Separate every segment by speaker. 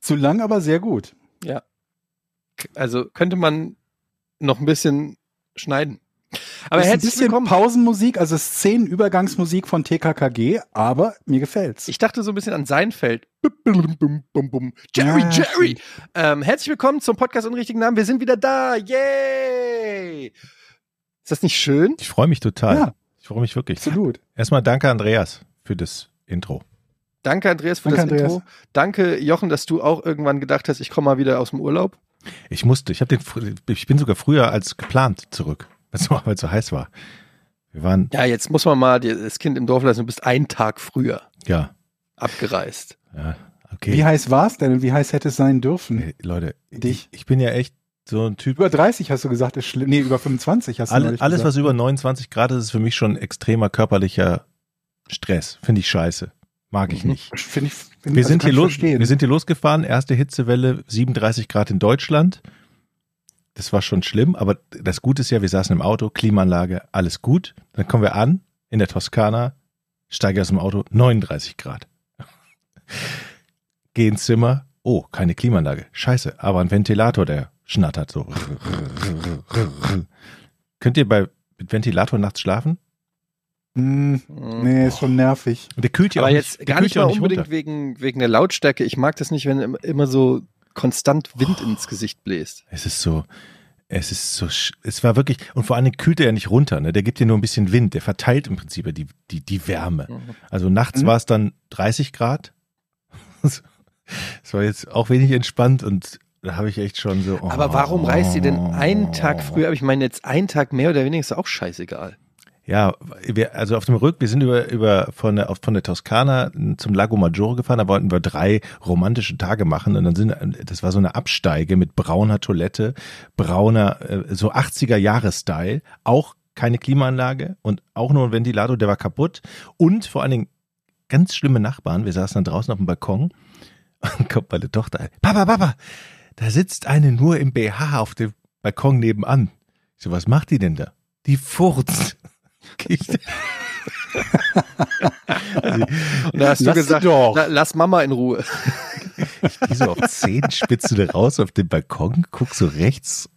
Speaker 1: Zu lang, aber sehr gut.
Speaker 2: Ja. Also könnte man noch ein bisschen schneiden.
Speaker 1: Aber ist ein bisschen willkommen. Pausenmusik, also Szenenübergangsmusik von TKKG, aber mir gefällt's.
Speaker 2: Ich dachte so ein bisschen an Seinfeld. Bum, bum, bum, bum. Jerry, ja, Jerry! Ähm, herzlich willkommen zum Podcast Unrichtigen Namen. Wir sind wieder da. Yay! Ist das nicht schön?
Speaker 3: Ich freue mich total. Ja. Ich freue mich wirklich.
Speaker 1: Absolut.
Speaker 3: Erstmal danke, Andreas, für das Intro.
Speaker 2: Danke, Andreas, für danke, das Andreas. Intro. Danke, Jochen, dass du auch irgendwann gedacht hast, ich komme mal wieder aus dem Urlaub.
Speaker 3: Ich musste, ich habe den, ich bin sogar früher als geplant zurück, weil es so heiß war. Wir waren.
Speaker 2: Ja, jetzt muss man mal das Kind im Dorf lassen. Du bist einen Tag früher.
Speaker 3: Ja.
Speaker 2: Abgereist.
Speaker 3: Ja, okay.
Speaker 1: Wie heiß war es denn und wie heiß hätte es sein dürfen?
Speaker 3: Hey, Leute,
Speaker 1: Dich.
Speaker 3: Ich, ich bin ja echt so ein Typ.
Speaker 1: Über 30 hast du gesagt, ist schlimm. Nee, über 25 hast du
Speaker 3: All, Alles,
Speaker 1: gesagt.
Speaker 3: was über 29 Grad ist, ist für mich schon extremer körperlicher Stress. Finde ich scheiße. Mag ich nicht.
Speaker 1: Find ich,
Speaker 3: find, wir, also sind hier los, verstehen. wir sind hier losgefahren, erste Hitzewelle, 37 Grad in Deutschland. Das war schon schlimm, aber das Gute ist ja, wir saßen im Auto, Klimaanlage, alles gut. Dann kommen wir an in der Toskana, steige aus dem Auto, 39 Grad. Geh ins Zimmer, oh, keine Klimaanlage, scheiße, aber ein Ventilator, der schnattert so. Könnt ihr bei mit Ventilator nachts schlafen?
Speaker 1: Mm, nee, ist schon nervig.
Speaker 3: Und der kühlt ja
Speaker 2: Aber
Speaker 3: auch
Speaker 2: jetzt
Speaker 3: nicht,
Speaker 2: gar nicht mal unbedingt runter. wegen, wegen der Lautstärke. Ich mag das nicht, wenn immer so konstant Wind oh. ins Gesicht bläst.
Speaker 3: Es ist so, es ist so, es war wirklich, und vor allem kühlt er ja nicht runter, ne? der gibt dir nur ein bisschen Wind, der verteilt im Prinzip die, die, die Wärme.
Speaker 2: Oh.
Speaker 3: Mhm. Also nachts mhm. war es dann 30 Grad. Es war jetzt auch wenig entspannt und da habe ich echt schon so. Oh.
Speaker 2: Oh. Aber warum reist ihr denn einen Tag früher? Aber ich meine, jetzt einen Tag mehr oder weniger ist auch scheißegal.
Speaker 3: Ja, wir, also auf dem Rück, wir sind über, über von, der, von der Toskana zum Lago Maggiore gefahren, da wollten wir drei romantische Tage machen und dann sind, das war so eine Absteige mit brauner Toilette, brauner, äh, so 80er Jahre Style, auch keine Klimaanlage und auch nur ein Ventilator, der war kaputt und vor allen Dingen ganz schlimme Nachbarn, wir saßen dann draußen auf dem Balkon und kommt meine Tochter, Papa, Papa, da sitzt eine nur im BH auf dem Balkon nebenan. Ich so, was macht die denn da? Die furzt.
Speaker 2: und da hast du lass gesagt, la, lass Mama in Ruhe.
Speaker 3: ich gehe so auf Zehenspitzen raus auf den Balkon, guck so rechts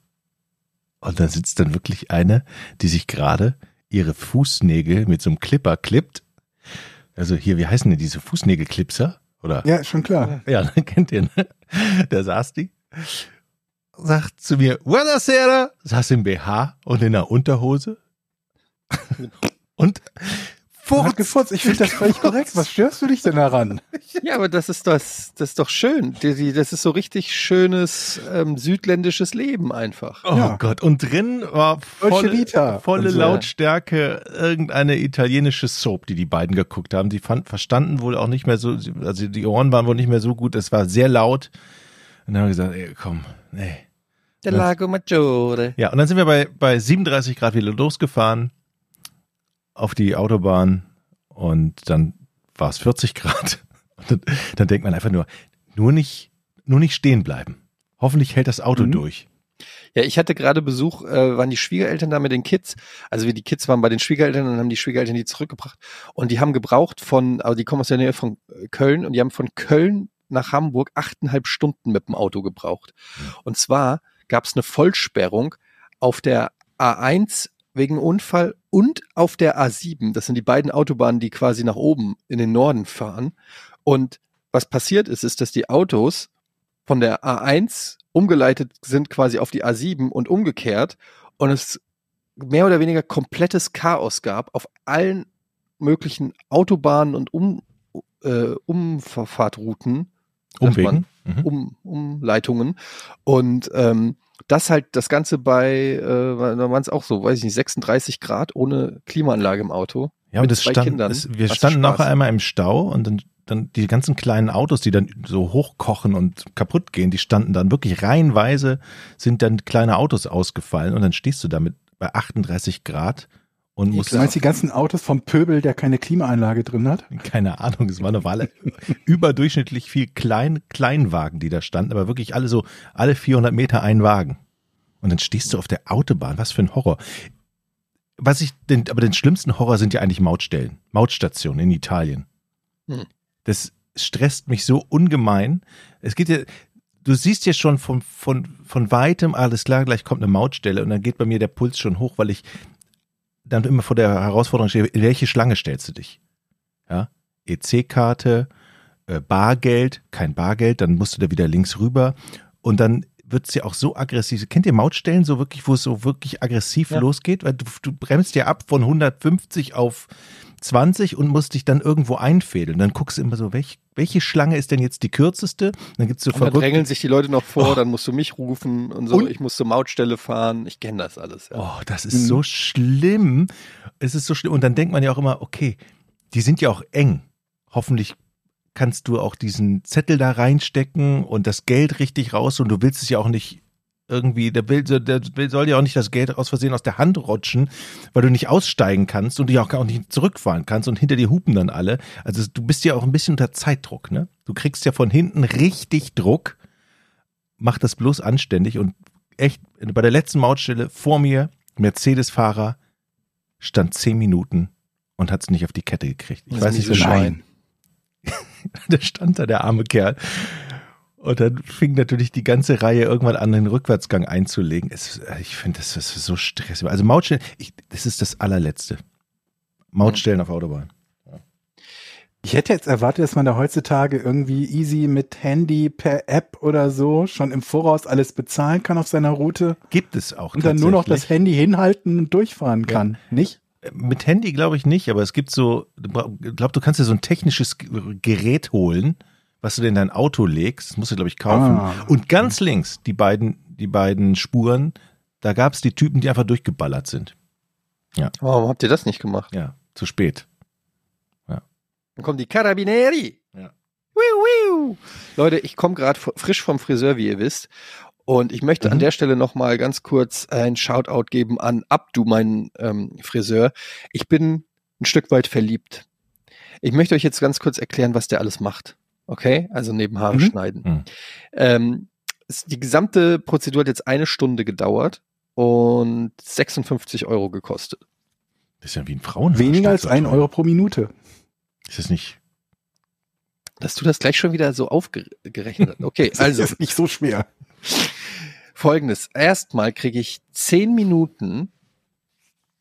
Speaker 3: und da sitzt dann wirklich eine, die sich gerade ihre Fußnägel mit so einem Clipper klippt. Also hier, wie heißen denn diese Fußnägelclipser? Oder?
Speaker 1: Ja, schon klar.
Speaker 3: Ja, kennt ihr, ne? Da saß die sagt zu mir, Buonasera, saß im BH und in der Unterhose. und
Speaker 1: furzt. gefurzt. Ich finde das völlig korrekt. Was störst du dich denn daran?
Speaker 2: Ja, aber das ist das, das ist doch schön. Das ist so richtig schönes ähm, südländisches Leben einfach.
Speaker 3: Oh ja. Gott. Und drin war volle, volle so. Lautstärke irgendeine italienische Soap, die die beiden geguckt haben. Die fand, verstanden wohl auch nicht mehr so, also die Ohren waren wohl nicht mehr so gut. Es war sehr laut. Und dann haben wir gesagt, ey, komm, nee.
Speaker 2: Der Lago Maggiore.
Speaker 3: Ja, und dann sind wir bei, bei 37 Grad wieder losgefahren auf die Autobahn und dann war es 40 Grad. Dann, dann, denkt man einfach nur, nur nicht, nur nicht stehen bleiben. Hoffentlich hält das Auto mhm. durch.
Speaker 2: Ja, ich hatte gerade Besuch, äh, waren die Schwiegereltern da mit den Kids. Also wir die Kids waren bei den Schwiegereltern und haben die Schwiegereltern die zurückgebracht. Und die haben gebraucht von, also die kommen aus der Nähe von Köln und die haben von Köln nach Hamburg achteinhalb Stunden mit dem Auto gebraucht. Und zwar gab es eine Vollsperrung auf der A1 wegen Unfall und auf der A7. Das sind die beiden Autobahnen, die quasi nach oben in den Norden fahren. Und was passiert ist, ist, dass die Autos von der A1 umgeleitet sind quasi auf die A7 und umgekehrt. Und es mehr oder weniger komplettes Chaos gab auf allen möglichen Autobahnen und um, äh, Umfahrtrouten.
Speaker 3: Umwegen.
Speaker 2: Man, um, Umleitungen. Und ähm, das halt das Ganze bei, äh, da waren es auch so, weiß ich nicht, 36 Grad ohne Klimaanlage im Auto.
Speaker 3: Ja, und das stand, Kindern, es, wir standen nachher einmal im Stau und dann, dann die ganzen kleinen Autos, die dann so hochkochen und kaputt gehen, die standen dann wirklich reihenweise, sind dann kleine Autos ausgefallen und dann stehst du damit bei 38 Grad und
Speaker 1: Du
Speaker 3: musste
Speaker 1: meinst die ganzen Autos vom Pöbel, der keine Klimaanlage drin hat?
Speaker 3: keine Ahnung, es waren eine Weile überdurchschnittlich viel Klein, Kleinwagen, die da standen, aber wirklich alle so, alle 400 Meter ein Wagen. Und dann stehst du auf der Autobahn, was für ein Horror. Was ich, den, aber den schlimmsten Horror sind ja eigentlich Mautstellen, Mautstationen in Italien.
Speaker 2: Hm.
Speaker 3: Das stresst mich so ungemein. Es geht ja, du siehst ja schon von, von, von weitem, ah, alles klar, gleich kommt eine Mautstelle und dann geht bei mir der Puls schon hoch, weil ich dann immer vor der Herausforderung stehe, in welche Schlange stellst du dich? EC-Karte, äh, Bargeld, kein Bargeld, dann musst du da wieder links rüber und dann wird's ja auch so aggressiv. Kennt ihr Mautstellen so wirklich, wo es so wirklich aggressiv
Speaker 2: Ja.
Speaker 3: losgeht? Weil du, du bremst ja ab von 150 auf 20 und musst dich dann irgendwo einfädeln. Dann guckst du immer so, welch, welche Schlange ist denn jetzt die kürzeste? Dann gibt's so
Speaker 2: Und dann
Speaker 3: verrückte
Speaker 2: drängeln sich die Leute noch vor, dann musst du mich rufen und so.
Speaker 1: Und-
Speaker 2: Ich muss zur Mautstelle fahren. Ich kenne das alles. Ja.
Speaker 3: Oh, das
Speaker 1: Mhm.
Speaker 3: ist so schlimm. Es ist so schlimm. Und dann denkt man ja auch immer, okay, die sind ja auch eng. Hoffentlich kannst du auch diesen Zettel da reinstecken und das Geld richtig raus und du willst es ja auch nicht irgendwie, der will, der will, soll ja auch nicht das Geld aus Versehen aus der Hand rutschen, weil du nicht aussteigen kannst und dich auch gar nicht zurückfahren kannst und hinter dir hupen dann alle. Also du bist ja auch ein bisschen unter Zeitdruck, ne? Du kriegst ja von hinten richtig Druck. Mach das bloß anständig und echt bei der letzten Mautstelle vor mir, Mercedes-Fahrer, stand zehn Minuten und hat es nicht auf die Kette gekriegt. Ich
Speaker 2: Das
Speaker 3: weiß nicht,
Speaker 2: miese
Speaker 3: wie
Speaker 2: Schwein.
Speaker 3: da stand da der arme Kerl. Und dann fing natürlich die ganze Reihe irgendwann an, den Rückwärtsgang einzulegen. Es, äh, ich finde, das ist so stressig. Also Mautstellen, ich, das ist das allerletzte. Mautstellen auf Autobahn.
Speaker 1: Ich hätte jetzt erwartet, dass man da heutzutage irgendwie easy mit Handy per App oder so schon im Voraus alles bezahlen kann auf seiner Route
Speaker 3: Gibt es auch
Speaker 1: und dann nur noch
Speaker 3: tatsächlich.
Speaker 1: das Handy hinhalten und durchfahren
Speaker 3: Ja.
Speaker 1: kann. Nicht?
Speaker 3: Mit Handy glaube ich nicht, aber es gibt so, du bra- ich glaube, du kannst dir so ein technisches G- Gerät holen, was du dir in dein Auto legst. Das musst du, glaube ich, kaufen.
Speaker 1: Ah.
Speaker 3: Und ganz links, die beiden, die beiden Spuren, da gab es die Typen, die einfach durchgeballert sind.
Speaker 2: Warum habt ihr das nicht gemacht?
Speaker 3: Ja, zu spät.
Speaker 2: Dann kommen die Carabinieri.
Speaker 3: Ja.
Speaker 2: Wiu, wiu. Leute, ich komme gerade frisch vom Friseur, wie ihr wisst. Und ich möchte an
Speaker 3: Mhm.
Speaker 2: der Stelle nochmal ganz kurz ein Shoutout geben an Abdu, meinen ähm, Friseur. Ich bin ein Stück weit verliebt. Ich möchte euch jetzt ganz kurz erklären, was der alles macht. Okay? Also neben Haare
Speaker 1: Mhm.
Speaker 2: schneiden.
Speaker 3: Mhm.
Speaker 2: Ähm, es- die gesamte Prozedur hat jetzt eine Stunde gedauert und 56 Euro gekostet.
Speaker 3: Das ist ja wie ein Frauenhaus.
Speaker 1: Weniger als ein Euro pro Minute.
Speaker 3: Ist das nicht?
Speaker 2: Dass du das gleich schon wieder so aufgerechnet hast. Okay, also.
Speaker 1: ist nicht so schwer.
Speaker 2: Folgendes. Erstmal kriege ich zehn Minuten,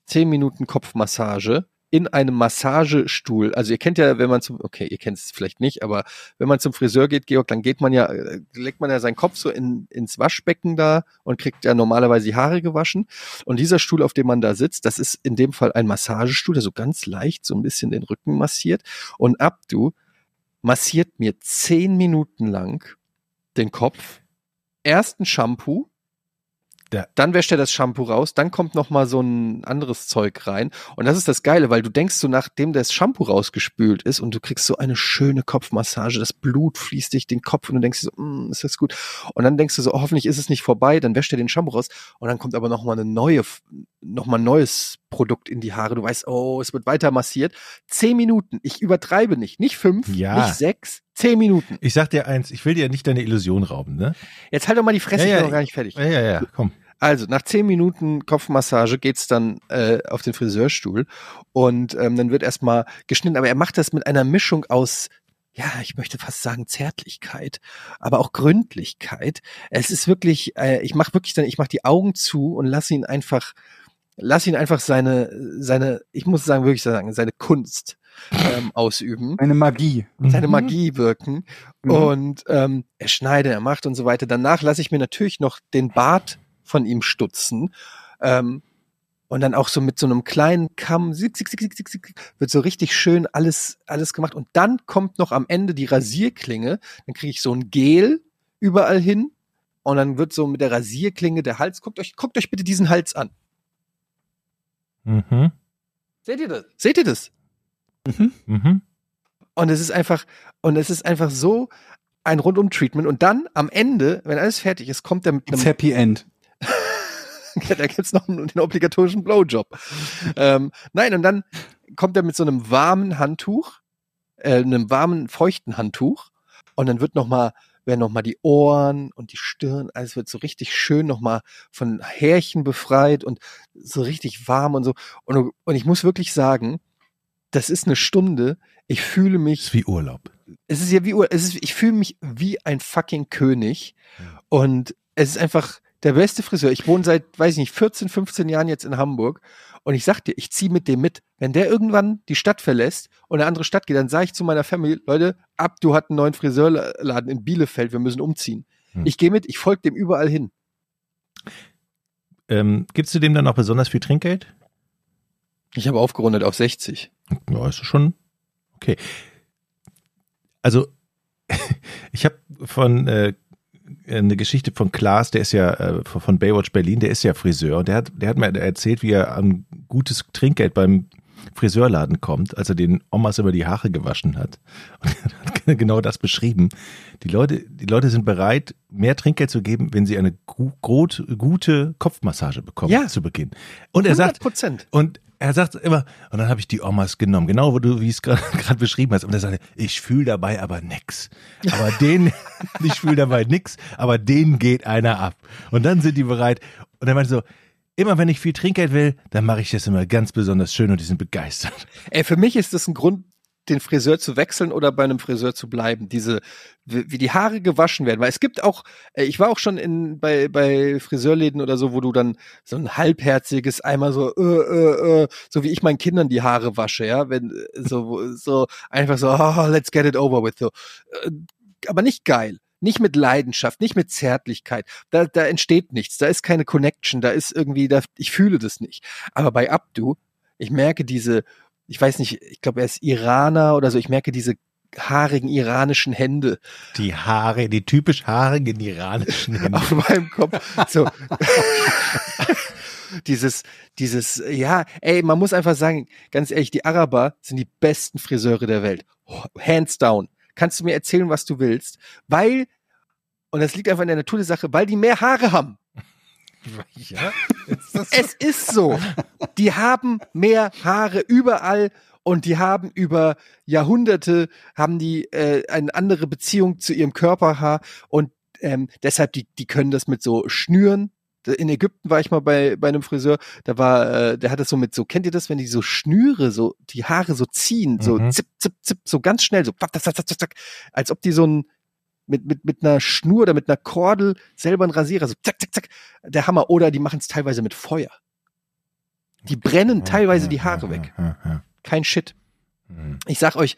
Speaker 2: zehn Minuten Kopfmassage in einem Massagestuhl. Also ihr kennt ja, wenn man zum, okay, ihr kennt es vielleicht nicht, aber wenn man zum Friseur geht, Georg, dann geht man ja, äh, legt man ja seinen Kopf so in, ins Waschbecken da und kriegt ja normalerweise die Haare gewaschen. Und dieser Stuhl, auf dem man da sitzt, das ist in dem Fall ein Massagestuhl, der so ganz leicht so ein bisschen den Rücken massiert. Und Abdu massiert mir zehn Minuten lang den Kopf. Erst ein Shampoo.
Speaker 3: Ja.
Speaker 2: Dann wäscht er das Shampoo raus, dann kommt noch mal so ein anderes Zeug rein. Und das ist das Geile, weil du denkst so, nachdem das Shampoo rausgespült ist und du kriegst so eine schöne Kopfmassage, das Blut fließt dich den Kopf und du denkst so, "Mm, ist das gut? Und dann denkst du so, hoffentlich ist es nicht vorbei, dann wäscht er den Shampoo raus und dann kommt aber noch mal eine neue, noch mal ein neues Produkt in die Haare. Du weißt, oh, es wird weiter massiert. Zehn Minuten, ich übertreibe nicht, nicht fünf,
Speaker 3: Ja.
Speaker 2: nicht sechs, zehn Minuten.
Speaker 3: Ich sag dir eins, ich will dir ja nicht deine Illusion rauben, ne?
Speaker 2: Jetzt halt doch mal die Fresse,
Speaker 3: Ja,
Speaker 2: ich
Speaker 3: ja,
Speaker 2: bin noch gar nicht fertig.
Speaker 3: Ja, ja, ja, komm.
Speaker 2: Also, nach zehn Minuten Kopfmassage geht's dann äh, auf den Friseurstuhl und ähm, dann wird erstmal geschnitten. Aber er macht das mit einer Mischung aus, ja, ich möchte fast sagen Zärtlichkeit, aber auch Gründlichkeit. Es ist wirklich, äh, ich mache wirklich dann, ich mache die Augen zu und lass ihn einfach, lass ihn einfach seine, seine, ich muss sagen, wirklich sagen, seine Kunst ähm, ausüben
Speaker 1: Eine Magie.
Speaker 2: seine
Speaker 3: Mhm.
Speaker 2: Magie wirken.
Speaker 1: Mhm.
Speaker 2: Und ähm, er schneidet, er macht und so weiter. Danach lasse ich mir natürlich noch den Bart von ihm stutzen. Ähm, und dann auch so mit so einem kleinen Kamm, zick, zick, zick, zick, zick, zick, wird so richtig schön alles, alles gemacht. Und dann kommt noch am Ende die Rasierklinge. Dann kriege ich so ein Gel überall hin. Und dann wird so mit der Rasierklinge der Hals, guckt euch, guckt euch bitte diesen Hals an.
Speaker 3: Mhm.
Speaker 2: Seht ihr das? Seht ihr das?
Speaker 3: Mhm.
Speaker 2: Und es ist einfach, und es ist einfach so ein Rundum-Treatment. Und dann am Ende, wenn alles fertig ist, kommt er mit
Speaker 1: It's
Speaker 2: einem,
Speaker 1: Happy End.
Speaker 2: da gibt's noch einen, den obligatorischen Blowjob. ähm, nein, und dann kommt er mit so einem warmen Handtuch, äh, einem warmen, feuchten Handtuch und dann wird nochmal werden nochmal die Ohren und die Stirn, alles wird so richtig schön nochmal von Härchen befreit und so richtig warm und so. Und, und ich muss wirklich sagen, das ist eine Stunde, ich fühle mich
Speaker 3: ist wie Urlaub.
Speaker 2: es ist ja wie Ur- es ist, ich fühle mich wie ein fucking König und es ist einfach der beste Friseur. Ich wohne seit, weiß ich nicht, 14, 15 Jahren jetzt in Hamburg und ich sag dir, ich ziehe mit dem mit. Wenn der irgendwann die Stadt verlässt und in eine andere Stadt geht, dann sage ich zu meiner Family, Leute, ab, du hat einen neuen Friseurladen in Bielefeld, wir müssen umziehen.
Speaker 3: Hm.
Speaker 2: Ich gehe mit, ich folge dem überall hin.
Speaker 3: Ähm, gibst du dem dann auch besonders viel Trinkgeld?
Speaker 2: Ich habe aufgerundet auf 60.
Speaker 3: Ja, ist schon okay. Also, ich habe von äh, eine Geschichte von Klaas, der ist ja äh, von Baywatch Berlin, der ist ja Friseur und der hat, der hat mir erzählt, wie er an gutes Trinkgeld beim Friseurladen kommt, als er den Omas über die Haare gewaschen hat. Und er hat genau das beschrieben. Die Leute, die Leute sind bereit, mehr Trinkgeld zu geben, wenn sie eine gu gut, gute Kopfmassage bekommen
Speaker 2: Ja.
Speaker 3: zu Beginn. Und er sagt,
Speaker 2: Prozent.
Speaker 3: und er sagt immer, und dann habe ich die Omas genommen, genau wo du, wie es gerade beschrieben hast. Und er sagte, ich fühle dabei aber nix. Aber den, ich fühle dabei nix, aber den geht einer ab. Und dann sind die bereit. Und er meinte so, immer wenn ich viel Trinkgeld will, dann mache ich das immer ganz besonders schön und die sind begeistert.
Speaker 2: Ey, für mich ist das ein Grund, den Friseur zu wechseln oder bei einem Friseur zu bleiben. Diese, wie wie die Haare gewaschen werden. Weil es gibt auch, äh, ich war auch schon in, bei, bei Friseurläden oder so, wo du dann so ein halbherziges, einmal so, äh, äh, äh, so wie ich meinen Kindern die Haare wasche, ja, wenn, äh, so, wo- so, einfach so, oh, let's get it over with, so. Äh, Aber nicht geil. Nicht mit Leidenschaft, nicht mit Zärtlichkeit. Da, da entsteht nichts. Da ist keine Connection. Da ist irgendwie, da, ich fühle das nicht. Aber bei Abdu, ich merke diese, ich weiß nicht, ich glaube, er ist Iraner oder so, ich merke diese haarigen iranischen Hände
Speaker 3: Die Haare, die typisch haarigen iranischen Hände.
Speaker 2: auf meinem Kopf. So. dieses, dieses, ja, ey, man muss einfach sagen, ganz ehrlich, die Araber sind die besten Friseure der Welt. Hands down. Kannst du mir erzählen, was du willst? Weil, und das liegt einfach in der Natur der Sache, weil die mehr Haare haben.
Speaker 3: Ja,
Speaker 2: Es ist so. Die haben mehr Haare überall und die haben über Jahrhunderte haben die äh, eine andere Beziehung zu ihrem Körperhaar und ähm, deshalb die die können das mit so Schnüren. In Ägypten war ich mal bei bei einem Friseur. Da war äh, der hat das so mit so kennt ihr das, wenn die so Schnüre so die Haare so ziehen, so
Speaker 3: Mhm.
Speaker 2: zip zip zip so ganz schnell so zack, zack, zack, zack, zack, als ob die so ein mit, mit, mit einer Schnur oder mit einer Kordel selber einen Rasierer, so zack, zack, zack, der Hammer. Oder die machen es teilweise mit Feuer. Die brennen teilweise die Haare weg. Kein Shit.
Speaker 3: Hm.
Speaker 2: Ich sag euch,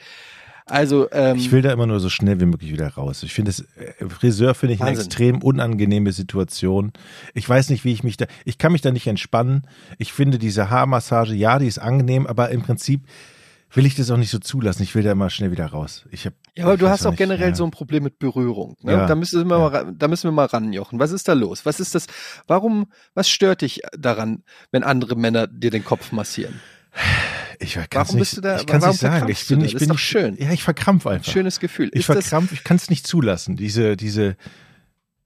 Speaker 2: also, ähm,
Speaker 3: Ich will da immer nur so schnell wie möglich wieder raus. Ich finde das äh, Friseur finde ich eine
Speaker 2: Wahnsinn.
Speaker 3: extrem unangenehme Situation. Ich weiß nicht, wie ich mich da ich kann mich da nicht entspannen. Ich finde diese Haarmassage, ja, die ist angenehm, aber im Prinzip will ich das auch nicht so zulassen. Ich will da immer schnell wieder raus. Ich hab,
Speaker 2: ja, aber
Speaker 3: ich
Speaker 2: du
Speaker 3: weiß
Speaker 2: hast auch
Speaker 3: nicht,
Speaker 2: generell
Speaker 3: ja.
Speaker 2: so ein Problem mit Berührung. Ne?
Speaker 3: Ja.
Speaker 2: Da, müssen wir mal, ra- da müssen wir mal ranjochen. Was ist da los? Was ist das? Warum, was stört dich daran, wenn andere Männer dir den Kopf massieren?
Speaker 3: ich kann's
Speaker 2: Warum
Speaker 3: nicht,
Speaker 2: bist du da-
Speaker 3: Ich kann
Speaker 2: warum
Speaker 3: nicht sagen. Ich
Speaker 2: verkrampfst
Speaker 3: bin,
Speaker 2: du da?
Speaker 3: ich
Speaker 2: Das
Speaker 3: bin
Speaker 2: ist doch
Speaker 3: nicht-
Speaker 2: schön.
Speaker 3: Ja, ich verkrampf einfach.
Speaker 2: Schönes Gefühl.
Speaker 3: ich
Speaker 2: ist das,
Speaker 3: verkrampf. Ich kann es nicht zulassen. Diese diese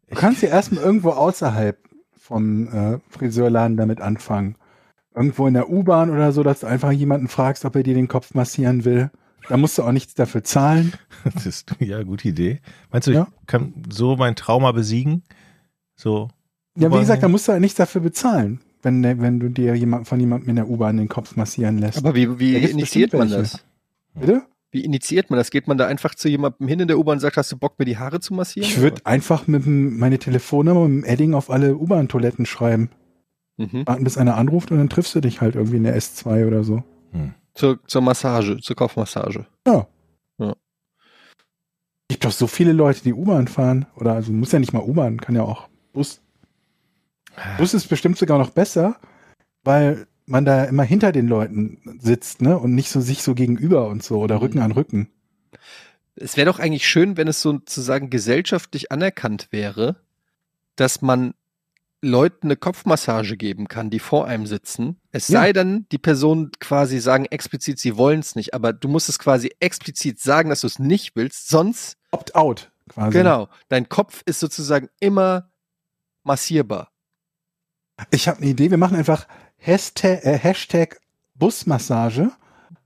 Speaker 1: Du kannst ja erstmal irgendwo außerhalb vom äh, Friseurladen damit anfangen. Irgendwo in der U-Bahn oder so, dass du einfach jemanden fragst, ob er dir den Kopf massieren will. Da musst du auch nichts dafür zahlen.
Speaker 3: Das ist ja gute Idee. Meinst du,
Speaker 1: Ja.
Speaker 3: ich kann so mein Trauma besiegen? So
Speaker 1: Ja, wie
Speaker 3: U-Bahn
Speaker 1: gesagt,
Speaker 3: hin?
Speaker 1: da musst du halt nichts dafür bezahlen, wenn, der- wenn du dir jemand, von jemandem in der U-Bahn den Kopf massieren lässt.
Speaker 2: aber wie, wie
Speaker 1: Da gibt's
Speaker 2: initiiert
Speaker 1: bestimmt
Speaker 2: man
Speaker 1: welche.
Speaker 2: das?
Speaker 1: Bitte?
Speaker 2: Wie initiiert man das? Geht man da einfach zu jemandem hin in der U-Bahn und sagt, hast du Bock, mir die Haare zu massieren?
Speaker 1: Ich würde einfach mit dem, meine Telefonnummer mit dem Edding auf alle U-Bahn-Toiletten schreiben.
Speaker 2: Mhm.
Speaker 1: Warten, bis einer anruft und dann triffst du dich halt irgendwie in der S2 oder so.
Speaker 2: Zur, zur Massage, zur Kopfmassage.
Speaker 1: Gibt doch so viele Leute, die U-Bahn fahren. Oder also muss ja nicht mal U-Bahn, kann ja auch Bus. Bus ist bestimmt sogar noch besser, weil man da immer hinter den Leuten sitzt, ne? Und nicht so sich so gegenüber und so oder
Speaker 2: Mhm.
Speaker 1: Rücken an Rücken.
Speaker 2: Es wäre doch eigentlich schön, wenn es sozusagen gesellschaftlich anerkannt wäre, dass man Leuten eine Kopfmassage geben kann, die vor einem sitzen. Es
Speaker 1: Ja.
Speaker 2: sei denn, die Personen quasi sagen explizit, sie wollen es nicht, aber du musst es quasi explizit sagen, dass du es nicht willst, sonst,
Speaker 1: Opt-out
Speaker 2: Also
Speaker 1: quasi.
Speaker 2: genau, dein Kopf ist sozusagen immer massierbar.
Speaker 1: Ich habe eine Idee. Wir machen einfach Hashtag, äh, Hashtag Busmassage.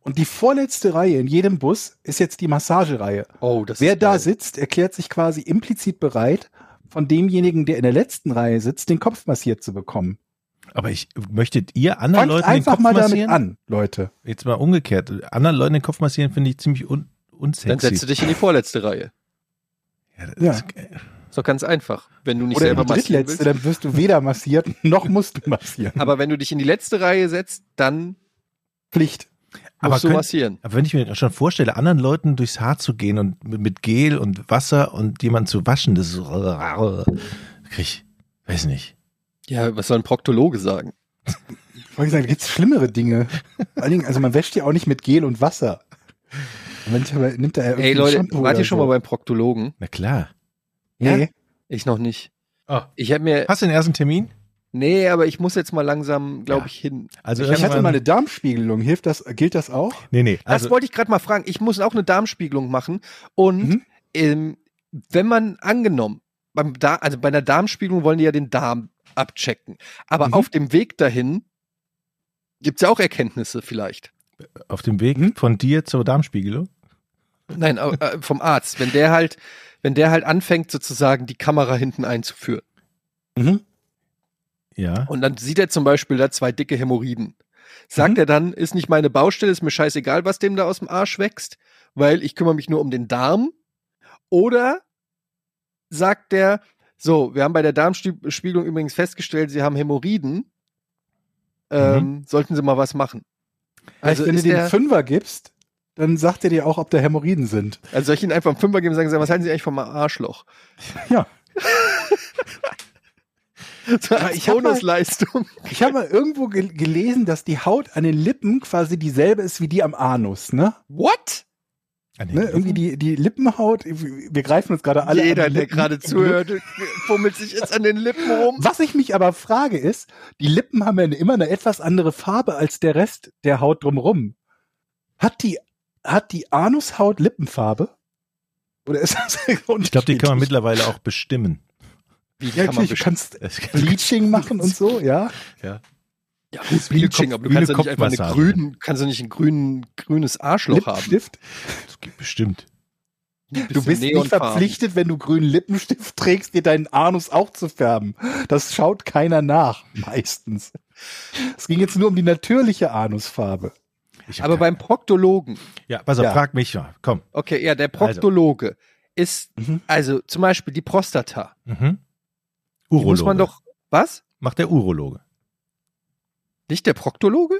Speaker 1: Und die vorletzte Reihe in jedem Bus ist jetzt die Massagereihe.
Speaker 2: Oh, das
Speaker 1: Wer
Speaker 2: ist
Speaker 1: da
Speaker 2: geil.
Speaker 1: sitzt, erklärt sich quasi implizit bereit, von demjenigen, der in der letzten Reihe sitzt, den Kopf massiert zu bekommen.
Speaker 3: Aber ich möchtet ihr
Speaker 1: Fangt
Speaker 3: anderen Leuten den
Speaker 1: einfach
Speaker 3: Kopf
Speaker 1: mal damit
Speaker 3: massieren?
Speaker 1: an, Leute.
Speaker 3: Jetzt mal umgekehrt. Anderen Leuten den Kopf massieren finde ich ziemlich un unsexy.
Speaker 2: Dann setzt du dich in die vorletzte Reihe.
Speaker 3: Ja, das
Speaker 1: Ja.
Speaker 3: ist- äh,
Speaker 2: Ist doch ganz einfach. Wenn du nicht
Speaker 1: Oder in
Speaker 2: selber
Speaker 1: die
Speaker 2: massieren
Speaker 1: drittletzte,
Speaker 2: willst.
Speaker 1: dann wirst du weder massiert, noch musst du massieren.
Speaker 2: Aber wenn du dich in die letzte Reihe setzt, dann
Speaker 1: Pflicht.
Speaker 3: Aber,
Speaker 2: musst du
Speaker 3: könnt,
Speaker 2: massieren.
Speaker 3: aber wenn ich mir schon vorstelle, anderen Leuten durchs Haar zu gehen und mit- mit Gel und Wasser und jemanden zu waschen, das ist so, krieg ich, weiß nicht.
Speaker 2: Ja, was soll ein Proktologe sagen?
Speaker 1: Ich wollte sagen, gibt's schlimmere Dinge. Vor allen Dingen, also man wäscht ja auch nicht mit Gel und Wasser. Und Man nimmt aber- nimmt da ja
Speaker 2: Ey
Speaker 1: irgendwie
Speaker 2: Leute,
Speaker 1: Shampoo
Speaker 2: wart
Speaker 1: oder
Speaker 2: ihr schon mal beim Proktologen?
Speaker 3: Na klar.
Speaker 1: Nee.
Speaker 2: Ich noch nicht.
Speaker 3: Oh.
Speaker 1: Ah.
Speaker 2: Ich habe mir,
Speaker 3: Hast du den ersten Termin?
Speaker 2: nee, aber ich muss jetzt mal langsam, glaube
Speaker 3: Ja.
Speaker 2: ich, hin.
Speaker 3: Also
Speaker 1: Ich hatte
Speaker 3: irgendwann-
Speaker 1: mal eine Darmspiegelung. Hilft das, gilt das auch?
Speaker 3: Nee, nee. Also
Speaker 1: Also-
Speaker 2: das wollte ich gerade mal fragen. Ich muss auch eine Darmspiegelung machen. Und
Speaker 1: Mhm.
Speaker 2: ähm, wenn man angenommen, beim da also bei einer Darmspiegelung wollen die ja den Darm abchecken. Aber
Speaker 1: Mhm.
Speaker 2: auf dem Weg dahin gibt es ja auch Erkenntnisse vielleicht.
Speaker 3: auf dem
Speaker 1: Hm?
Speaker 3: Weg von dir zur Darmspiegelung.
Speaker 2: Nein, au- äh, vom Arzt. Wenn der halt, wenn der halt anfängt, sozusagen die Kamera hinten einzuführen.
Speaker 1: Mhm.
Speaker 3: Ja.
Speaker 2: Und dann sieht er zum Beispiel da zwei dicke Hämorrhoiden. Sagt
Speaker 1: Mhm.
Speaker 2: er dann, ist nicht meine Baustelle, ist mir scheißegal, was dem da aus dem Arsch wächst, weil ich kümmere mich nur um den Darm? Oder sagt er, so, wir haben bei der Darmspiegelung übrigens festgestellt, Sie haben Hämorrhoiden,
Speaker 1: Mhm.
Speaker 2: ähm, sollten Sie mal was machen.
Speaker 1: Also
Speaker 2: Also,
Speaker 1: wenn du
Speaker 2: ist
Speaker 1: dir
Speaker 2: der,
Speaker 1: den Fünfer gibst, dann sagt er dir auch, ob da Hämorrhoiden sind.
Speaker 2: also soll ich Ihnen einfach einen Fünfer geben und sagen, sagen, was halten Sie eigentlich vom Arschloch?
Speaker 1: Ja.
Speaker 2: so
Speaker 1: Ja,
Speaker 2: als
Speaker 1: ich hab mal-
Speaker 2: Bonusleistung.
Speaker 1: Ich habe mal irgendwo gel- gelesen, dass die Haut an den Lippen quasi dieselbe ist wie die am Anus, ne?
Speaker 2: What?
Speaker 3: An den
Speaker 1: ne?
Speaker 3: Lippen?
Speaker 1: Irgendwie die, die Lippenhaut, wir greifen uns gerade alle
Speaker 2: Jeder,
Speaker 1: an die
Speaker 2: der
Speaker 1: Lippen.
Speaker 2: gerade zuhört, fummelt sich jetzt an den Lippen rum.
Speaker 1: Was ich mich aber frage ist, die Lippen haben ja immer eine etwas andere Farbe als der Rest der Haut drumrum. Hat die, hat die Anushaut Lippenfarbe? Oder ist das
Speaker 3: ich glaube, die kann man mittlerweile auch bestimmen.
Speaker 2: Wie
Speaker 1: Ja,
Speaker 2: kann man
Speaker 1: natürlich, du
Speaker 2: bestimmt
Speaker 1: kannst
Speaker 3: Das kann-
Speaker 1: Bleaching machen und so, ja.
Speaker 2: ja, Bleaching,
Speaker 3: Kopf-
Speaker 2: aber du kannst ja nicht
Speaker 3: Bühne
Speaker 2: einfach eine
Speaker 3: Kopfmassage.
Speaker 2: grünen, kannst du nicht ein grünen, grünes Arschloch haben.
Speaker 1: Lippenstift.
Speaker 3: Das gibt bestimmt.
Speaker 2: Ein
Speaker 1: Du
Speaker 2: bisschen
Speaker 1: bist nicht
Speaker 2: Neonfarben.
Speaker 1: verpflichtet, wenn du grünen Lippenstift trägst, dir deinen Anus auch zu färben. Das schaut keiner nach, meistens. Es ging jetzt nur um die natürliche Anusfarbe.
Speaker 3: Ich hab
Speaker 2: Aber
Speaker 3: keine-
Speaker 2: beim Proktologen,
Speaker 3: ja, pass auf,
Speaker 1: Ja.
Speaker 3: frag mich mal. Komm.
Speaker 2: okay, ja, der Proktologe ist,
Speaker 1: Mhm.
Speaker 2: also zum Beispiel die Prostata.
Speaker 3: Mhm.
Speaker 2: Die
Speaker 3: Urologe.
Speaker 2: muss man doch, was?
Speaker 3: Macht der Urologe.
Speaker 2: Nicht der Proktologe?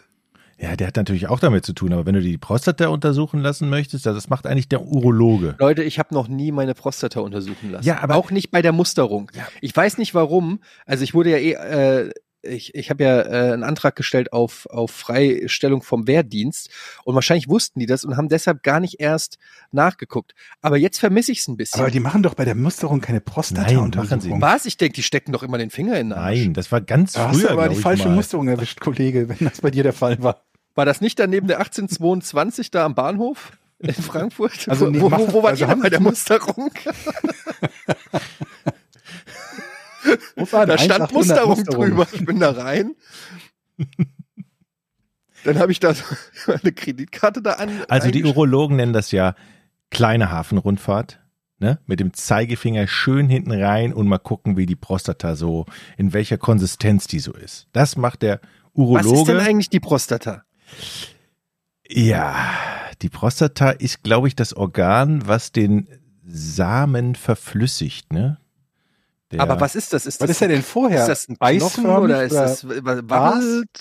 Speaker 3: Ja, der hat natürlich auch damit zu tun, aber wenn du dir die Prostata untersuchen lassen möchtest, ja, das macht eigentlich der Urologe.
Speaker 2: Leute, ich habe noch nie meine Prostata untersuchen lassen.
Speaker 3: Ja, aber-
Speaker 2: auch nicht bei der Musterung.
Speaker 3: Ja.
Speaker 2: Ich weiß nicht warum. Also ich wurde ja eh, äh, ich, ich habe ja äh, einen Antrag gestellt auf, auf Freistellung vom Wehrdienst und wahrscheinlich wussten die das und haben deshalb gar nicht erst nachgeguckt. Aber jetzt vermisse ich es ein bisschen.
Speaker 1: Aber die machen doch bei der Musterung keine
Speaker 3: machen sie
Speaker 1: Prostata-Untersuchung.
Speaker 3: nicht.
Speaker 2: Was? Ich denke, die stecken doch immer den Finger in den Arsch.
Speaker 3: Nein, das war ganz
Speaker 1: Da hast
Speaker 3: früher,
Speaker 1: du aber
Speaker 3: glaub
Speaker 1: die
Speaker 3: ich
Speaker 1: falsche
Speaker 3: mal.
Speaker 1: Musterung erwischt, Kollege, wenn das bei dir der Fall war.
Speaker 2: War das nicht daneben der 1822 da am Bahnhof? In Frankfurt?
Speaker 1: Also, nee,
Speaker 2: wo,
Speaker 1: mach-
Speaker 2: wo, wo war
Speaker 1: also
Speaker 2: ihr denn
Speaker 1: haben
Speaker 2: bei der
Speaker 1: sie-
Speaker 2: Musterung?
Speaker 1: Wo war
Speaker 2: Da
Speaker 1: denn?
Speaker 2: stand
Speaker 1: 1,800
Speaker 2: Musterung, drüber. Ich bin da rein. Dann habe ich da so eine Kreditkarte da an.
Speaker 3: Also die
Speaker 2: eingesch-
Speaker 3: Urologen nennen das ja kleine Hafenrundfahrt. Ne? Mit dem Zeigefinger schön hinten rein und mal gucken, wie die Prostata so, in welcher Konsistenz die so ist. Das macht der
Speaker 2: Was
Speaker 3: Urologe.
Speaker 2: ist denn eigentlich die Prostata?
Speaker 3: ja, die Prostata ist, glaube ich, das Organ, was den Samen verflüssigt. Ne? Der-
Speaker 2: Aber was ist das? Ist
Speaker 1: Was
Speaker 2: das,
Speaker 1: ist er denn vorher?
Speaker 2: ist das ein Knochen oder ist das
Speaker 1: was?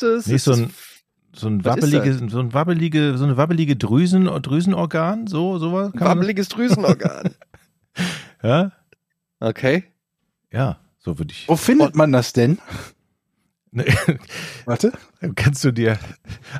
Speaker 2: was?
Speaker 3: Nee, so ein- So ein
Speaker 2: Was ist
Speaker 3: wabbelige, so ein wabbelige, so eine wabbelige Drüsen, Drüsenorgan, so, sowas. kann man-
Speaker 2: wabbeliges Drüsenorgan.
Speaker 3: Ja,
Speaker 2: Okay.
Speaker 3: ja, so würde ich.
Speaker 1: Wo findet man das denn?
Speaker 3: Ne,
Speaker 1: Warte.
Speaker 3: Kannst du dir,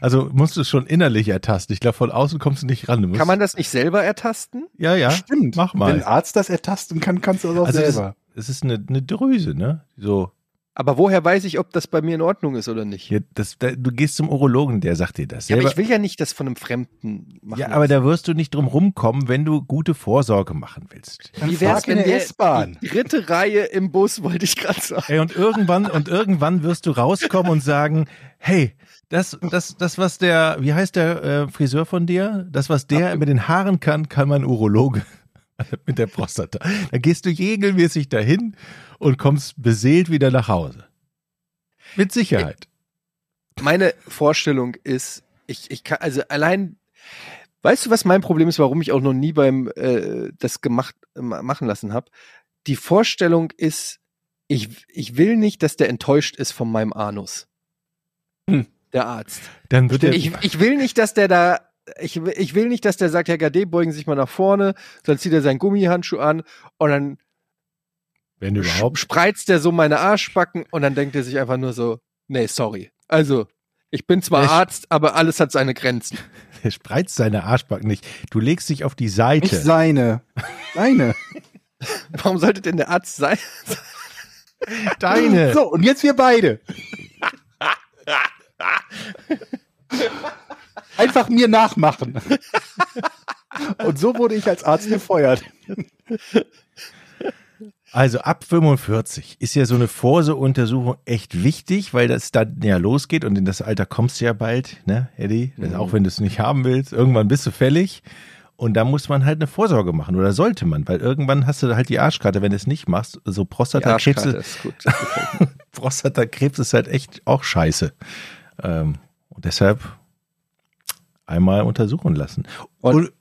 Speaker 3: also musst du es schon innerlich ertasten. Ich glaube, von außen kommst du nicht ran. Du musst,
Speaker 2: Kann man das nicht selber ertasten?
Speaker 3: Ja, ja.
Speaker 1: Stimmt.
Speaker 3: mach mal.
Speaker 1: Wenn ein Arzt das ertasten kann, kannst du das auch
Speaker 3: Also es ist,
Speaker 1: selber.
Speaker 3: es ist eine, eine Drüse, ne? So
Speaker 2: Aber woher weiß ich, ob das bei mir in Ordnung ist oder nicht?
Speaker 3: Ja, das, da, du gehst zum Urologen, der sagt dir das.
Speaker 2: Ja, aber
Speaker 3: Selber-
Speaker 2: ich will ja nicht das von einem Fremden machen.
Speaker 3: ja, aber
Speaker 2: lassen.
Speaker 3: da wirst du nicht drum rumkommen, wenn du gute Vorsorge machen willst.
Speaker 1: Dann
Speaker 2: Wie wär's,
Speaker 1: frag in
Speaker 2: wenn
Speaker 1: der
Speaker 2: wir
Speaker 1: S-Bahn?
Speaker 2: die dritte Reihe im Bus, wollte ich gerade sagen.
Speaker 3: Ey, und irgendwann, und irgendwann wirst du rauskommen und sagen, hey, das, das, das, was der, wie heißt der äh, Friseur von dir? Das, was der mit den Haaren kann, kann mein Urologe. mit der Prostata. Dann gehst du regelmäßig dahin und kommst beseelt wieder nach Hause. Mit Sicherheit.
Speaker 2: Meine Vorstellung ist, ich, ich kann, also allein, weißt du, was mein Problem ist, warum ich auch noch nie beim äh, das gemacht ma- machen lassen habe? Die Vorstellung ist, ich, ich will nicht, dass der enttäuscht ist von meinem Anus.
Speaker 1: Hm.
Speaker 2: Der Arzt.
Speaker 3: Dann wird der,
Speaker 2: Ich, ich will nicht, dass der da. Ich, will- ich will nicht, dass der sagt, Herr Gade, beugen Sie sich mal nach vorne, dann zieht er seinen Gummihandschuh an und dann
Speaker 3: wenn
Speaker 2: sch- spreizt der so meine Arschbacken und dann denkt er sich einfach nur so, nee, sorry. Also, ich bin zwar
Speaker 3: Der sch-
Speaker 2: Arzt, aber alles hat seine Grenzen.
Speaker 3: der spreizt seine Arschbacken nicht. Du legst dich auf die
Speaker 1: Nicht
Speaker 3: Seite.
Speaker 1: seine. Seine.
Speaker 2: Warum sollte denn der Arzt sein?
Speaker 3: Deine.
Speaker 1: So, und jetzt wir beide. Einfach mir nachmachen. Und so wurde ich als Arzt gefeuert.
Speaker 3: Also ab 45 ist ja so eine Vorsorgeuntersuchung echt wichtig, weil das dann ja losgeht und in das Alter kommst du ja bald, ne, Eddie? Das
Speaker 2: Mhm.
Speaker 3: Auch wenn du es nicht haben willst, irgendwann bist du fällig. Und da muss man halt eine Vorsorge machen oder sollte man, weil irgendwann hast du halt die Arschkarte, wenn du es nicht machst. So Prostatakrebs,
Speaker 2: Arschkarte ist gut. Das gefällt mir.
Speaker 3: Prostatakrebs ist halt echt auch scheiße. Ähm, und deshalb einmal untersuchen lassen.
Speaker 2: Und-
Speaker 3: Und,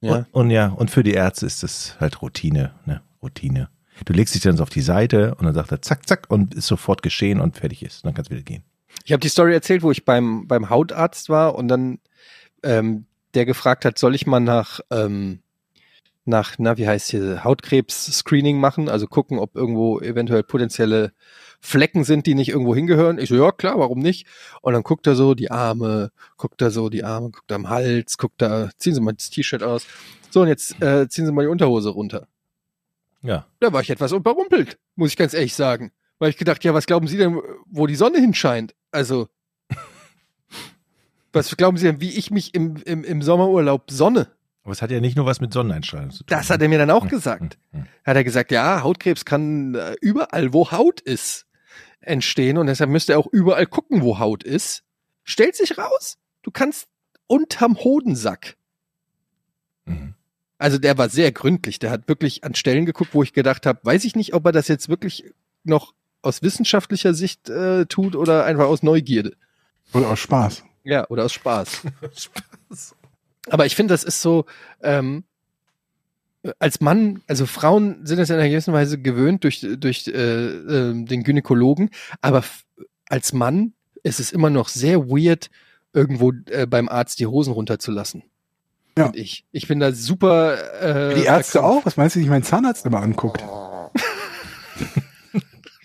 Speaker 2: ja.
Speaker 3: und, und ja, und für die Ärzte ist das halt Routine, ne? Routine. Du legst dich dann so auf die Seite und dann sagt er zack, zack und ist sofort geschehen und fertig ist. Und dann kannst du wieder gehen.
Speaker 2: Ich habe die Story erzählt, wo ich beim, beim Hautarzt war und dann ähm, der gefragt hat, soll ich mal nach, ähm, nach, na, wie heißt hier, Hautkrebs-Screening machen, also gucken, ob irgendwo eventuell potenzielle Flecken sind, die nicht irgendwo hingehören. Ich so, ja klar, warum nicht? Und dann guckt er so die Arme, guckt er so die Arme, guckt er am Hals, guckt er, ziehen Sie mal das T-Shirt aus. So, und jetzt äh, ziehen Sie mal die Unterhose runter.
Speaker 3: Ja.
Speaker 2: Da war ich etwas überrumpelt, muss ich ganz ehrlich sagen. Weil ich gedacht, ja, was glauben Sie denn, wo die Sonne hinscheint? Also, was glauben Sie denn, wie ich mich im, im, im Sommerurlaub sonne?
Speaker 3: Aber es hat ja nicht nur was mit Sonneneinstrahlung zu tun.
Speaker 2: Das hat er mir dann auch
Speaker 3: Hm,
Speaker 2: gesagt.
Speaker 3: hm, hm.
Speaker 2: Hat er gesagt, ja, Hautkrebs kann äh, überall, wo Haut ist, entstehen und deshalb müsste er auch überall gucken, wo Haut ist. Stellt sich raus, du kannst unterm Hodensack.
Speaker 3: Mhm.
Speaker 2: Also der war sehr gründlich. Der hat wirklich an Stellen geguckt, wo ich gedacht habe, weiß ich nicht, ob er das jetzt wirklich noch aus wissenschaftlicher Sicht äh, tut oder einfach aus Neugierde.
Speaker 1: Wurde aus Spaß.
Speaker 2: Ja, oder aus Spaß. Aber ich finde, das ist so, ähm, als Mann, also Frauen sind das in einer gewissen Weise gewöhnt durch, durch äh, ähm, den Gynäkologen, aber f- als Mann ist es immer noch sehr weird, irgendwo äh, beim Arzt die Hosen runterzulassen.
Speaker 1: Ja.
Speaker 2: Find Ich. ich bin da super. Äh,
Speaker 1: Die Ärzte
Speaker 2: verkrampft.
Speaker 1: auch? Was meinst du, wie ich meinen Zahnarzt immer anguckt?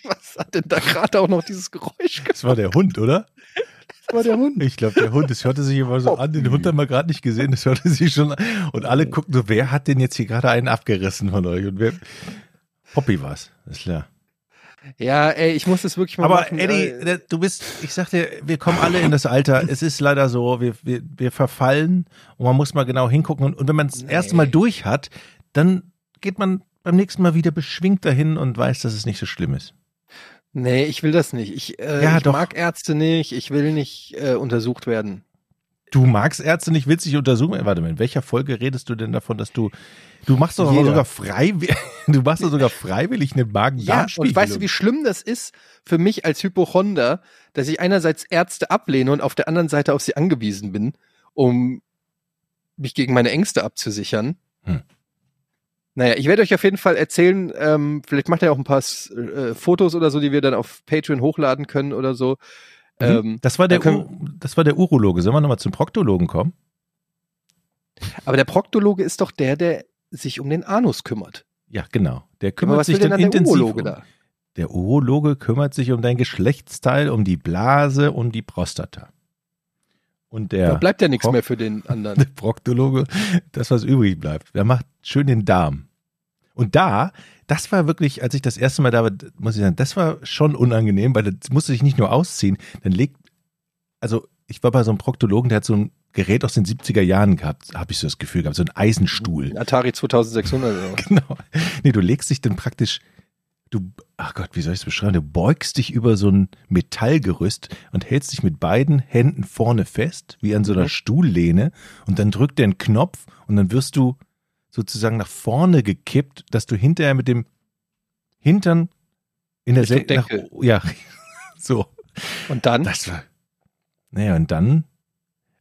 Speaker 2: Was hat denn da gerade auch noch dieses Geräusch gemacht?
Speaker 3: Das war der Hund, oder?
Speaker 1: Das war der Hund.
Speaker 3: Ich glaube, der Hund, das hörte sich immer
Speaker 2: Oh,
Speaker 3: so an. Den Hund haben wir gerade nicht gesehen, das hörte sich schon an. Und alle gucken so, wer hat denn jetzt hier gerade einen abgerissen von euch? Und wer. Poppy war's, ist klar.
Speaker 2: Ja, ey, ich muss das wirklich mal
Speaker 3: Aber
Speaker 2: machen.
Speaker 3: Eddie,
Speaker 2: äh,
Speaker 3: da- du bist, ich sag dir, wir kommen alle in das Alter. Es ist leider so, wir, wir, wir verfallen und man muss mal genau hingucken. Und, und wenn man das
Speaker 2: Nee.
Speaker 3: erste Mal durch hat, dann geht man beim nächsten Mal wieder beschwingt dahin und weiß, dass es nicht so schlimm ist.
Speaker 2: nee, ich will das nicht. Ich, äh,
Speaker 3: Ja,
Speaker 2: ich
Speaker 3: doch.
Speaker 2: mag Ärzte nicht. Ich will nicht äh, untersucht werden.
Speaker 3: Du magst Ärzte nicht witzig untersuchen. Warte mal, in welcher Folge redest du denn davon, dass du, du machst doch
Speaker 2: Jeder.
Speaker 3: sogar freiwillig, du machst doch sogar freiwillig eine
Speaker 2: Ja,
Speaker 3: Magen-Darm-Spiegelung.
Speaker 2: und weißt du, wie schlimm das ist für mich als Hypochonder, dass ich einerseits Ärzte ablehne und auf der anderen Seite auf sie angewiesen bin, um mich gegen meine Ängste abzusichern?
Speaker 3: Hm.
Speaker 2: Naja, ich werde euch auf jeden Fall erzählen, ähm, vielleicht macht er auch ein paar äh, Fotos oder so, die wir dann auf Patreon hochladen können oder so.
Speaker 3: Mhm.
Speaker 2: Ähm,
Speaker 3: das war der,
Speaker 2: da können-
Speaker 3: U- das war der Urologe. Sollen wir nochmal zum Proktologen kommen?
Speaker 2: Aber der Proktologe ist doch der, der sich um den Anus kümmert.
Speaker 3: Ja, genau. Der
Speaker 2: Aber
Speaker 3: kümmert
Speaker 2: was
Speaker 3: sich
Speaker 2: will denn
Speaker 3: dann
Speaker 2: dann der
Speaker 3: intensiv
Speaker 2: Urologe
Speaker 3: um,
Speaker 2: da?
Speaker 3: Der Urologe kümmert sich um dein Geschlechtsteil, um die Blase, um die Prostata. Und
Speaker 2: Da
Speaker 3: der,
Speaker 2: bleibt ja nichts
Speaker 3: Pro-
Speaker 2: mehr für den anderen.
Speaker 3: der Proktologe, das was übrig bleibt, der macht schön den Darm. Und da, das war wirklich, als ich das erste Mal da war, muss ich sagen, das war schon unangenehm, weil das musste ich nicht nur ausziehen, dann legt, also ich war bei so einem Proktologen, der hat so ein Gerät aus den 70er Jahren gehabt, habe ich so das Gefühl gehabt, so ein Eisenstuhl.
Speaker 2: Atari 2600 oder was?
Speaker 3: Genau. Nee, du legst dich dann praktisch, du, ach Gott, wie soll ich es beschreiben? Du beugst dich über so ein Metallgerüst und hältst dich mit beiden Händen vorne fest, wie an so einer Stuhllehne, und dann drückt der einen Knopf und dann wirst du sozusagen nach vorne gekippt, dass du hinterher mit dem Hintern in der
Speaker 2: Richtung
Speaker 3: Sel- nach-
Speaker 2: Decke.
Speaker 3: Ja, so.
Speaker 2: Und dann?
Speaker 3: Das war. Naja, und dann.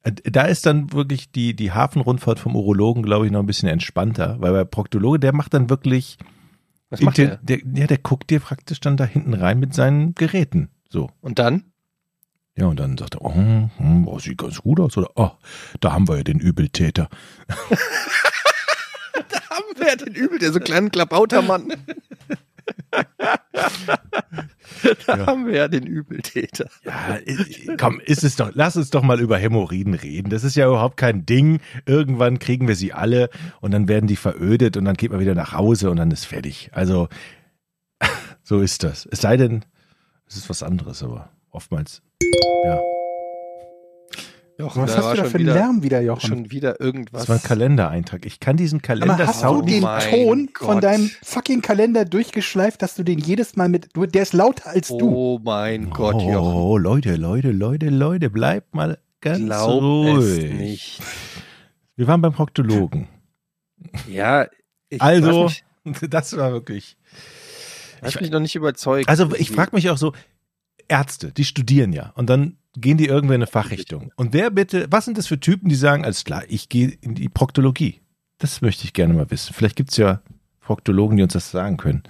Speaker 3: äh, Da ist dann wirklich die, die Hafenrundfahrt vom Urologen, glaube ich, noch ein bisschen entspannter, weil bei Proktologe, der macht dann wirklich.
Speaker 2: was macht
Speaker 3: inten-
Speaker 2: er?
Speaker 3: der, ja, der guckt dir praktisch dann da hinten rein mit seinen Geräten. So.
Speaker 2: Und dann?
Speaker 3: Ja, und dann sagt er, oh, hm, oh sieht ganz gut aus, oder? Oh, da haben wir ja den Übeltäter.
Speaker 2: Wer hat denn übel, der so kleinen Klabautermann? da
Speaker 3: Ja.
Speaker 2: haben wir ja den Übeltäter.
Speaker 3: Ja, i- komm, ist es doch, lass uns doch mal über Hämorrhoiden reden. Das ist ja überhaupt kein Ding. Irgendwann kriegen wir sie alle und dann werden die verödet und dann geht man wieder nach Hause und dann ist fertig. Also, so ist das. Es sei denn, es ist was anderes, aber oftmals.
Speaker 2: Jochen,
Speaker 1: Was
Speaker 2: da
Speaker 1: hast
Speaker 2: war
Speaker 1: du da
Speaker 2: schon
Speaker 1: für einen
Speaker 2: wieder-
Speaker 1: Lärm wieder, Jochen?
Speaker 2: Schon wieder irgendwas.
Speaker 3: Das war ein Kalendereintrag. Ich kann diesen Kalender.
Speaker 1: Aber hast du
Speaker 2: Oh
Speaker 1: den
Speaker 2: mein
Speaker 1: Ton von
Speaker 2: Gott.
Speaker 1: deinem fucking Kalender durchgeschleift, dass du den jedes Mal mit. Du, der ist lauter als du.
Speaker 2: oh mein Gott, Jochen.
Speaker 3: oh, Leute, Leute, Leute, Leute, bleibt mal ganz
Speaker 2: Glaub es
Speaker 3: ruhig.
Speaker 2: nicht.
Speaker 3: Wir waren beim Proktologen.
Speaker 2: Ja, ich
Speaker 3: Also-
Speaker 2: hast mich,
Speaker 3: Das war wirklich.
Speaker 2: hast mich noch nicht überzeugt.
Speaker 3: Also ich frage mich auch so, Ärzte, die studieren ja und dann gehen die irgendwer in eine Fachrichtung. Und wer bitte, was sind das für Typen, die sagen, alles klar, ich gehe in die Proktologie? Das möchte ich gerne mal wissen. Vielleicht gibt es ja Proktologen, die uns das sagen können.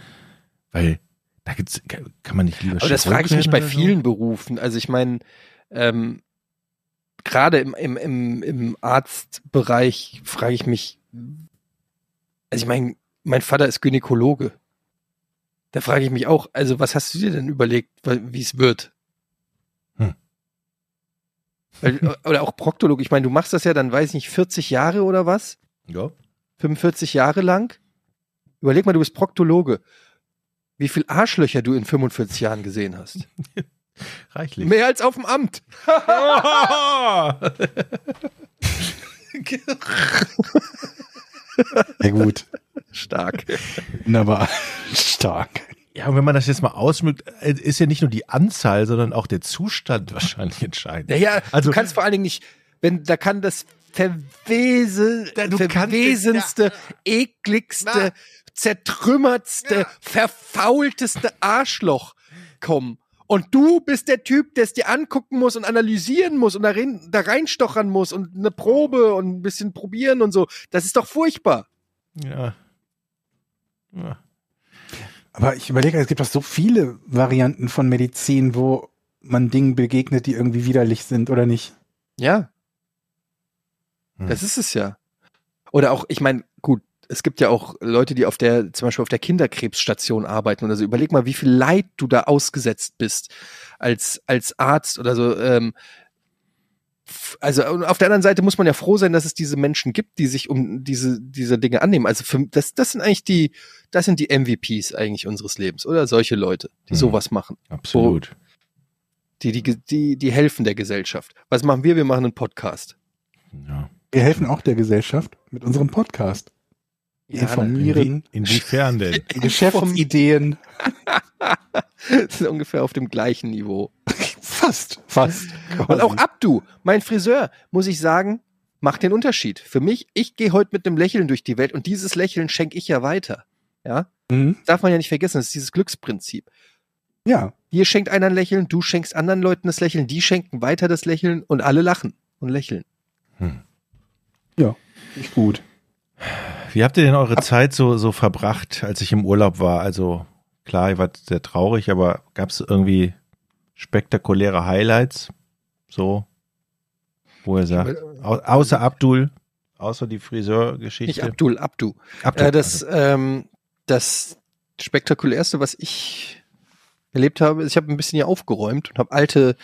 Speaker 3: Weil da gibt's, kann man nicht lieber
Speaker 2: Aber das
Speaker 3: Chirurg
Speaker 2: frage ich mich
Speaker 3: werden
Speaker 2: bei
Speaker 3: oder
Speaker 2: vielen Berufen. Also ich meine, ähm, gerade im, im, im, im Arztbereich frage ich mich, also ich meine, mein Vater ist Gynäkologe. Da frage ich mich auch, also was hast du dir denn überlegt, wa- wie es wird?
Speaker 3: Hm.
Speaker 2: Weil, äh, oder auch Proktologe, ich meine, du machst das ja dann, weiß ich nicht, 40 Jahre oder was?
Speaker 3: So. Ja.
Speaker 2: 45 Jahre lang. Überleg mal, du bist Proktologe. Wie viel Arschlöcher du in 45 Jahren gesehen hast.
Speaker 3: Reichlich.
Speaker 2: Mehr als auf dem Amt.
Speaker 1: Ja, gut.
Speaker 2: Stark.
Speaker 1: Wunderbar. Stark.
Speaker 3: ja, und wenn man das jetzt mal ausschmückt, ist ja nicht nur die Anzahl, sondern auch der Zustand wahrscheinlich entscheidend.
Speaker 2: Naja,
Speaker 3: Also-
Speaker 2: also, du kannst vor allen Dingen nicht, wenn, da kann das verwesel,
Speaker 3: Da- du kannst-
Speaker 2: verwesenste, ekligste,
Speaker 3: Na.
Speaker 2: zertrümmertste, verfaulteste Arschloch kommen. Und du bist der Typ, der es dir angucken muss und analysieren muss und da, rein, da reinstochern muss und eine Probe und ein bisschen probieren und so. Das ist doch furchtbar.
Speaker 3: Ja. ja.
Speaker 1: Aber ich überlege, es gibt doch so viele Varianten von Medizin, wo man Dingen begegnet, die irgendwie widerlich sind oder nicht.
Speaker 2: Ja.
Speaker 3: Hm.
Speaker 2: Das ist es ja. Oder auch, ich meine, gut, es gibt ja auch Leute, die auf der, zum Beispiel auf der Kinderkrebsstation arbeiten oder so. Überleg mal, wie viel Leid du da ausgesetzt bist als, als Arzt oder so. Ähm, f- also und auf der anderen Seite muss man ja froh sein, dass es diese Menschen gibt, die sich um diese, diese Dinge annehmen. Also für, das, das sind eigentlich die, das sind die MVPs eigentlich unseres Lebens oder solche Leute, die
Speaker 3: Hm.
Speaker 2: sowas machen
Speaker 3: Absolut.
Speaker 2: die, die, die, die helfen der Gesellschaft. Was machen wir? Wir machen einen Podcast.
Speaker 3: Ja.
Speaker 1: Wir helfen auch der Gesellschaft mit unserem Podcast. Wir informieren,
Speaker 3: Inwiefern denn?
Speaker 1: Geschäftsideen.
Speaker 2: Das ist ungefähr auf dem gleichen Niveau.
Speaker 1: Fast, fast.
Speaker 2: Und auch Abdu, mein Friseur, muss ich sagen, macht den Unterschied. Für mich, ich gehe heute mit einem Lächeln durch die Welt und dieses Lächeln schenke ich ja weiter. Ja,
Speaker 1: Mhm.
Speaker 2: das darf man ja nicht vergessen. Das ist dieses Glücksprinzip.
Speaker 1: Ja,
Speaker 2: Dir schenkt einer ein Lächeln, du schenkst anderen Leuten das Lächeln, die schenken weiter das Lächeln und alle lachen und lächeln.
Speaker 1: nicht gut.
Speaker 3: Wie habt ihr denn eure Zeit so, so verbracht, als ich im Urlaub war? Also klar, ihr wart sehr traurig, aber gab es irgendwie spektakuläre Highlights? So, wo ihr sagt, au außer Abdul, außer die
Speaker 2: Nicht
Speaker 3: Friseurgeschichte.
Speaker 2: Abdul, Abdu.
Speaker 3: Abdul. also,
Speaker 2: Äh, das, ähm, das spektakulärste, was ich erlebt habe, ist, ich habe ein bisschen hier aufgeräumt und habe alte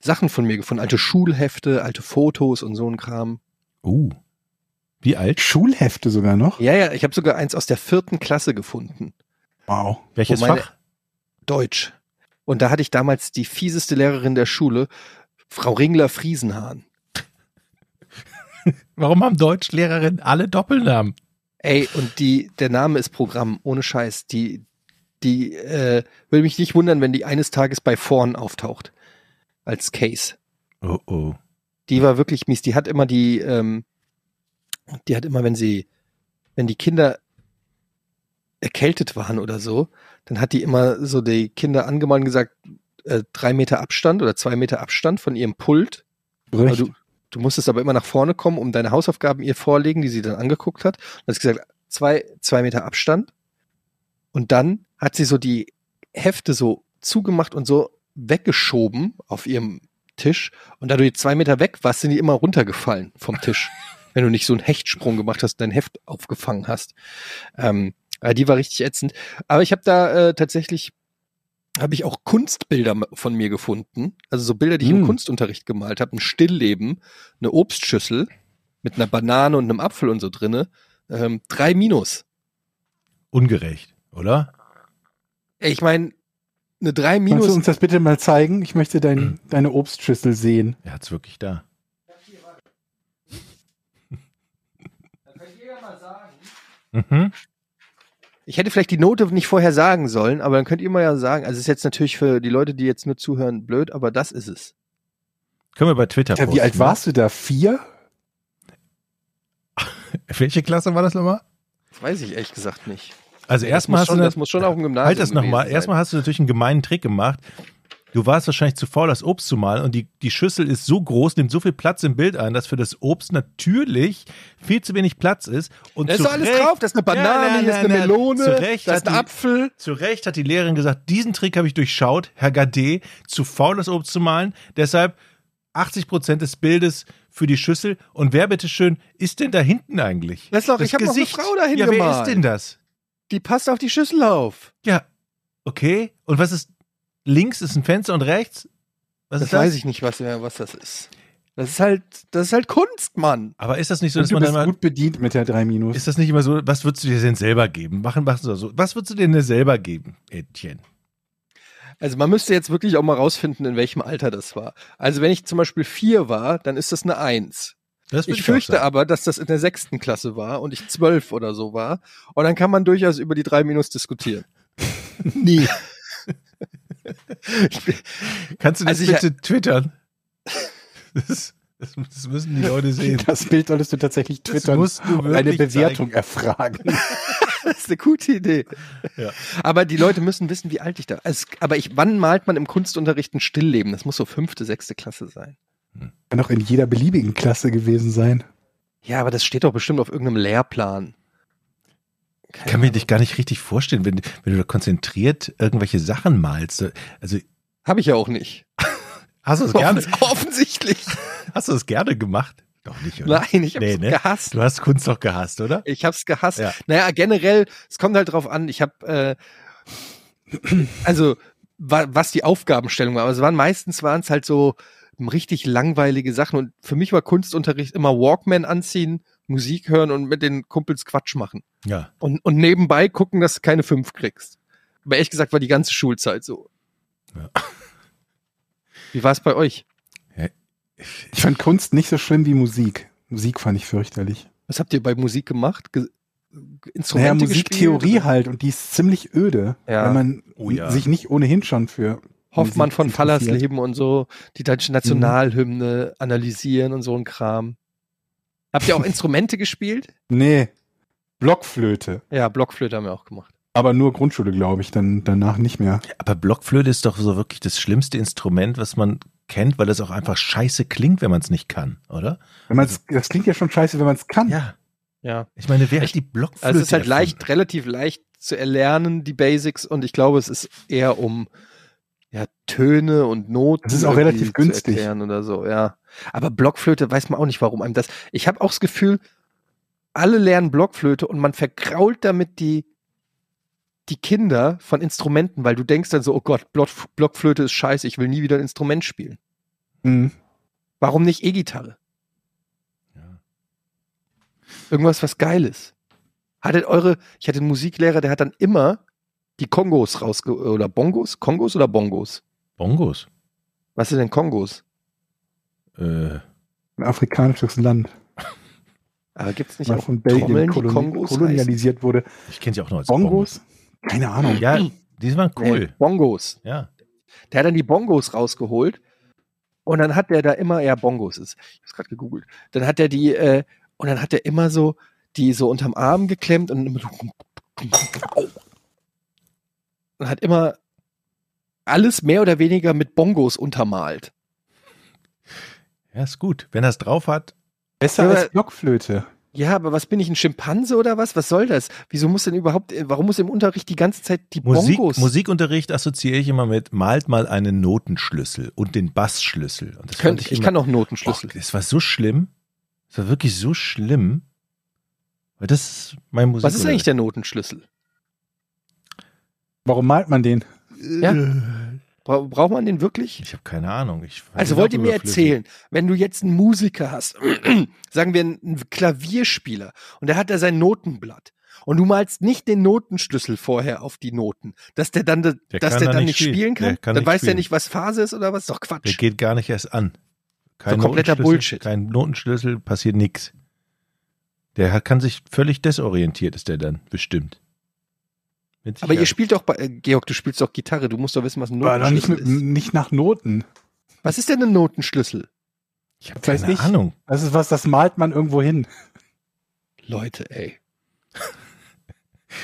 Speaker 2: Sachen von mir gefunden, alte Schulhefte, alte Fotos und so ein Kram.
Speaker 3: uh, Wie alt?
Speaker 1: Schulhefte sogar noch.
Speaker 2: Ja, ja, ich habe sogar eins aus der vierten Klasse gefunden.
Speaker 1: Wow.
Speaker 3: Welches
Speaker 2: Wo meine-
Speaker 3: Fach?
Speaker 2: Deutsch. Und da hatte ich damals die fieseste Lehrerin der Schule, Frau Ringler-Friesenhahn.
Speaker 3: Warum haben Deutschlehrerinnen alle Doppelnamen?
Speaker 2: Ey, und die, der Name ist Programm, ohne Scheiß. Die, die, äh, würde mich nicht wundern, wenn die eines Tages bei Vorn auftaucht. Als Case.
Speaker 3: Oh oh.
Speaker 2: Die war wirklich mies. Die hat immer die, ähm, die hat immer, wenn sie, wenn die Kinder erkältet waren oder so, dann hat die immer so die Kinder angemahnt und gesagt, äh, drei Meter Abstand oder zwei Meter Abstand von ihrem Pult.
Speaker 1: Recht.
Speaker 2: Aber du, du musstest aber immer nach vorne kommen, um deine Hausaufgaben ihr vorlegen, die sie dann angeguckt hat. Und hat gesagt, zwei, zwei Meter Abstand. Und dann hat sie so die Hefte so zugemacht und so weggeschoben auf ihrem Tisch. Und da du die zwei Meter weg warst, sind die immer runtergefallen vom Tisch. wenn du nicht so einen Hechtsprung gemacht hast und dein Heft aufgefangen hast. Ähm, aber die war richtig ätzend. Aber ich habe da äh, tatsächlich habe ich auch Kunstbilder von mir gefunden. Also so Bilder, die ich im
Speaker 1: Hm.
Speaker 2: Kunstunterricht gemalt habe. Ein Stillleben, eine Obstschüssel mit einer Banane und einem Apfel und so drinne. Ähm, drei Minus.
Speaker 3: Ungerecht, oder?
Speaker 2: Ey, Ich meine, eine drei
Speaker 1: Kannst du
Speaker 2: Minus.
Speaker 1: uns das bitte mal zeigen? Ich möchte
Speaker 3: Hm.
Speaker 1: dein, deine Obstschüssel sehen.
Speaker 3: Er hat's wirklich da. Mhm.
Speaker 2: Ich hätte vielleicht die Note nicht vorher sagen sollen, aber dann könnt ihr mal ja sagen. Also es ist jetzt natürlich für die Leute, die jetzt nur zuhören, blöd, aber das ist es.
Speaker 3: Können wir bei Twitter ne?
Speaker 1: Ja, wie alt
Speaker 3: war's?
Speaker 1: warst du da? Vier?
Speaker 3: Welche Klasse war das nochmal?
Speaker 2: Das weiß ich ehrlich gesagt nicht.
Speaker 3: Also
Speaker 2: Das
Speaker 3: erstmal
Speaker 2: muss
Speaker 3: hast
Speaker 2: schon,
Speaker 3: du
Speaker 2: das muss schon auf dem Gymnasium
Speaker 3: halt das nochmal.
Speaker 2: gewesen sein.
Speaker 3: Erstmal hast du natürlich einen gemeinen Trick gemacht. Du warst wahrscheinlich zu faul, das Obst zu malen und die, die Schüssel ist so groß, nimmt so viel Platz im Bild ein, dass für das Obst natürlich viel zu wenig Platz ist. Und
Speaker 2: Da ist
Speaker 3: zu
Speaker 2: doch alles
Speaker 3: Recht-
Speaker 2: drauf. Da ist eine Banane,
Speaker 3: Nein, nein,
Speaker 2: hier ist eine
Speaker 3: nein, nein.
Speaker 2: Melone,
Speaker 3: Zu Recht
Speaker 2: da
Speaker 3: hat
Speaker 2: ist ein
Speaker 3: die-
Speaker 2: Apfel.
Speaker 3: Zu Recht hat die Lehrerin gesagt, diesen Trick habe ich durchschaut, Herr Gade, zu faul das Obst zu malen. Deshalb 80 Prozent des Bildes für die Schüssel. Und wer bitteschön ist denn da hinten eigentlich?
Speaker 2: Das ist doch- ich habe noch eine
Speaker 3: Gesicht.
Speaker 2: Frau dahin
Speaker 3: Ja, wer ist
Speaker 2: gemalt.
Speaker 3: denn das?
Speaker 2: Die passt auf die Schüssel auf.
Speaker 3: Ja, okay. Und was ist links ist ein Fenster und rechts? Was
Speaker 2: Das,
Speaker 3: ist das?
Speaker 2: weiß ich nicht, was, was das ist. Das ist halt, das ist halt Kunst, Mann.
Speaker 3: Aber ist das nicht so, dass
Speaker 1: Und du
Speaker 3: man dann
Speaker 1: bist
Speaker 3: mal
Speaker 1: gut bedient mit der 3 Minus.
Speaker 3: ist das nicht immer so, was würdest du dir denn selber geben? Machen, machen so, so. Was würdest du dir denn selber geben, Etienne?
Speaker 2: Also man müsste jetzt wirklich auch mal rausfinden, in welchem Alter das war. Also wenn ich zum Beispiel vier war, dann ist das eine Eins.
Speaker 3: Das würd
Speaker 2: Ich
Speaker 3: auch
Speaker 2: fürchte
Speaker 3: sagen.
Speaker 2: aber, dass das in der sechsten Klasse war und ich zwölf oder so war. Und dann kann man durchaus über die drei Minus diskutieren. Nie. ich bin,
Speaker 3: Kannst du das
Speaker 2: also ich-
Speaker 3: bitte twittern? Das, das, das müssen die Leute sehen.
Speaker 1: Das Bild solltest du tatsächlich twittern
Speaker 3: das musst du
Speaker 1: und eine
Speaker 3: wirklich
Speaker 1: Bewertung erfragen.
Speaker 2: Das ist eine gute Idee.
Speaker 3: Ja.
Speaker 2: Aber die Leute müssen wissen, wie alt ich da. Es, aber ich, wann malt man im Kunstunterricht ein Stillleben? Das muss so fünfte, sechste Klasse sein.
Speaker 1: Kann doch in jeder beliebigen Klasse gewesen sein.
Speaker 2: Ja, aber das steht doch bestimmt auf irgendeinem Lehrplan.
Speaker 3: Ich kann mir dich gar nicht richtig vorstellen, wenn, wenn du da konzentriert irgendwelche Sachen malst. Also
Speaker 2: Habe ich ja auch nicht.
Speaker 3: hast du es gerne,
Speaker 2: Offens- Offensichtlich.
Speaker 3: hast du es gerne gemacht? Doch nicht, oder?
Speaker 2: Nein, ich habe
Speaker 3: Nee,
Speaker 2: es
Speaker 3: ne?
Speaker 2: gehasst.
Speaker 3: Du hast Kunst doch gehasst, oder?
Speaker 2: Ich habe es gehasst.
Speaker 3: Ja.
Speaker 2: Naja, generell, es kommt halt drauf an. Ich habe, äh, also wa was die Aufgabenstellung war, aber es waren meistens waren es halt so richtig langweilige Sachen. Und für mich war Kunstunterricht immer Walkman anziehen, Musik hören und mit den Kumpels Quatsch machen.
Speaker 3: Ja.
Speaker 2: Und, und nebenbei gucken, dass du keine fünf kriegst. Aber ehrlich gesagt war die ganze Schulzeit so.
Speaker 3: Ja.
Speaker 2: Wie war es bei euch?
Speaker 1: Ich fand Kunst nicht so schlimm wie Musik. Musik fand ich fürchterlich.
Speaker 2: Was habt ihr bei Musik gemacht? Ge Instrumente
Speaker 1: Naja,
Speaker 2: gespielt?
Speaker 1: Musiktheorie halt und die ist ziemlich öde,
Speaker 2: Ja.
Speaker 1: weil man
Speaker 3: Oh ja.
Speaker 1: sich nicht ohnehin schon für
Speaker 2: Hoffmann von
Speaker 1: Musik
Speaker 2: Fallers
Speaker 1: interessiert. Mhm.
Speaker 2: Leben und so, die deutsche Nationalhymne analysieren und so ein Kram. Habt ihr auch Instrumente gespielt?
Speaker 1: Nee, Blockflöte.
Speaker 2: Ja, Blockflöte haben wir auch gemacht.
Speaker 1: Aber nur Grundschule, glaube ich, dann danach nicht mehr.
Speaker 3: Aber Blockflöte ist doch so wirklich das schlimmste Instrument, was man kennt, weil es auch einfach scheiße klingt, wenn man es nicht kann, oder?
Speaker 1: Wenn man's, das klingt ja schon scheiße, wenn man es kann.
Speaker 3: Ja.
Speaker 2: Ja.
Speaker 3: Ich meine, wer
Speaker 2: Ich-
Speaker 3: hat die Blockflöte?
Speaker 2: Also es ist halt
Speaker 3: erfunden?
Speaker 2: leicht, relativ leicht zu erlernen, die Basics, und ich glaube, es ist eher um ja, Töne und Noten.
Speaker 1: Das ist auch
Speaker 2: irgendwie
Speaker 1: relativ
Speaker 2: zu
Speaker 1: günstig.
Speaker 2: erklären Oder so, ja. Aber Blockflöte weiß man auch nicht, warum einem das. Ich habe auch das Gefühl, alle lernen Blockflöte und man verkrault damit die, die Kinder von Instrumenten, weil du denkst dann so, oh Gott, Block- Blockflöte ist scheiße, ich will nie wieder ein Instrument spielen.
Speaker 1: Mhm.
Speaker 2: Warum nicht E-Gitarre?
Speaker 3: Ja.
Speaker 2: Irgendwas, was Geiles. Hattet eure, ich hatte einen Musiklehrer, der hat dann immer die Kongos rausge... oder Bongos? Kongos oder Bongos?
Speaker 3: Bongos.
Speaker 2: Was sind denn Kongos?
Speaker 3: Äh,
Speaker 1: Ein afrikanisches Land,
Speaker 2: Aber Ah, gibt's nicht
Speaker 1: weil
Speaker 2: auch
Speaker 1: von
Speaker 2: Trommeln,
Speaker 1: Belgien
Speaker 2: die
Speaker 1: koloni
Speaker 2: Kongos heißen?
Speaker 1: kolonialisiert wurde.
Speaker 3: ich kenne sie auch noch als Bongos.
Speaker 1: Bongos? Keine Ahnung.
Speaker 3: Ja, die waren cool.
Speaker 2: Nee, Bongos.
Speaker 3: Ja.
Speaker 2: Der hat dann die Bongos rausgeholt und dann hat der da immer, ja, Bongos ist, ich hab's gerade gegoogelt, dann hat er die, äh, und dann hat er immer so, die so unterm Arm geklemmt und immer so, au. und hat immer alles mehr oder weniger mit Bongos untermalt.
Speaker 3: Ja, ist gut. Wenn er es drauf hat,
Speaker 1: Besser
Speaker 2: Ja, aber-
Speaker 1: als Blockflöte.
Speaker 2: Ja, aber was bin ich, ein Schimpanse oder was? Was soll das? Wieso muss denn überhaupt, äh, warum muss im Unterricht die ganze Zeit die
Speaker 3: Musik,
Speaker 2: Bongos?
Speaker 3: Musikunterricht assoziiere ich immer mit, malt mal einen Notenschlüssel und den Bassschlüssel. Und das fand
Speaker 2: Könnte ich, ich
Speaker 3: immer-
Speaker 2: kann auch
Speaker 3: Och,
Speaker 2: Notenschlüssel.
Speaker 3: das war so schlimm. Das war wirklich so schlimm. Weil das ist mein Musik.
Speaker 2: was ist eigentlich der Notenschlüssel?
Speaker 1: Warum malt man den?
Speaker 2: Ja. Bra braucht man den wirklich?
Speaker 3: Ich habe keine Ahnung. Ich
Speaker 2: Also wollt ihr mir erzählen, wenn du jetzt einen Musiker hast, sagen wir einen Klavierspieler, und der hat da sein Notenblatt, und du malst nicht den Notenschlüssel vorher auf die Noten, dass der dann, de-
Speaker 3: Der
Speaker 2: dass
Speaker 3: kann
Speaker 2: der
Speaker 3: da
Speaker 2: dann
Speaker 3: nicht
Speaker 2: nicht spielen
Speaker 3: spielen.
Speaker 2: kann,
Speaker 3: Der kann
Speaker 2: dann
Speaker 3: nicht
Speaker 2: weiß der
Speaker 3: spielen.
Speaker 2: nicht, was Phase ist oder was? Ist Doch
Speaker 3: Der
Speaker 2: Quatsch.
Speaker 3: geht gar nicht erst an. Kein
Speaker 2: So kompletter
Speaker 3: Notenschlüssel,
Speaker 2: Bullshit.
Speaker 3: Kein Notenschlüssel, passiert nichts. Der hat- kann sich völlig desorientiert, ist der dann bestimmt. Mit
Speaker 2: Aber ihr
Speaker 3: Sicherheit.
Speaker 2: spielt doch, bei, äh, Georg, du spielst doch Gitarre, du musst doch wissen, was ein
Speaker 1: Aber doch Äh, nicht,
Speaker 2: Notenschlüssel
Speaker 1: mit,
Speaker 2: ist.
Speaker 1: nicht nach Noten.
Speaker 2: Was ist denn ein Notenschlüssel?
Speaker 3: ich habe
Speaker 1: weiß
Speaker 3: keine
Speaker 1: nicht.
Speaker 3: Ahnung.
Speaker 1: Das ist was, das malt man irgendwo hin.
Speaker 2: Leute, ey.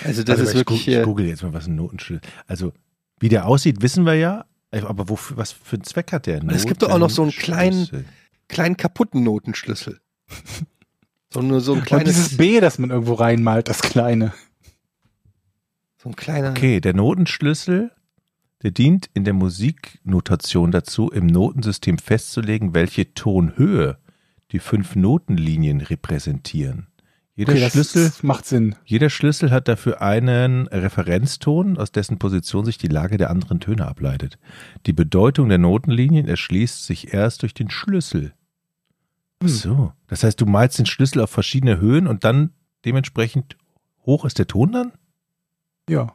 Speaker 2: Also das
Speaker 3: Warte mal,
Speaker 2: ist wirklich
Speaker 3: ich, gu- ich
Speaker 2: hier,
Speaker 3: google jetzt mal, was ein Notenschlüssel. Also wie der aussieht, wissen wir ja. Aber wofür, was für einen Zweck hat der?
Speaker 2: es gibt doch auch noch so einen kleinen-
Speaker 3: Notenschlüssel.
Speaker 2: kleinen kaputten Notenschlüssel. So, nur so ein
Speaker 1: Und
Speaker 2: kleines,
Speaker 1: dieses B, das man irgendwo reinmalt, das kleine.
Speaker 2: so ein kleiner.
Speaker 3: Okay, der Notenschlüssel, der dient in der Musiknotation dazu, im Notensystem festzulegen, welche Tonhöhe die fünf Notenlinien repräsentieren. Jeder,
Speaker 1: Okay, das
Speaker 3: Schlüssel,
Speaker 1: ist- macht Sinn.
Speaker 3: jeder Schlüssel hat dafür einen Referenzton, aus dessen Position sich die Lage der anderen Töne ableitet. Die Bedeutung der Notenlinien erschließt sich erst durch den Schlüssel.
Speaker 1: Hm.
Speaker 3: Ach so, das heißt, du malst den Schlüssel auf verschiedene Höhen und dann dementsprechend hoch ist der Ton dann?
Speaker 1: Ja,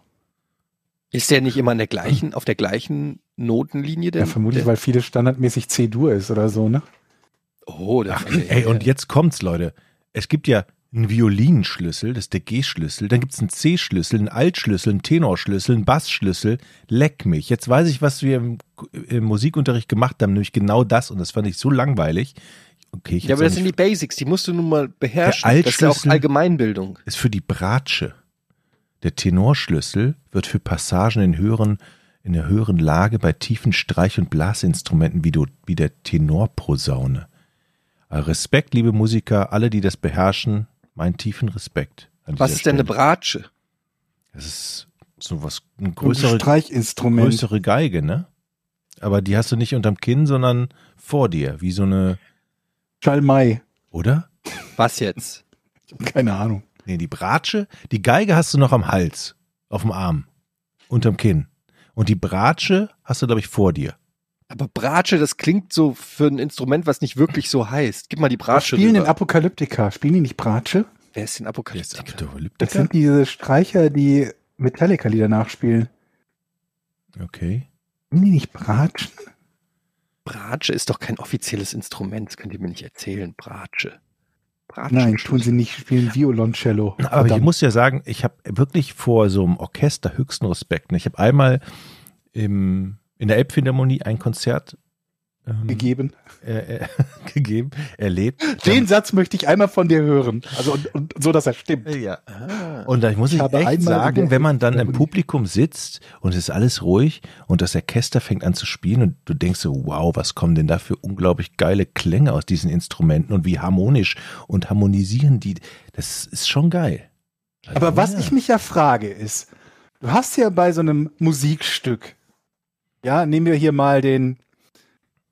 Speaker 2: Ist der nicht immer an der gleichen, auf der gleichen Notenlinie? Der,
Speaker 1: ja vermutlich,
Speaker 2: der,
Speaker 1: weil viele standardmäßig C-Dur ist oder so, ne?
Speaker 2: Oh, das
Speaker 3: Ach, ey, und jetzt kommt's, Leute. Es gibt ja einen Violinenschlüssel, das ist der G-Schlüssel, dann gibt's einen C-Schlüssel, einen Altschlüssel, einen Tenorschlüssel, einen Bassschlüssel. Leck mich. Jetzt weiß ich, was wir im, im Musikunterricht gemacht haben, nämlich genau das und das fand ich so langweilig. Okay, ich
Speaker 2: ja, aber das
Speaker 3: hab's auch
Speaker 2: sind die
Speaker 3: nicht-
Speaker 2: Basics, die musst du nun mal beherrschen.
Speaker 3: Der
Speaker 2: Das ist ja auch
Speaker 3: Altschlüssel-
Speaker 2: Allgemeinbildung.
Speaker 3: ist für die Bratsche. Der Tenorschlüssel wird für Passagen in höheren in der höheren Lage bei tiefen Streich- und Blasinstrumenten wie, du, wie der Tenorposaune. Äh, Respekt, liebe Musiker, alle, die das beherrschen, meinen tiefen Respekt. an
Speaker 2: Was
Speaker 3: dieser
Speaker 2: ist denn eine
Speaker 3: Stelle.
Speaker 2: Bratsche?
Speaker 3: Das ist sowas, eine
Speaker 1: Ein
Speaker 3: größere,
Speaker 1: Streichinstrument.
Speaker 3: größere Geige, ne? Aber die hast du nicht unterm Kinn, sondern vor dir, wie so eine,
Speaker 1: Schalmei.
Speaker 3: oder?
Speaker 2: Was jetzt?
Speaker 1: Keine Ahnung.
Speaker 3: Nee, die Bratsche, die Geige hast du noch am Hals, auf dem Arm, unterm Kinn. Und die Bratsche hast du, glaube ich, vor dir.
Speaker 2: Aber Bratsche, das klingt so für ein Instrument, was nicht wirklich so heißt. Gib mal die
Speaker 1: Was
Speaker 2: Bratsche
Speaker 1: spielen denn
Speaker 2: rüber.
Speaker 1: Apokalyptiker? Spielen die nicht Bratsche?
Speaker 2: Wer ist denn Apokalyptiker?
Speaker 1: Das sind diese Streicher, die Metallica-Lieder nachspielen.
Speaker 3: Okay.
Speaker 1: Spielen die nicht Bratschen?
Speaker 2: Bratsche ist doch kein offizielles Instrument, das könnt ihr mir nicht erzählen. Bratsche. Bratsche
Speaker 1: Nein, tun sie nicht. Spielen Violoncello.
Speaker 3: Aber ich muss ja sagen, ich habe wirklich vor so einem Orchester höchsten Respekt. ne? Ich habe einmal im, in der Elbphilharmonie ein Konzert ähm,
Speaker 1: gegeben.
Speaker 3: äh, äh, gegeben, erlebt.
Speaker 1: Den Satz möchte ich einmal von dir hören. Also und, und so, dass er stimmt.
Speaker 3: Äh, ja.
Speaker 2: Ah.
Speaker 3: Und da muss
Speaker 1: Ich
Speaker 3: ich,
Speaker 1: habe einmal
Speaker 3: echt
Speaker 1: in
Speaker 3: sagen,
Speaker 1: der-
Speaker 3: wenn man dann im
Speaker 1: Elbphilharmonie-
Speaker 3: Publikum sitzt und es ist alles ruhig und das Orchester fängt an zu spielen und du denkst so, wow, was kommen denn da für unglaublich geile Klänge aus diesen Instrumenten und wie harmonisch und harmonisieren die. Das ist schon geil. Also
Speaker 1: Aber was
Speaker 3: Ja.
Speaker 1: ich mich ja frage ist, du hast ja bei so einem Musikstück, ja, nehmen wir hier mal den,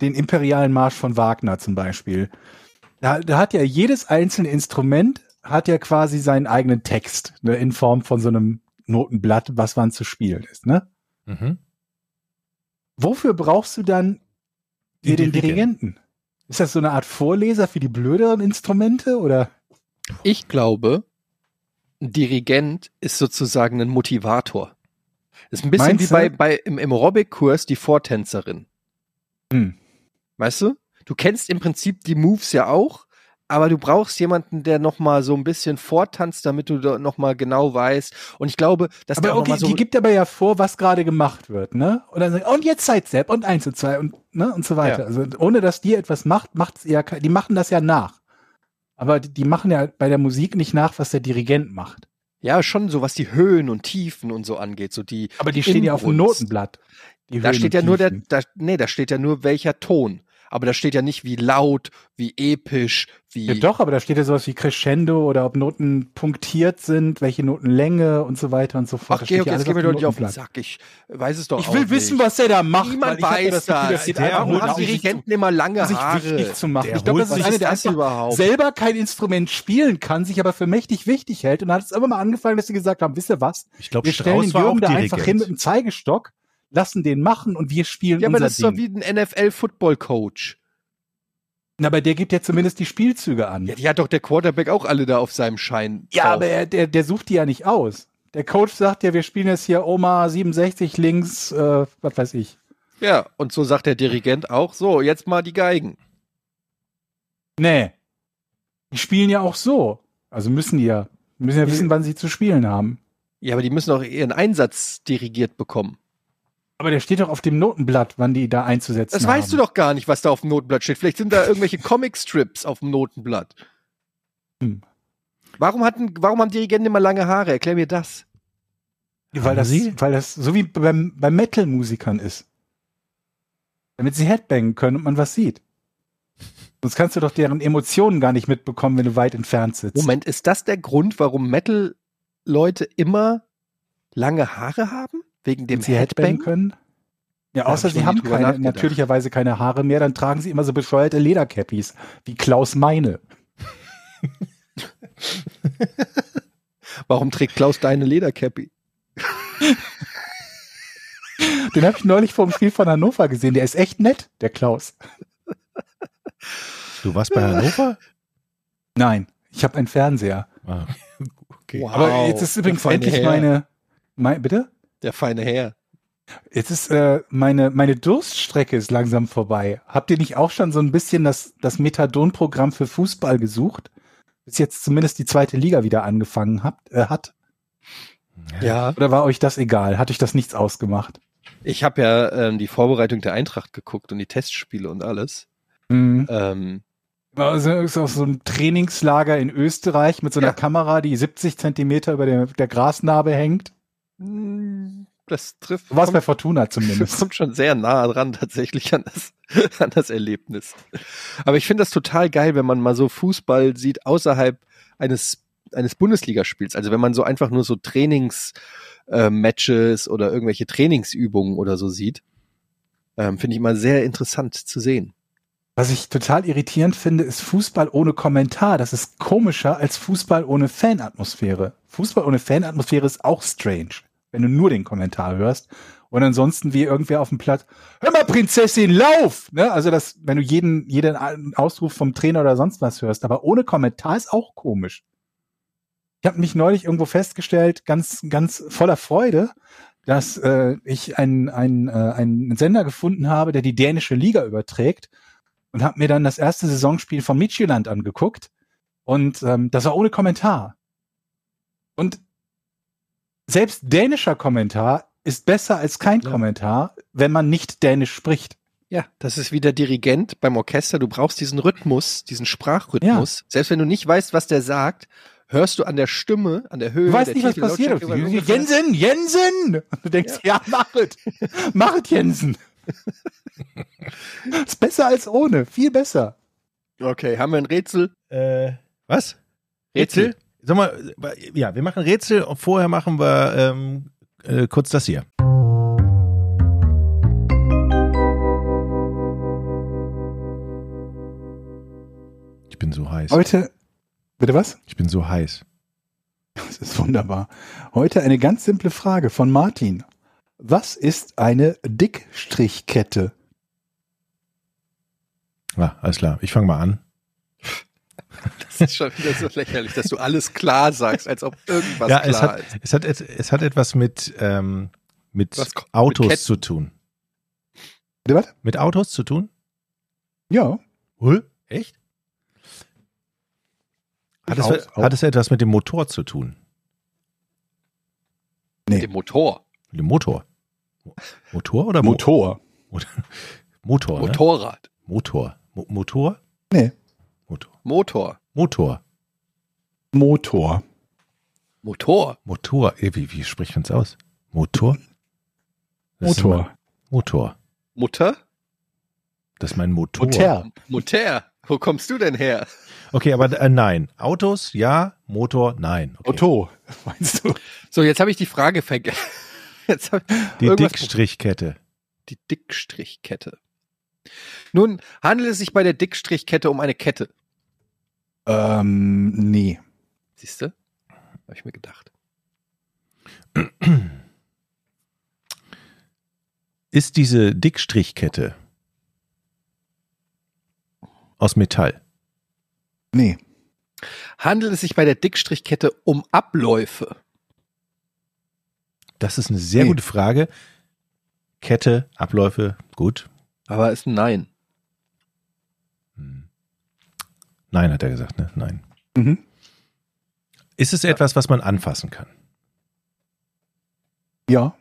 Speaker 1: den Imperialen Marsch von Wagner zum Beispiel. Da, da hat ja jedes einzelne Instrument hat ja quasi seinen eigenen Text ne, in Form von so einem Notenblatt, was wann zu spielen ist. Ne?
Speaker 3: Mhm.
Speaker 1: Wofür brauchst du dann hier den Dirigenten? Ist das so eine Art Vorleser für die blöderen Instrumente oder?
Speaker 2: Ich glaube, ein Dirigent ist sozusagen ein Motivator. Das ist ein bisschen
Speaker 1: Meinst
Speaker 2: wie
Speaker 1: du?
Speaker 2: bei, bei im, im Aerobic-Kurs die Vortänzerin.
Speaker 1: Hm.
Speaker 2: Weißt du? Du kennst im Prinzip die Moves ja auch, aber du brauchst jemanden, der nochmal so ein bisschen vortanzt, damit du da nochmal genau weißt. Und ich glaube, dass der
Speaker 1: Aber
Speaker 2: auch noch
Speaker 1: okay,
Speaker 2: mal so
Speaker 1: die gibt aber ja vor, was gerade gemacht wird, ne? Und dann sagen, und jetzt Sidestep und eins und zwei und ne und so weiter.
Speaker 2: Ja.
Speaker 1: Also ohne dass die etwas macht, macht's ja ke- die machen das ja nach. Aber die, die machen ja bei der Musik nicht nach, was der Dirigent macht.
Speaker 2: ja schon so, was die Höhen und Tiefen und so angeht. So die,
Speaker 1: Aber die stehen ja auf dem
Speaker 2: Inbrunst.
Speaker 1: Notenblatt. die
Speaker 2: Da
Speaker 1: Höhen
Speaker 2: steht
Speaker 1: und
Speaker 2: ja nur der,
Speaker 1: Tiefen.
Speaker 2: da, nee, da steht ja nur welcher Ton. Aber da steht ja nicht wie laut, wie episch, wie.
Speaker 1: Ja, doch, aber da steht ja sowas wie Crescendo oder ob Noten punktiert sind, welche Notenlänge und so weiter und so fort.
Speaker 2: Ach,
Speaker 1: Das steht
Speaker 2: Georg,
Speaker 1: ja
Speaker 2: jetzt
Speaker 1: alles
Speaker 2: gehen wir doch nicht auf den
Speaker 1: Notenblatt.
Speaker 2: Sack. Ich weiß es doch
Speaker 1: Ich
Speaker 2: auch
Speaker 1: will
Speaker 2: nicht.
Speaker 1: wissen, was der da macht. weil
Speaker 2: Niemand
Speaker 1: ich hab ja
Speaker 2: weiß
Speaker 1: das. Gefühl,
Speaker 2: das.
Speaker 1: steht
Speaker 3: Der
Speaker 1: einfach
Speaker 2: Warum
Speaker 1: nur
Speaker 3: holt
Speaker 2: haben
Speaker 1: da, um sich
Speaker 2: Dirigenten immer lange
Speaker 1: sich
Speaker 2: Haare?
Speaker 1: wichtig zu machen.
Speaker 3: Der
Speaker 1: ich glaube, das
Speaker 3: holt
Speaker 1: ist
Speaker 2: sich
Speaker 1: einer, der
Speaker 2: das
Speaker 1: einfach
Speaker 2: überhaupt?
Speaker 1: selber kein Instrument spielen kann, sich aber für mächtig wichtig hält. Und dann hat es immer mal angefangen, dass sie gesagt haben, wisst ihr was,
Speaker 3: Ich glaube,
Speaker 1: wir stellen
Speaker 3: Strauß
Speaker 1: den
Speaker 3: war auch
Speaker 1: Jürgen da einfach hin mit
Speaker 3: Dirigent.
Speaker 1: dem Zeigestock, lassen den machen und wir spielen
Speaker 2: Ja, aber
Speaker 1: unser
Speaker 2: das ist doch
Speaker 1: Ding.
Speaker 2: wie ein NFL-Football-Coach.
Speaker 1: Na, aber der gibt ja zumindest die Spielzüge an.
Speaker 2: Ja, die hat doch der Quarterback auch alle da auf seinem Schein.
Speaker 1: Ja,
Speaker 2: drauf.
Speaker 1: aber er, der, der sucht die ja nicht aus. Der Coach sagt ja, wir spielen jetzt hier Oma 67 links, äh, was weiß ich.
Speaker 2: Ja, und so sagt der Dirigent auch, so, jetzt mal die Geigen.
Speaker 1: Nee. Die spielen ja auch so. Also müssen die ja. Müssen ja
Speaker 2: Nee.
Speaker 1: wissen, wann sie zu spielen haben.
Speaker 2: Ja, aber die müssen auch ihren Einsatz dirigiert bekommen.
Speaker 1: Aber der steht doch auf dem Notenblatt, wann die da einzusetzen
Speaker 2: Das
Speaker 1: haben.
Speaker 2: weißt du doch gar nicht, was da auf dem Notenblatt steht. Vielleicht sind da irgendwelche Comic-Strips auf dem Notenblatt.
Speaker 1: Hm.
Speaker 2: Warum, hatten, warum haben Dirigenten immer lange Haare? Erklär mir das.
Speaker 1: Weil
Speaker 3: Haben
Speaker 1: das,
Speaker 3: Sie?
Speaker 1: weil das so wie beim, bei Metal-Musikern ist. Damit sie Headbangen können und man was sieht. Sonst kannst du doch deren Emotionen gar nicht mitbekommen, wenn du weit entfernt sitzt.
Speaker 2: Moment, ist das der Grund, warum Metal-Leute immer lange Haare haben? Wegen dem
Speaker 1: Damit sie Headbangen
Speaker 2: Headbang?
Speaker 1: können? Ja,
Speaker 2: Da
Speaker 1: außer
Speaker 2: hab ich
Speaker 1: sie
Speaker 2: noch nie
Speaker 1: haben
Speaker 2: drüber
Speaker 1: keine,
Speaker 2: nachgedacht.
Speaker 1: natürlicherweise keine Haare mehr, dann tragen sie immer so bescheuerte Ledercappies, wie Klaus Meine.
Speaker 2: Warum trägt Klaus deine Ledercappy?
Speaker 1: Den habe ich neulich vor dem Spiel von Hannover gesehen. Der ist echt nett, der Klaus.
Speaker 3: Du warst bei Hannover?
Speaker 1: Nein, ich habe einen Fernseher.
Speaker 3: Ah, okay.
Speaker 2: Wow.
Speaker 1: Aber jetzt ist
Speaker 2: der
Speaker 1: übrigens
Speaker 2: feine
Speaker 1: endlich
Speaker 2: Herr.
Speaker 1: meine, mein, bitte?
Speaker 2: Der feine Herr.
Speaker 1: Jetzt ist äh, meine, meine Durststrecke ist langsam vorbei. Habt ihr nicht auch schon so ein bisschen das, das Methadon-Programm für Fußball gesucht? Bis jetzt zumindest die zweite Liga wieder angefangen habt, äh, hat?
Speaker 2: Ja.
Speaker 1: Oder war euch das egal? Hat euch das nichts ausgemacht?
Speaker 2: Ich habe ja ähm, die Vorbereitung der Eintracht geguckt und die Testspiele und alles.
Speaker 1: Mhm.
Speaker 2: Ähm,
Speaker 1: Also ist auf so einem Trainingslager in Österreich mit so einer
Speaker 2: Ja.
Speaker 1: Kamera, die 70 Zentimeter über der, der Grasnarbe hängt.
Speaker 2: mh, das trifft.
Speaker 1: So war es
Speaker 2: kommt-
Speaker 1: bei Fortuna
Speaker 2: Das
Speaker 1: zumindest.
Speaker 2: kommt schon sehr nah dran tatsächlich an das, an das Erlebnis. Aber ich finde das total geil, wenn man mal so Fußball sieht außerhalb eines, eines Bundesligaspiels. Also wenn man so einfach nur so Trainingsmatches oder irgendwelche Trainingsübungen oder so sieht, ähm, finde ich mal sehr interessant zu sehen.
Speaker 1: Was ich total irritierend finde, ist Fußball ohne Kommentar. Das ist komischer als Fußball ohne Fanatmosphäre. Fußball ohne Fanatmosphäre ist auch strange, wenn du nur den Kommentar hörst. Und ansonsten wie irgendwer auf dem Platz, hör mal Prinzessin, lauf! Ne? Also das, wenn du jeden, jeden Ausruf vom Trainer oder sonst was hörst, aber ohne Kommentar ist auch komisch. Ich habe mich neulich irgendwo festgestellt, ganz, ganz voller Freude, dass äh, ich einen, einen, äh, einen Sender gefunden habe, der die dänische Liga überträgt und habe mir dann das erste Saisonspiel von Midtjylland angeguckt und ähm, das war ohne Kommentar. Und selbst dänischer Kommentar ist besser als kein
Speaker 2: Ja.
Speaker 1: Kommentar, wenn man nicht dänisch spricht.
Speaker 2: Ja, das ist wie der Dirigent beim Orchester. Du brauchst diesen Rhythmus, diesen Sprachrhythmus. Selbst wenn du nicht weißt, was der sagt, hörst du an der Stimme, an der Höhe.
Speaker 1: Du weißt
Speaker 2: der
Speaker 1: nicht, was
Speaker 2: Titel-
Speaker 1: passiert.
Speaker 2: Lautstärke, weil ungefähr-
Speaker 1: Jensen, Jensen! Und du denkst, ja, mach es. Mach es, Jensen. ist besser als ohne. Viel besser.
Speaker 2: Okay, haben wir ein Rätsel?
Speaker 3: Äh, was? Rätsel? Sag mal, äh, ja, wir machen Rätsel und vorher machen wir ähm, äh, kurz das hier. Ich bin so heiß.
Speaker 1: Heute, bitte was?
Speaker 3: Ich bin so heiß.
Speaker 1: Das ist wunderbar. Heute eine ganz simple Frage von Martin. Was ist eine Dickstrichkette?
Speaker 3: Ah, alles klar. Ich fange mal an.
Speaker 2: ist schon wieder so lächerlich, dass du alles klar sagst, als ob irgendwas
Speaker 3: ja,
Speaker 2: klar
Speaker 3: es hat,
Speaker 2: ist.
Speaker 3: es, hat, et- es hat etwas mit, ähm, mit
Speaker 2: Was ko- mit
Speaker 3: Autos
Speaker 2: Ketten?
Speaker 3: zu tun.
Speaker 1: Bitte was?
Speaker 3: Mit Autos zu tun?
Speaker 1: Ja.
Speaker 3: Hä? Echt? Hat es,
Speaker 1: Aus-
Speaker 3: hat es etwas mit dem Motor zu tun?
Speaker 2: Mit dem Motor.
Speaker 3: Mit dem Motor? Mo- Äh, Motor oder Mo-
Speaker 1: Motor.
Speaker 3: Motor? ne?
Speaker 2: Motorrad.
Speaker 3: Motor. Mo Motor?
Speaker 1: Nee.
Speaker 3: Motor.
Speaker 2: Motor.
Speaker 3: Motor.
Speaker 1: Motor.
Speaker 2: Motor.
Speaker 3: Motor. Eh, Wie, wie spricht man es aus? Motor? Das ist mein-
Speaker 1: Motor.
Speaker 3: Motor.
Speaker 2: Mutter?
Speaker 3: Das ist mein Motor.
Speaker 1: Motor.
Speaker 2: Mutter. Wo kommst du denn her?
Speaker 3: Okay, aber äh, nein. Autos, ja. Motor, nein. Okay.
Speaker 1: Motor. Meinst du?
Speaker 2: So, jetzt habe ich die Frage vergessen. Jetzt hab,
Speaker 3: Die
Speaker 2: Irgendwas-
Speaker 3: Dickstrichkette.
Speaker 2: die Dickstrichkette. Nun handelt es sich bei der Dickstrichkette um eine Kette.
Speaker 1: Ähm, nee.
Speaker 2: Siehst du? Habe ich mir gedacht.
Speaker 3: Ist diese Dickstrichkette aus Metall?
Speaker 1: Nee.
Speaker 2: Handelt es sich bei der Dickstrichkette um Abläufe?
Speaker 3: Das ist eine sehr
Speaker 1: Nee.
Speaker 3: gute Frage. Kette, Abläufe, gut.
Speaker 2: Aber ist ein Nein.
Speaker 3: Hm. Nein, hat er gesagt, ne? Nein.
Speaker 1: Mhm.
Speaker 3: Ist es etwas, was man anfassen kann?
Speaker 1: Ja.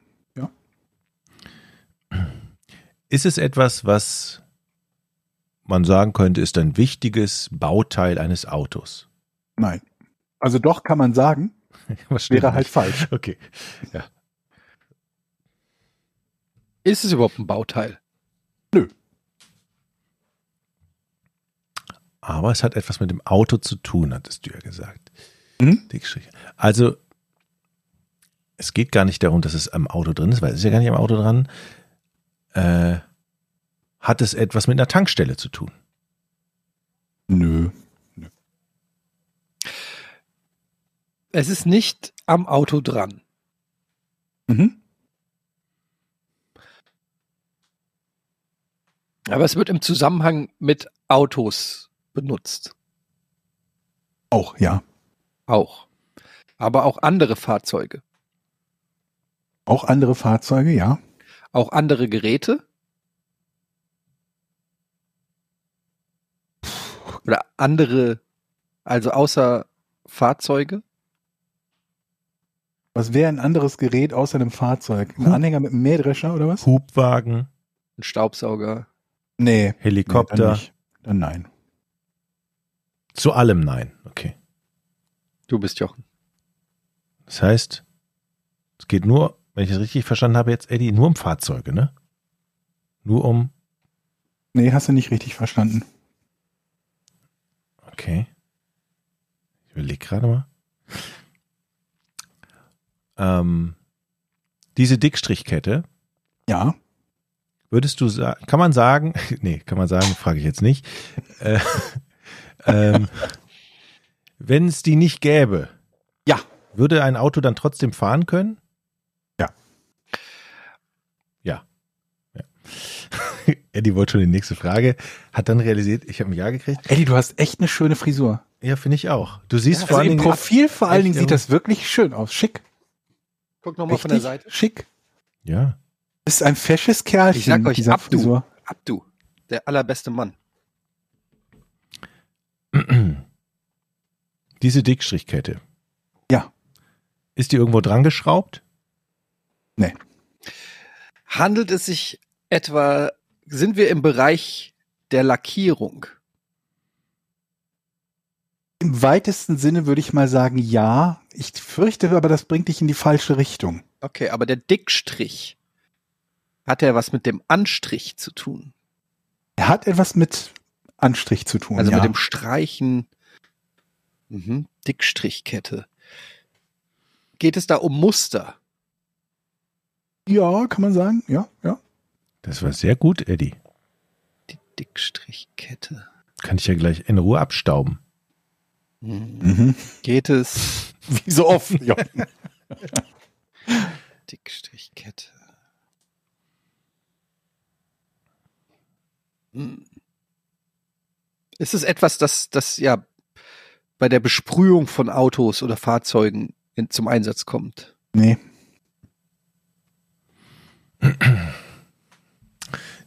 Speaker 3: Ist es etwas, was man sagen könnte, ist ein wichtiges Bauteil eines Autos?
Speaker 1: Nein. Also doch kann man sagen,
Speaker 3: Was stimmt
Speaker 1: wäre halt
Speaker 3: nicht?
Speaker 1: falsch.
Speaker 3: Okay.
Speaker 2: Ist es überhaupt ein Bauteil?
Speaker 3: Aber es hat etwas mit dem Auto zu tun, hattest du ja gesagt.
Speaker 1: Mhm.
Speaker 3: Dickstrich. Also, es geht gar nicht darum, dass es am Auto drin ist, weil es ist ja gar nicht am Auto dran. Äh, hat es etwas mit einer Tankstelle zu tun?
Speaker 1: Nö.
Speaker 2: Es ist nicht am Auto dran.
Speaker 1: Mhm.
Speaker 2: Aber es wird im Zusammenhang mit Autos benutzt.
Speaker 1: Auch, ja.
Speaker 2: Auch. Aber auch andere Fahrzeuge.
Speaker 1: Auch andere Fahrzeuge, ja.
Speaker 2: Auch andere Geräte. Oder andere, also außer Fahrzeuge.
Speaker 1: Was wäre ein anderes Gerät außer einem Fahrzeug? Ein
Speaker 3: Hu-
Speaker 1: Anhänger mit einem Mähdrescher oder was?
Speaker 3: Hubwagen,
Speaker 2: Ein Staubsauger.
Speaker 1: Nee. Nee, dann,
Speaker 3: Helikopter?
Speaker 1: nicht. dann nein.
Speaker 3: zu allem nein. Okay.
Speaker 2: Du bist Jochen.
Speaker 3: Das heißt, es geht nur, wenn ich es richtig verstanden habe, jetzt, Eddie, nur um Fahrzeuge, ne? Nur um
Speaker 1: Nee, hast du nicht richtig verstanden.
Speaker 3: Okay. Ich überlege gerade mal. Ähm, diese Dickstrichkette,
Speaker 1: Ja.
Speaker 3: würdest du sagen, kann man sagen, nee, kann man sagen, frage ich jetzt nicht. Äh, ähm, Wenn es die nicht gäbe,
Speaker 1: Ja.
Speaker 3: würde ein Auto dann trotzdem fahren können?
Speaker 1: Ja.
Speaker 3: Ja. ja. Eddie wollte schon die nächste Frage, hat dann realisiert, ich habe ein Ja gekriegt.
Speaker 1: Eddie, du hast echt eine schöne Frisur.
Speaker 3: Ja, finde ich auch. Du siehst
Speaker 1: Ja,
Speaker 3: vor
Speaker 1: also
Speaker 3: allen
Speaker 1: im
Speaker 3: Dingen.
Speaker 1: Profil vor allen
Speaker 3: echt
Speaker 1: Dingen sieht
Speaker 3: irgendwie-
Speaker 1: das wirklich schön aus. Schick.
Speaker 2: Guck nochmal von der Seite.
Speaker 1: Schick.
Speaker 3: Ja.
Speaker 1: Ist ein fesches Kerlchen.
Speaker 2: Ich sag euch,
Speaker 1: dieser
Speaker 2: ab, du.
Speaker 1: Frisur.
Speaker 2: Abdu, der allerbeste Mann.
Speaker 3: Diese Dickstrichkette.
Speaker 1: Ja.
Speaker 3: Ist die irgendwo dran geschraubt?
Speaker 2: Handelt es sich etwa, sind wir im Bereich der Lackierung?
Speaker 1: Im weitesten Sinne würde ich mal sagen, ja. Ich fürchte aber, das bringt dich in die falsche Richtung.
Speaker 2: Okay, aber der Dickstrich hat ja was mit dem Anstrich zu tun.
Speaker 1: Er hat etwas mit Anstrich zu tun.
Speaker 2: Also
Speaker 1: Oh, ja.
Speaker 2: mit dem Streichen. Mhm, Dickstrichkette. Geht es da um Muster?
Speaker 1: ja, kann man sagen. Ja, ja.
Speaker 3: Das war sehr gut, Eddie.
Speaker 2: Die Dickstrichkette.
Speaker 3: Kann ich ja gleich in Ruhe abstauben.
Speaker 2: Mhm.
Speaker 1: Mhm.
Speaker 2: Geht es
Speaker 1: Wie so oft. Ja.
Speaker 2: Dickstrichkette. Mhm. Hm. Ist es etwas, das, das ja bei der Besprühung von Autos oder Fahrzeugen in, zum Einsatz kommt.
Speaker 1: Nee.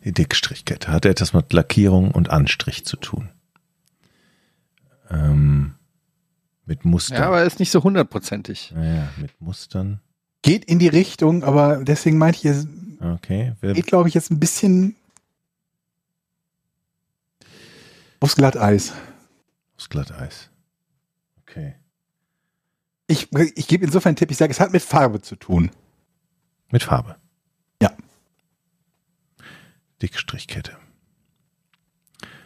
Speaker 3: Die Dickstrichkette hat etwas mit Lackierung und Anstrich zu tun. Ähm, mit Mustern.
Speaker 2: Ja, aber ist nicht so hundertprozentig.
Speaker 3: Ja, ja, mit Mustern.
Speaker 1: Geht in die Richtung, aber deswegen meinte ich, es
Speaker 3: Okay. Wer,
Speaker 1: geht, glaube ich, jetzt ein bisschen aufs Glatteis.
Speaker 3: aufs Glatteis. Okay.
Speaker 1: Ich, ich gebe insofern einen Tipp, ich sage, es hat mit Farbe zu tun.
Speaker 3: Mit Farbe.
Speaker 1: Ja.
Speaker 3: Dickstrichkette.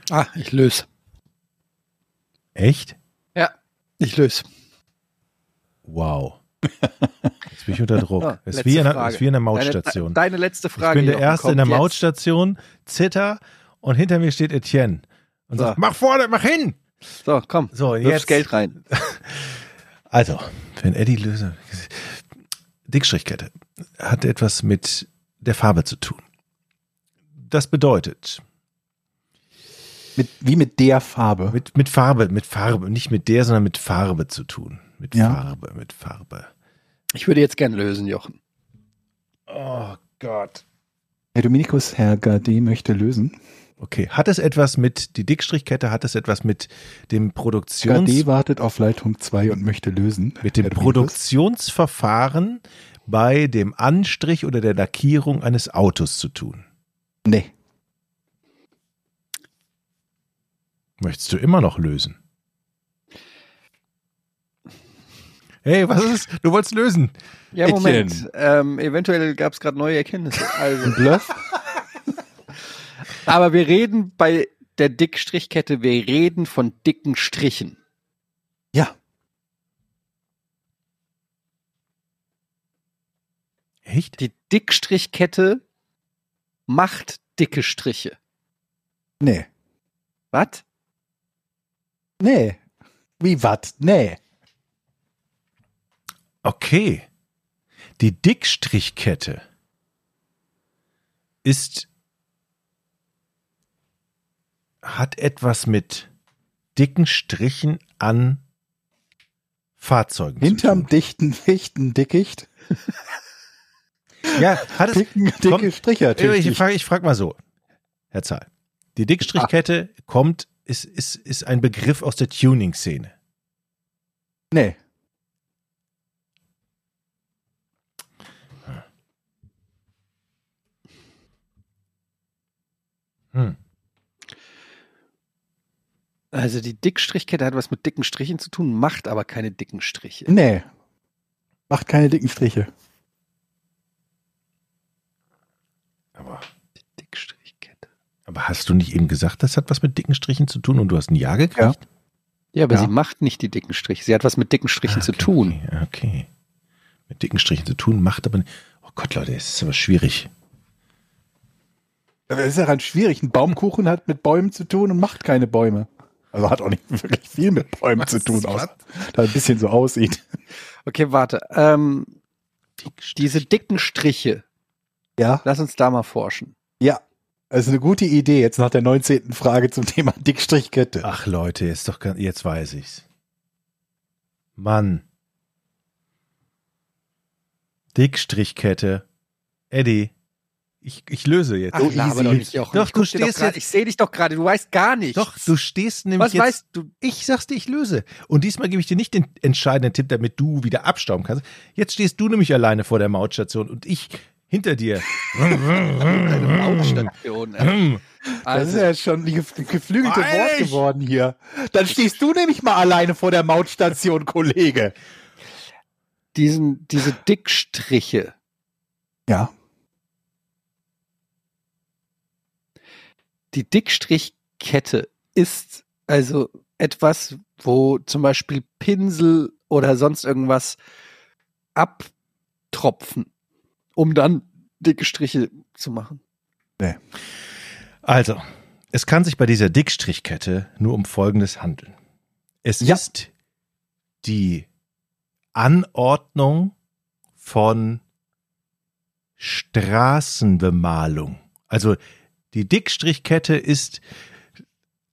Speaker 2: Ah, ich löse.
Speaker 3: Echt?
Speaker 2: Ich löse.
Speaker 3: Wow. Jetzt bin ich unter Druck.
Speaker 2: Ja,
Speaker 3: ist,
Speaker 2: letzte
Speaker 3: wie in einer,
Speaker 2: Frage.
Speaker 3: ist wie in der
Speaker 2: Deine,
Speaker 3: Mautstation.
Speaker 2: deine letzte
Speaker 3: ich
Speaker 2: Frage.
Speaker 3: bin der
Speaker 2: Jochen,
Speaker 3: Erste in der
Speaker 2: kommt jetzt.
Speaker 3: Mautstation, zitter und hinter mir steht Etienne. Und
Speaker 2: So.
Speaker 3: sagt, mach vorne, mach hin!
Speaker 2: So, komm.
Speaker 3: So,
Speaker 2: Wirf
Speaker 3: jetzt.
Speaker 2: Geld rein.
Speaker 3: Also, wenn Eddie Löse. Dickstrichkette hat etwas mit der Farbe zu tun. Das bedeutet,
Speaker 1: Mit, wie mit der Farbe.
Speaker 3: mit, mit Farbe, mit Farbe, nicht mit der, sondern mit Farbe zu tun. Mit
Speaker 1: Ja.
Speaker 3: Farbe, mit Farbe.
Speaker 2: Ich würde jetzt gern lösen, Jochen.
Speaker 3: Oh Gott.
Speaker 1: Herr Dominikus, Herr Gade möchte lösen.
Speaker 3: Okay, hat es etwas mit, die Dickstrichkette hat es etwas mit dem Produktions,
Speaker 1: Gade wartet auf Leitung 2 und möchte lösen.
Speaker 3: mit dem
Speaker 1: Herr Dominikus.
Speaker 3: Produktionsverfahren bei dem Anstrich oder der Lackierung eines Autos zu tun.
Speaker 1: Nee.
Speaker 3: Möchtest du immer noch lösen? Hey, was ist? Du wolltest lösen.
Speaker 2: Ja,
Speaker 3: Etienne.
Speaker 2: Moment. Ähm, eventuell gab es gerade neue Erkenntnisse. Also,
Speaker 1: Bluff?
Speaker 2: aber wir reden bei der Dickstrichkette, wir reden von dicken Strichen.
Speaker 1: ja.
Speaker 3: Echt?
Speaker 2: Die Dickstrichkette macht dicke Striche.
Speaker 1: Nee.
Speaker 2: Was?
Speaker 1: Nee. Wie wat? Nee.
Speaker 3: Okay. Die Dickstrichkette ist hat etwas mit dicken Strichen an Fahrzeugen
Speaker 1: Hinterm
Speaker 3: zu
Speaker 1: dichten, dichten Dickicht
Speaker 3: tun. Ja, hat es,
Speaker 1: dicken, dicke
Speaker 3: Komm,
Speaker 1: Striche.
Speaker 3: Äh, ich frage ich frag mal so, Herr Zahl. Die Dickstrichkette kommt, ist, ist, ist ein Begriff aus der Tuning-Szene.
Speaker 1: Nee.
Speaker 3: Hm.
Speaker 2: Also die Dickstrichkette hat was mit dicken Strichen zu tun, macht aber keine dicken Striche.
Speaker 1: Nee. Macht keine dicken Striche.
Speaker 3: Aber,
Speaker 2: Dickstrichkette.
Speaker 3: aber hast du nicht eben gesagt, das hat was mit dicken Strichen zu tun und du hast ein Ja gekriegt?
Speaker 1: Ja.
Speaker 2: Ja, aber
Speaker 1: Ja.
Speaker 2: sie macht nicht die dicken Striche. Sie hat was mit dicken Strichen
Speaker 3: Ah,
Speaker 2: zu
Speaker 3: okay,
Speaker 2: tun.
Speaker 3: Okay, okay. Mit dicken Strichen zu tun, macht aber. Oh Gott, Leute, es ist aber schwierig.
Speaker 1: Aber Das ist daran schwierig. Ein Baumkuchen hat mit Bäumen zu tun und macht keine Bäume. Also hat auch nicht wirklich viel mit Bäumen
Speaker 2: Was?
Speaker 1: zu tun, außer da ein bisschen so aussieht.
Speaker 2: Okay, warte. Ähm, diese dicken Striche,
Speaker 1: Ja,
Speaker 2: lass uns da mal forschen.
Speaker 1: ja. Also eine gute Idee jetzt nach der 19. Frage zum Thema Dickstrichkette.
Speaker 2: Ah,
Speaker 3: Ach Leute, ist doch ganz, jetzt weiß ich's. Mann. Dickstrichkette. Eddie, ich, ich löse jetzt.
Speaker 1: Ach, So
Speaker 2: laber
Speaker 1: easy.
Speaker 2: doch nicht, Jochen.
Speaker 3: Doch,
Speaker 2: Ich
Speaker 3: du
Speaker 2: guck dir
Speaker 3: stehst
Speaker 2: grad,
Speaker 3: jetzt-
Speaker 2: Ich sehe dich doch gerade, du weißt gar nichts.
Speaker 3: doch, du stehst nämlich
Speaker 2: Was
Speaker 3: jetzt.
Speaker 2: weißt du?
Speaker 3: Ich sag's dir, ich löse. Und diesmal gebe ich dir nicht den entscheidenden Tipp, damit du wieder abstauben kannst. Jetzt stehst du nämlich alleine vor der Mautstation und ich hinter dir.
Speaker 2: Deine Bauchstation. ey.
Speaker 1: Das ist
Speaker 2: Also,
Speaker 1: ja jetzt schon ein gef- geflügelte Wort
Speaker 3: Eilig!
Speaker 1: geworden hier. Dann stehst du nämlich mal alleine vor der Mautstation, Kollege.
Speaker 2: diesen, diese Dickstriche,
Speaker 1: Ja.
Speaker 2: die Dickstrichkette ist also etwas, wo zum Beispiel Pinsel oder sonst irgendwas abtropfen, um dann dicke Striche zu machen.
Speaker 3: Also, es kann sich bei dieser Dickstrichkette nur um Folgendes handeln. Es
Speaker 1: Ja.
Speaker 3: ist die Anordnung von Straßenbemalung. Also die Dickstrichkette ist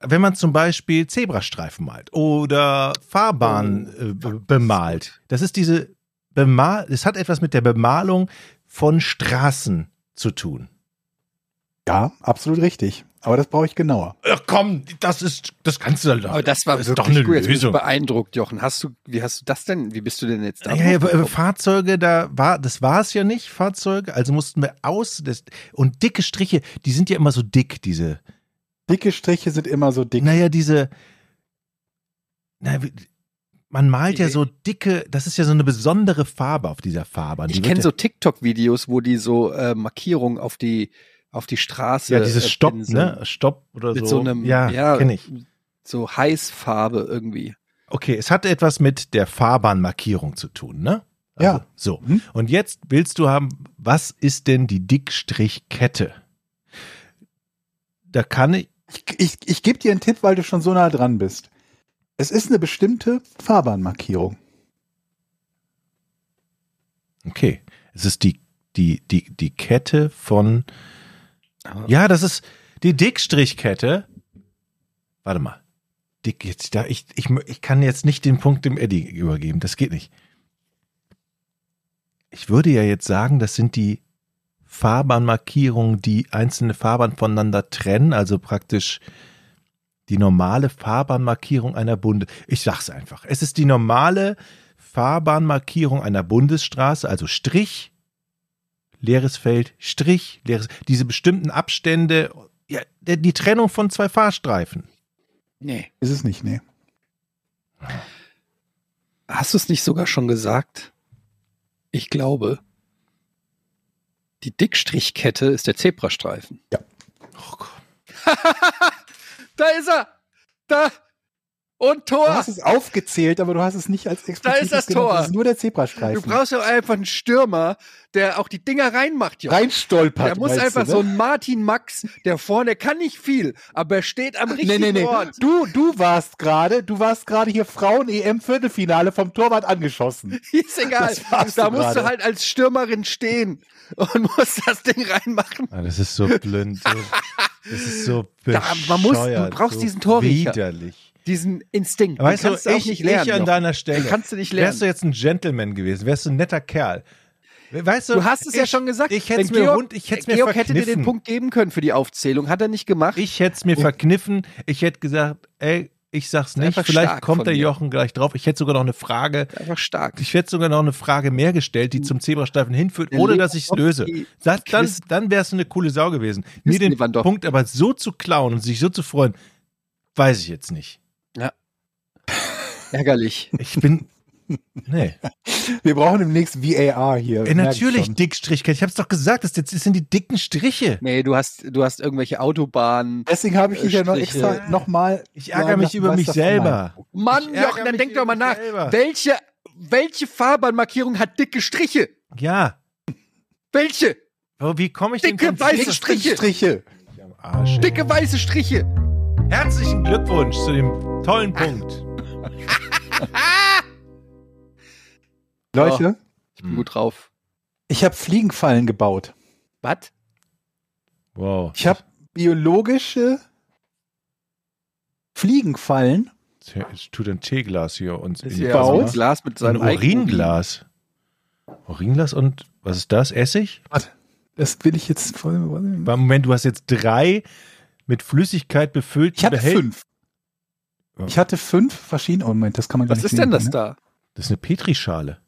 Speaker 3: wenn man zum Beispiel Zebrastreifen malt oder Fahrbahn äh, be- bemalt, das ist diese Bemal, es hat etwas mit der Bemalung von Straßen zu tun.
Speaker 1: Ja, absolut richtig. Aber das brauche ich genauer.
Speaker 3: Ach komm, das ist, das kannst du
Speaker 2: Aber das war
Speaker 3: Also ist
Speaker 2: wirklich
Speaker 3: doch eine
Speaker 2: gut. Jetzt bin ich
Speaker 3: Lösung.
Speaker 2: beeindruckt, Jochen. Hast du, wie hast du das denn? Wie bist du denn jetzt da?
Speaker 3: Ja, ja, aber Fahrzeuge, da war, das war es ja nicht, Fahrzeuge, also mussten wir aus, das, und dicke Striche, die sind ja immer so dick, diese,
Speaker 1: Dicke Striche sind immer so dick.
Speaker 3: naja, diese, na, wie- man malt ja so dicke, das ist ja so eine besondere Farbe auf dieser Fahrbahn. Die
Speaker 2: ich
Speaker 3: wird
Speaker 2: kenne
Speaker 3: ja-
Speaker 2: so TikTok-Videos, wo die so äh, Markierungen auf die, auf die Straße.
Speaker 3: ja, dieses
Speaker 2: äh,
Speaker 3: Stopp,
Speaker 2: pinseln.
Speaker 3: ne, Stopp oder
Speaker 2: Mit
Speaker 3: so.
Speaker 2: so einem-
Speaker 3: ja,
Speaker 2: ja.
Speaker 3: kenne ich.
Speaker 2: So Heißfarbe irgendwie.
Speaker 3: Okay, es hat etwas mit der Fahrbahnmarkierung zu tun, ne?
Speaker 1: Ja.
Speaker 3: So.
Speaker 1: Mhm.
Speaker 3: Und jetzt willst du haben, was ist denn die Dickstrichkette? Da kann ich,
Speaker 1: Ich, ich, ich gebe dir einen Tipp, weil du schon so nah dran bist. Es ist eine bestimmte Fahrbahnmarkierung.
Speaker 3: okay, es ist die, die, die, die Kette von, ja, das ist die Dickstrichkette. Warte mal. Dick, jetzt, da, ich, ich, ich kann jetzt nicht den Punkt dem Eddie übergeben, das geht nicht. Ich würde ja jetzt sagen, das sind die Fahrbahnmarkierungen, die einzelne Fahrbahnen voneinander trennen, also praktisch die normale Fahrbahnmarkierung einer Bunde. Ich sag's einfach. Es ist die normale Fahrbahnmarkierung einer Bundesstraße, also Strich, leeres Feld, Strich, leeres, diese bestimmten Abstände, ja, der- die Trennung von zwei Fahrstreifen.
Speaker 2: Nee.
Speaker 1: Ist es nicht, nee.
Speaker 2: Hast du es nicht sogar schon gesagt? Ich glaube. Die Dickstrichkette ist der Zebrastreifen.
Speaker 3: Oh Gott.
Speaker 2: Da ist er! Da! Und
Speaker 1: Du
Speaker 2: Tor!
Speaker 1: hast es aufgezählt, aber du hast es nicht als explizit
Speaker 2: ist das Tor.
Speaker 1: Das ist nur der
Speaker 2: Du
Speaker 1: Zebrastreifen.
Speaker 2: brauchst ja einfach einen Stürmer, der auch die Dinger reinmacht, Jochen.
Speaker 1: Reinstolpert.
Speaker 2: Der muss
Speaker 1: meinst
Speaker 2: einfach
Speaker 1: du,
Speaker 2: so
Speaker 1: ne?
Speaker 2: ein Martin Max, der vorne, der kann nicht viel, aber er steht am
Speaker 1: Nee,
Speaker 2: richtigen
Speaker 1: nee, nee.
Speaker 2: Ort.
Speaker 1: Du, du warst gerade, du warst gerade hier Frauen-EM-Viertelfinale vom Torwart angeschossen.
Speaker 2: Ist egal.
Speaker 1: Das warst
Speaker 2: Da
Speaker 1: du
Speaker 2: musst du
Speaker 1: gerade.
Speaker 2: halt als Stürmerin stehen und musst das Ding reinmachen.
Speaker 3: Ah, das ist so blind. So, das ist so
Speaker 2: Da- man muss- du
Speaker 3: bescheuert,
Speaker 2: brauchst
Speaker 3: so
Speaker 2: diesen Torriecher.
Speaker 3: Widerlich.
Speaker 2: Diesen Instinkt. den
Speaker 3: Weißt du,
Speaker 2: kannst du auch
Speaker 3: ich,
Speaker 2: nicht lernen.
Speaker 3: ich an
Speaker 2: Jochen.
Speaker 3: deiner Stelle.
Speaker 2: Den kannst du nicht
Speaker 3: Wärst du
Speaker 2: lernen.
Speaker 3: jetzt ein Gentleman gewesen, wärst du ein netter Kerl. Weißt du,
Speaker 2: Du hast es ja
Speaker 3: ich-
Speaker 2: schon gesagt.
Speaker 3: Ich hätte es
Speaker 2: Wenn
Speaker 3: mir,
Speaker 2: Georg-
Speaker 3: rund, ich hätt's mir
Speaker 2: Georg hätte dir den
Speaker 3: verkniffen.
Speaker 2: Punkt geben können für die Aufzählung. Hat er nicht gemacht.
Speaker 3: Ich hätte es mir verkniffen. Ich hätte gesagt, ey, ich sag's nicht.
Speaker 2: einfach
Speaker 3: Vielleicht
Speaker 2: stark von
Speaker 3: kommt der
Speaker 2: dir.
Speaker 3: Jochen gleich drauf. Ich hätte sogar noch eine Frage.
Speaker 2: Einfach stark.
Speaker 3: Ich hätte sogar noch eine Frage mehr gestellt, die zum Zebrastreifen hinführt,
Speaker 2: Der
Speaker 3: ohne
Speaker 2: lebt
Speaker 3: dass ich es
Speaker 2: auf
Speaker 3: löse.
Speaker 2: die
Speaker 3: Das, dann,
Speaker 2: Christen-
Speaker 3: dann wärst du eine coole Sau gewesen. Mir den
Speaker 2: Lewandowski.
Speaker 3: Punkt aber so zu klauen und sich so zu freuen, weiß ich jetzt nicht.
Speaker 2: Ärgerlich.
Speaker 3: Ich bin. Nee.
Speaker 1: Wir brauchen demnächst VAR hier.
Speaker 3: Ey,
Speaker 1: merk ich
Speaker 3: Äh, natürlich
Speaker 1: schon.
Speaker 3: Dickstrichkette. Ich hab's doch gesagt, das, das sind die dicken Striche.
Speaker 2: Nee, du hast, du hast irgendwelche Autobahnen.
Speaker 1: Deswegen habe ich dich ja noch
Speaker 2: Striche.
Speaker 1: extra nochmal.
Speaker 3: Ich ärgere mich über mich selber.
Speaker 2: Mann,
Speaker 3: Ich ärgere
Speaker 2: Jochen, dann
Speaker 3: mich
Speaker 2: denk
Speaker 3: über
Speaker 2: doch mal
Speaker 3: mich
Speaker 2: nach.
Speaker 3: selber.
Speaker 2: Welche, welche Fahrbahnmarkierung hat dicke Striche?
Speaker 3: Ja.
Speaker 2: Welche?
Speaker 3: Aber Wie komme ich
Speaker 2: Dicke
Speaker 3: denn Ah,
Speaker 2: weiße
Speaker 3: Dick-
Speaker 2: Striche.
Speaker 1: Striche.
Speaker 3: am Arsch? ey.
Speaker 2: Dicke weiße Striche.
Speaker 3: Herzlichen Glückwunsch zu dem tollen Punkt.
Speaker 1: Leute,
Speaker 2: Ich
Speaker 1: Hm.
Speaker 2: bin gut drauf.
Speaker 1: ich habe Fliegenfallen gebaut.
Speaker 2: Was?
Speaker 3: Wow.
Speaker 1: Ich habe biologische Fliegenfallen.
Speaker 3: Es tut ein Teeglas hier uns
Speaker 2: Das
Speaker 3: in
Speaker 2: ist
Speaker 3: die
Speaker 2: ja
Speaker 1: Bauch?
Speaker 2: so ein
Speaker 3: Kamera.
Speaker 2: Glas mit
Speaker 3: Ein
Speaker 2: seinem eigenen
Speaker 3: Uringlas. Uringlas und was ist das? Essig?
Speaker 1: Das will ich jetzt voll.
Speaker 3: Warte, Moment, du hast jetzt drei mit Flüssigkeit befüllte
Speaker 1: Ich hatte
Speaker 3: Behält-
Speaker 1: fünf.
Speaker 3: Oh.
Speaker 1: Ich hatte fünf verschiedene. Oh Moment, das kann man gar
Speaker 2: Was
Speaker 1: nicht
Speaker 2: ist denn
Speaker 1: sehen,
Speaker 2: das
Speaker 1: ne?
Speaker 2: da?
Speaker 3: Das ist eine Petrischale.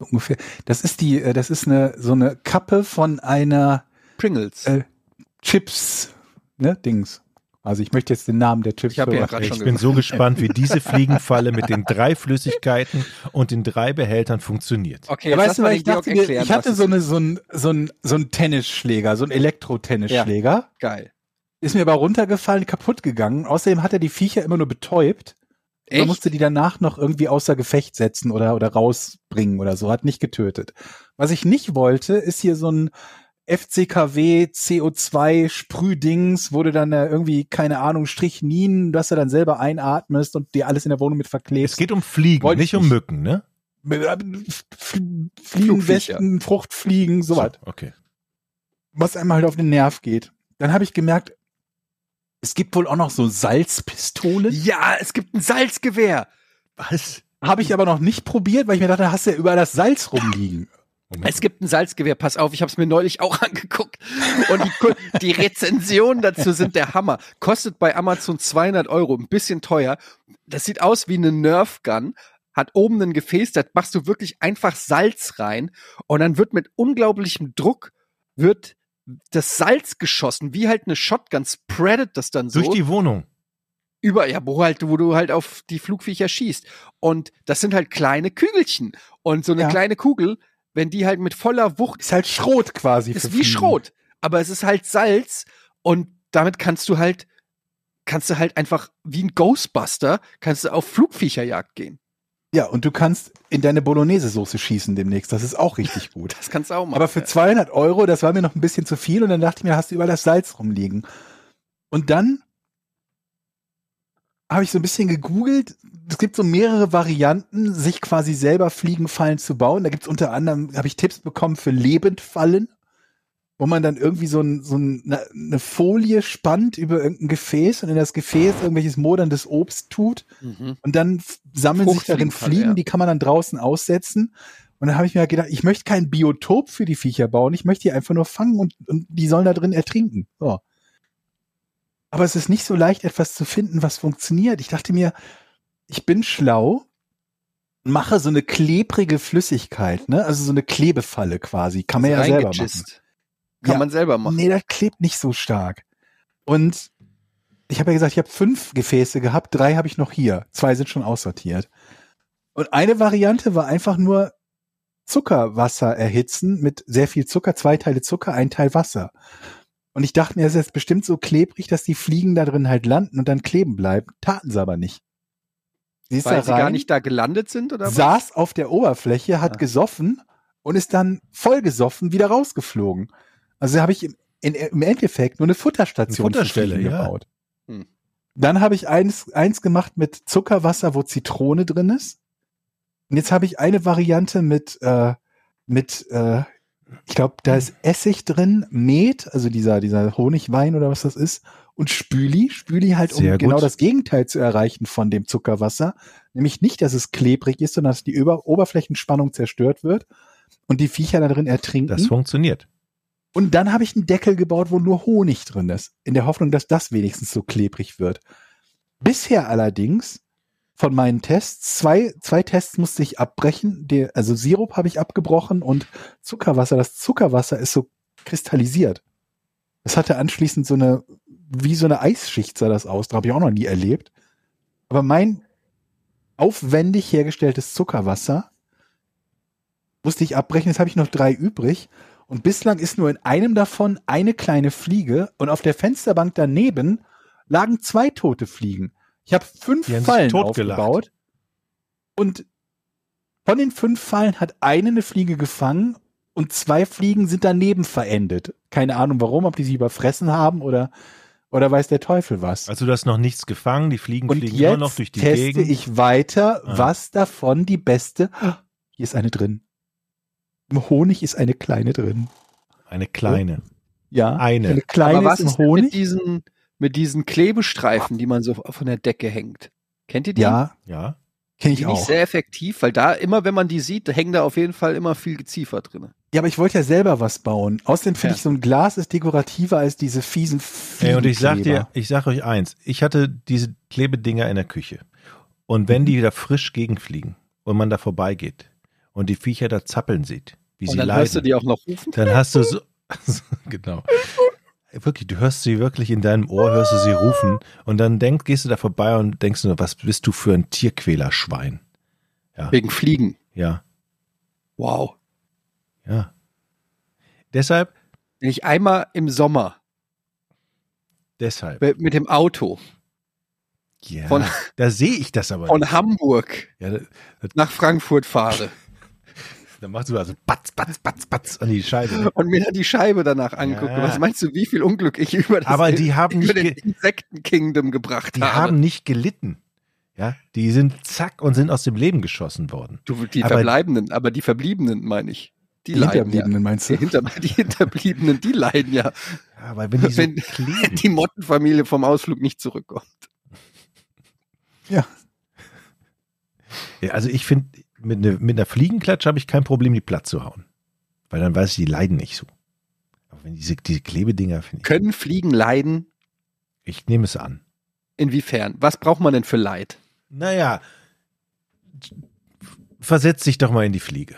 Speaker 1: So Ungefähr. Das ist die, äh, das ist eine so eine Kappe von einer
Speaker 2: Pringles.
Speaker 1: Äh, Chips, ne, Dings. Also ich möchte jetzt den Namen der Chips
Speaker 2: Ich hab ja
Speaker 1: verraten.
Speaker 2: grad- Hat
Speaker 3: Ich
Speaker 2: schon
Speaker 3: bin
Speaker 2: gesagt.
Speaker 3: so gespannt, wie diese Fliegenfalle mit den drei Flüssigkeiten und den drei Behältern funktioniert.
Speaker 2: okay,
Speaker 1: ja,
Speaker 2: jetzt
Speaker 1: weißt
Speaker 2: lass
Speaker 1: du,
Speaker 2: mal
Speaker 1: weil
Speaker 2: den
Speaker 1: ich dachte,
Speaker 2: Georg
Speaker 1: mir,
Speaker 2: erklären.
Speaker 1: ich hatte
Speaker 2: was
Speaker 1: so,
Speaker 2: es
Speaker 1: eine, so, einen, so, einen, so einen Tennisschläger, so einen Elektrotennisschläger.
Speaker 2: ist. Geil.
Speaker 1: Ist mir aber runtergefallen, kaputt gegangen. Außerdem hat er die Viecher immer nur betäubt. Man
Speaker 2: Echt?
Speaker 1: musste die danach noch irgendwie außer Gefecht setzen oder, oder rausbringen oder so. Hat nicht getötet. Was ich nicht wollte, ist hier so ein FCKW CO2 Sprühdings, wo du dann äh, irgendwie, keine Ahnung, Strichnin, dass du dann selber einatmest und dir alles in der Wohnung mit
Speaker 3: Es
Speaker 1: verklebst.
Speaker 3: geht um Fliegen,
Speaker 1: Wollte ich
Speaker 3: nicht um
Speaker 1: nicht.
Speaker 3: Mücken, ne?
Speaker 1: Mit, äh, F- Fliegenwesten, Fruchtfliegen, sowas.
Speaker 3: So, okay.
Speaker 1: Was einem halt auf den Nerv geht. Dann habe ich gemerkt, Es gibt wohl auch noch so Salzpistolen.
Speaker 2: Ja, es gibt ein Salzgewehr.
Speaker 3: Was?
Speaker 1: Habe ich aber noch nicht probiert, weil ich mir dachte, da hast du ja überall das Salz rumliegen.
Speaker 2: Es gibt ein Salzgewehr, pass auf, ich habe es mir neulich auch angeguckt. Und die, Ku- die Rezensionen dazu sind der Hammer. Kostet bei Amazon 200 Euro, ein bisschen teuer. Das sieht aus wie eine Nerf-Gun, hat oben ein Gefäß, da machst du wirklich einfach Salz rein. Und dann wird mit unglaublichem Druck, wird das Salz geschossen, wie halt eine Shotgun, spreadet das dann so
Speaker 3: Durch die Wohnung.
Speaker 2: über, ja, wo halt, wo du halt auf die Flugviecher schießt. Und das sind halt kleine Kügelchen. Und so eine
Speaker 1: Ja.
Speaker 2: kleine Kugel, wenn die halt mit voller Wucht
Speaker 1: Ist halt Schrot quasi. für
Speaker 2: ist wie
Speaker 1: Fliegen.
Speaker 2: Schrot, aber es ist halt Salz und damit kannst du halt kannst du halt einfach wie ein Ghostbuster kannst du auf Flugviecherjagd gehen.
Speaker 1: Ja, und du kannst in deine Bolognese-Soße schießen demnächst. Das ist auch richtig gut.
Speaker 2: Das kannst du auch machen.
Speaker 1: Aber für 200 Euro, das war mir noch ein bisschen zu viel und dann dachte ich mir, hast du überall das Salz rumliegen. Und dann habe ich so ein bisschen gegoogelt. Es gibt so mehrere Varianten, sich quasi selber Fliegenfallen zu bauen. Da gibt es unter anderem, habe ich Tipps bekommen für Lebendfallen, wo man dann irgendwie so, ein, so ein, na- eine Folie spannt über irgendein Gefäß und in das Gefäß irgendwelches moderndes Obst tut.
Speaker 2: mhm.
Speaker 1: Und dann f- sammeln sich darin
Speaker 2: Fruchtfliegenfalle,
Speaker 1: Fliegen,
Speaker 2: ja.
Speaker 1: die kann man dann draußen aussetzen. Und dann habe ich mir halt gedacht, ich möchte kein Biotop für die Viecher bauen, ich möchte die einfach nur fangen und, und die sollen da drin ertrinken. So. Aber es ist nicht so leicht, etwas zu finden, was funktioniert. Ich dachte mir, ich bin schlau, mache so eine klebrige Flüssigkeit, ne? Also so eine Klebefalle quasi. Kann man ja selber machen.
Speaker 2: Reingegisst. Kann
Speaker 1: Ja.
Speaker 2: man selber machen.
Speaker 1: Nee, das klebt nicht so stark. Und ich habe ja gesagt, ich habe fünf Gefäße gehabt, drei habe ich noch hier. Zwei sind schon aussortiert. Und eine Variante war einfach nur Zuckerwasser erhitzen mit sehr viel Zucker, zwei Teile Zucker, ein Teil Wasser. Und ich dachte mir, das ist jetzt bestimmt so klebrig, dass die Fliegen da drin halt landen und dann kleben bleiben. Taten sie aber nicht. Sie ist
Speaker 2: Weil
Speaker 1: da
Speaker 2: sie gar nicht da gelandet sind oder was?
Speaker 1: saß auf der Oberfläche, hat
Speaker 2: Ah.
Speaker 1: gesoffen und ist dann vollgesoffen wieder rausgeflogen. Also habe ich im, in, im Endeffekt nur eine Futterstation
Speaker 3: Eine Futterstelle,
Speaker 1: für Fliegen
Speaker 3: ja.
Speaker 1: gebaut.
Speaker 2: Hm.
Speaker 1: Dann habe ich eins, eins gemacht mit Zuckerwasser, wo Zitrone drin ist. Und jetzt habe ich eine Variante mit, äh, mit äh, ich glaube, da ist Essig drin, Met, also dieser, dieser Honigwein oder was das ist, und Spüli. Spüli halt, um
Speaker 3: Sehr gut.
Speaker 1: genau das Gegenteil zu erreichen von dem Zuckerwasser. Nämlich nicht, dass es klebrig ist, sondern dass die Über Oberflächenspannung zerstört wird und die Viecher da drin ertrinken.
Speaker 3: Das funktioniert.
Speaker 1: Und dann habe ich einen Deckel gebaut, wo nur Honig drin ist, in der Hoffnung, dass das wenigstens so klebrig wird. Bisher allerdings von meinen Tests, zwei, zwei Tests musste ich abbrechen, der, also Sirup habe ich abgebrochen und Zuckerwasser. Das Zuckerwasser ist so kristallisiert. Das hatte anschließend so eine, wie so eine Eisschicht sah das aus, habe ich auch noch nie erlebt. Aber mein aufwendig hergestelltes Zuckerwasser musste ich abbrechen, jetzt habe ich noch drei übrig. Und bislang ist nur in einem davon eine kleine Fliege und auf der Fensterbank daneben lagen zwei tote Fliegen. Ich habe fünf
Speaker 3: Die haben sich
Speaker 1: Fallen
Speaker 3: totgelacht.
Speaker 1: aufgebaut und von den fünf Fallen hat eine eine Fliege gefangen und zwei Fliegen sind daneben verendet. Keine Ahnung warum, ob die sie überfressen haben oder, oder weiß der Teufel was.
Speaker 3: Also du hast noch nichts gefangen, die Fliegen
Speaker 1: Und
Speaker 3: fliegen
Speaker 1: jetzt
Speaker 3: immer noch durch die
Speaker 1: teste
Speaker 3: Gegend.
Speaker 1: ich weiter,
Speaker 3: Ah.
Speaker 1: was davon die beste. Ah, Hier ist eine drin. Im Honig ist eine kleine drin.
Speaker 3: Eine kleine.
Speaker 1: Ja.
Speaker 3: Eine.
Speaker 1: Oh, Eine
Speaker 2: Aber
Speaker 1: kleine
Speaker 2: was
Speaker 1: ist im
Speaker 2: ist denn mit
Speaker 1: Honig.
Speaker 2: diesen mit diesen Klebestreifen, die man so von der Decke hängt? Kennt ihr die?
Speaker 1: Ja,
Speaker 3: Ja.
Speaker 1: kenne ich
Speaker 2: Die finde ich
Speaker 1: auch.
Speaker 2: sehr effektiv, weil da immer, wenn man die sieht, hängen da auf jeden Fall immer viel Geziefer drin.
Speaker 1: Ja, aber ich wollte ja selber was bauen. Außerdem finde
Speaker 2: Ja.
Speaker 1: ich, so ein Glas ist dekorativer als diese fiesen
Speaker 3: Ey, und ich sag dir,
Speaker 1: Fliegenkleber.
Speaker 3: ich sag euch eins, ich hatte diese Klebedinger in der Küche. Und wenn die da frisch gegenfliegen und man da vorbeigeht und die Viecher da zappeln sieht, wie
Speaker 2: Und
Speaker 3: sie
Speaker 2: dann
Speaker 3: leiden,
Speaker 2: hörst du die auch noch rufen.
Speaker 3: dann hast du so genau. Wirklich, du hörst sie wirklich in deinem Ohr, hörst du sie rufen und dann denk, gehst du da vorbei und denkst nur, was bist du für ein Tierquälerschwein?
Speaker 2: Wegen Fliegen.
Speaker 3: Ja,
Speaker 2: Wow.
Speaker 3: ja. Deshalb,
Speaker 2: Wenn ich einmal im Sommer
Speaker 3: deshalb.
Speaker 2: be- mit dem Auto
Speaker 3: Ja,
Speaker 2: Von-
Speaker 3: da sehe ich das aber.
Speaker 2: von Hamburg
Speaker 3: Ja, da-
Speaker 2: nach Frankfurt fahre
Speaker 3: da machst du also batz, batz, batz, batz an die Scheibe.
Speaker 2: und mir dann die Scheibe danach angucke,
Speaker 3: Ja.
Speaker 2: was meinst du, wie viel Unglück ich über das
Speaker 3: Aber die haben
Speaker 2: über
Speaker 3: nicht,
Speaker 2: den
Speaker 3: ge
Speaker 2: Insekten-Kingdom gebracht
Speaker 3: die
Speaker 2: habe?
Speaker 3: haben nicht gelitten. Ja, die sind zack und sind aus dem Leben geschossen worden.
Speaker 2: du, die
Speaker 3: aber-
Speaker 2: Verbleibenden, aber die Verbliebenen meine ich. Die,
Speaker 1: Die
Speaker 2: leiden ja.
Speaker 1: Hinterbliebenen meinst
Speaker 2: Die,
Speaker 1: du?
Speaker 2: Hinter die Hinterbliebenen, die leiden ja
Speaker 3: Ja, weil wenn die so
Speaker 2: Wenn-
Speaker 3: kleben.
Speaker 2: Die Mottenfamilie vom Ausflug nicht zurückkommt.
Speaker 3: Ja, also ich finde, mit, ne, mit einer Fliegenklatsche habe ich kein Problem, die platt zu hauen. Weil dann weiß ich, die leiden nicht so. Aber wenn diese, diese Klebedinger, finde
Speaker 2: Können Fliegen leiden?
Speaker 3: ich, ich nehme es an.
Speaker 2: Inwiefern? Was braucht man denn für Leid?
Speaker 3: Naja, versetz dich doch mal in die Fliege.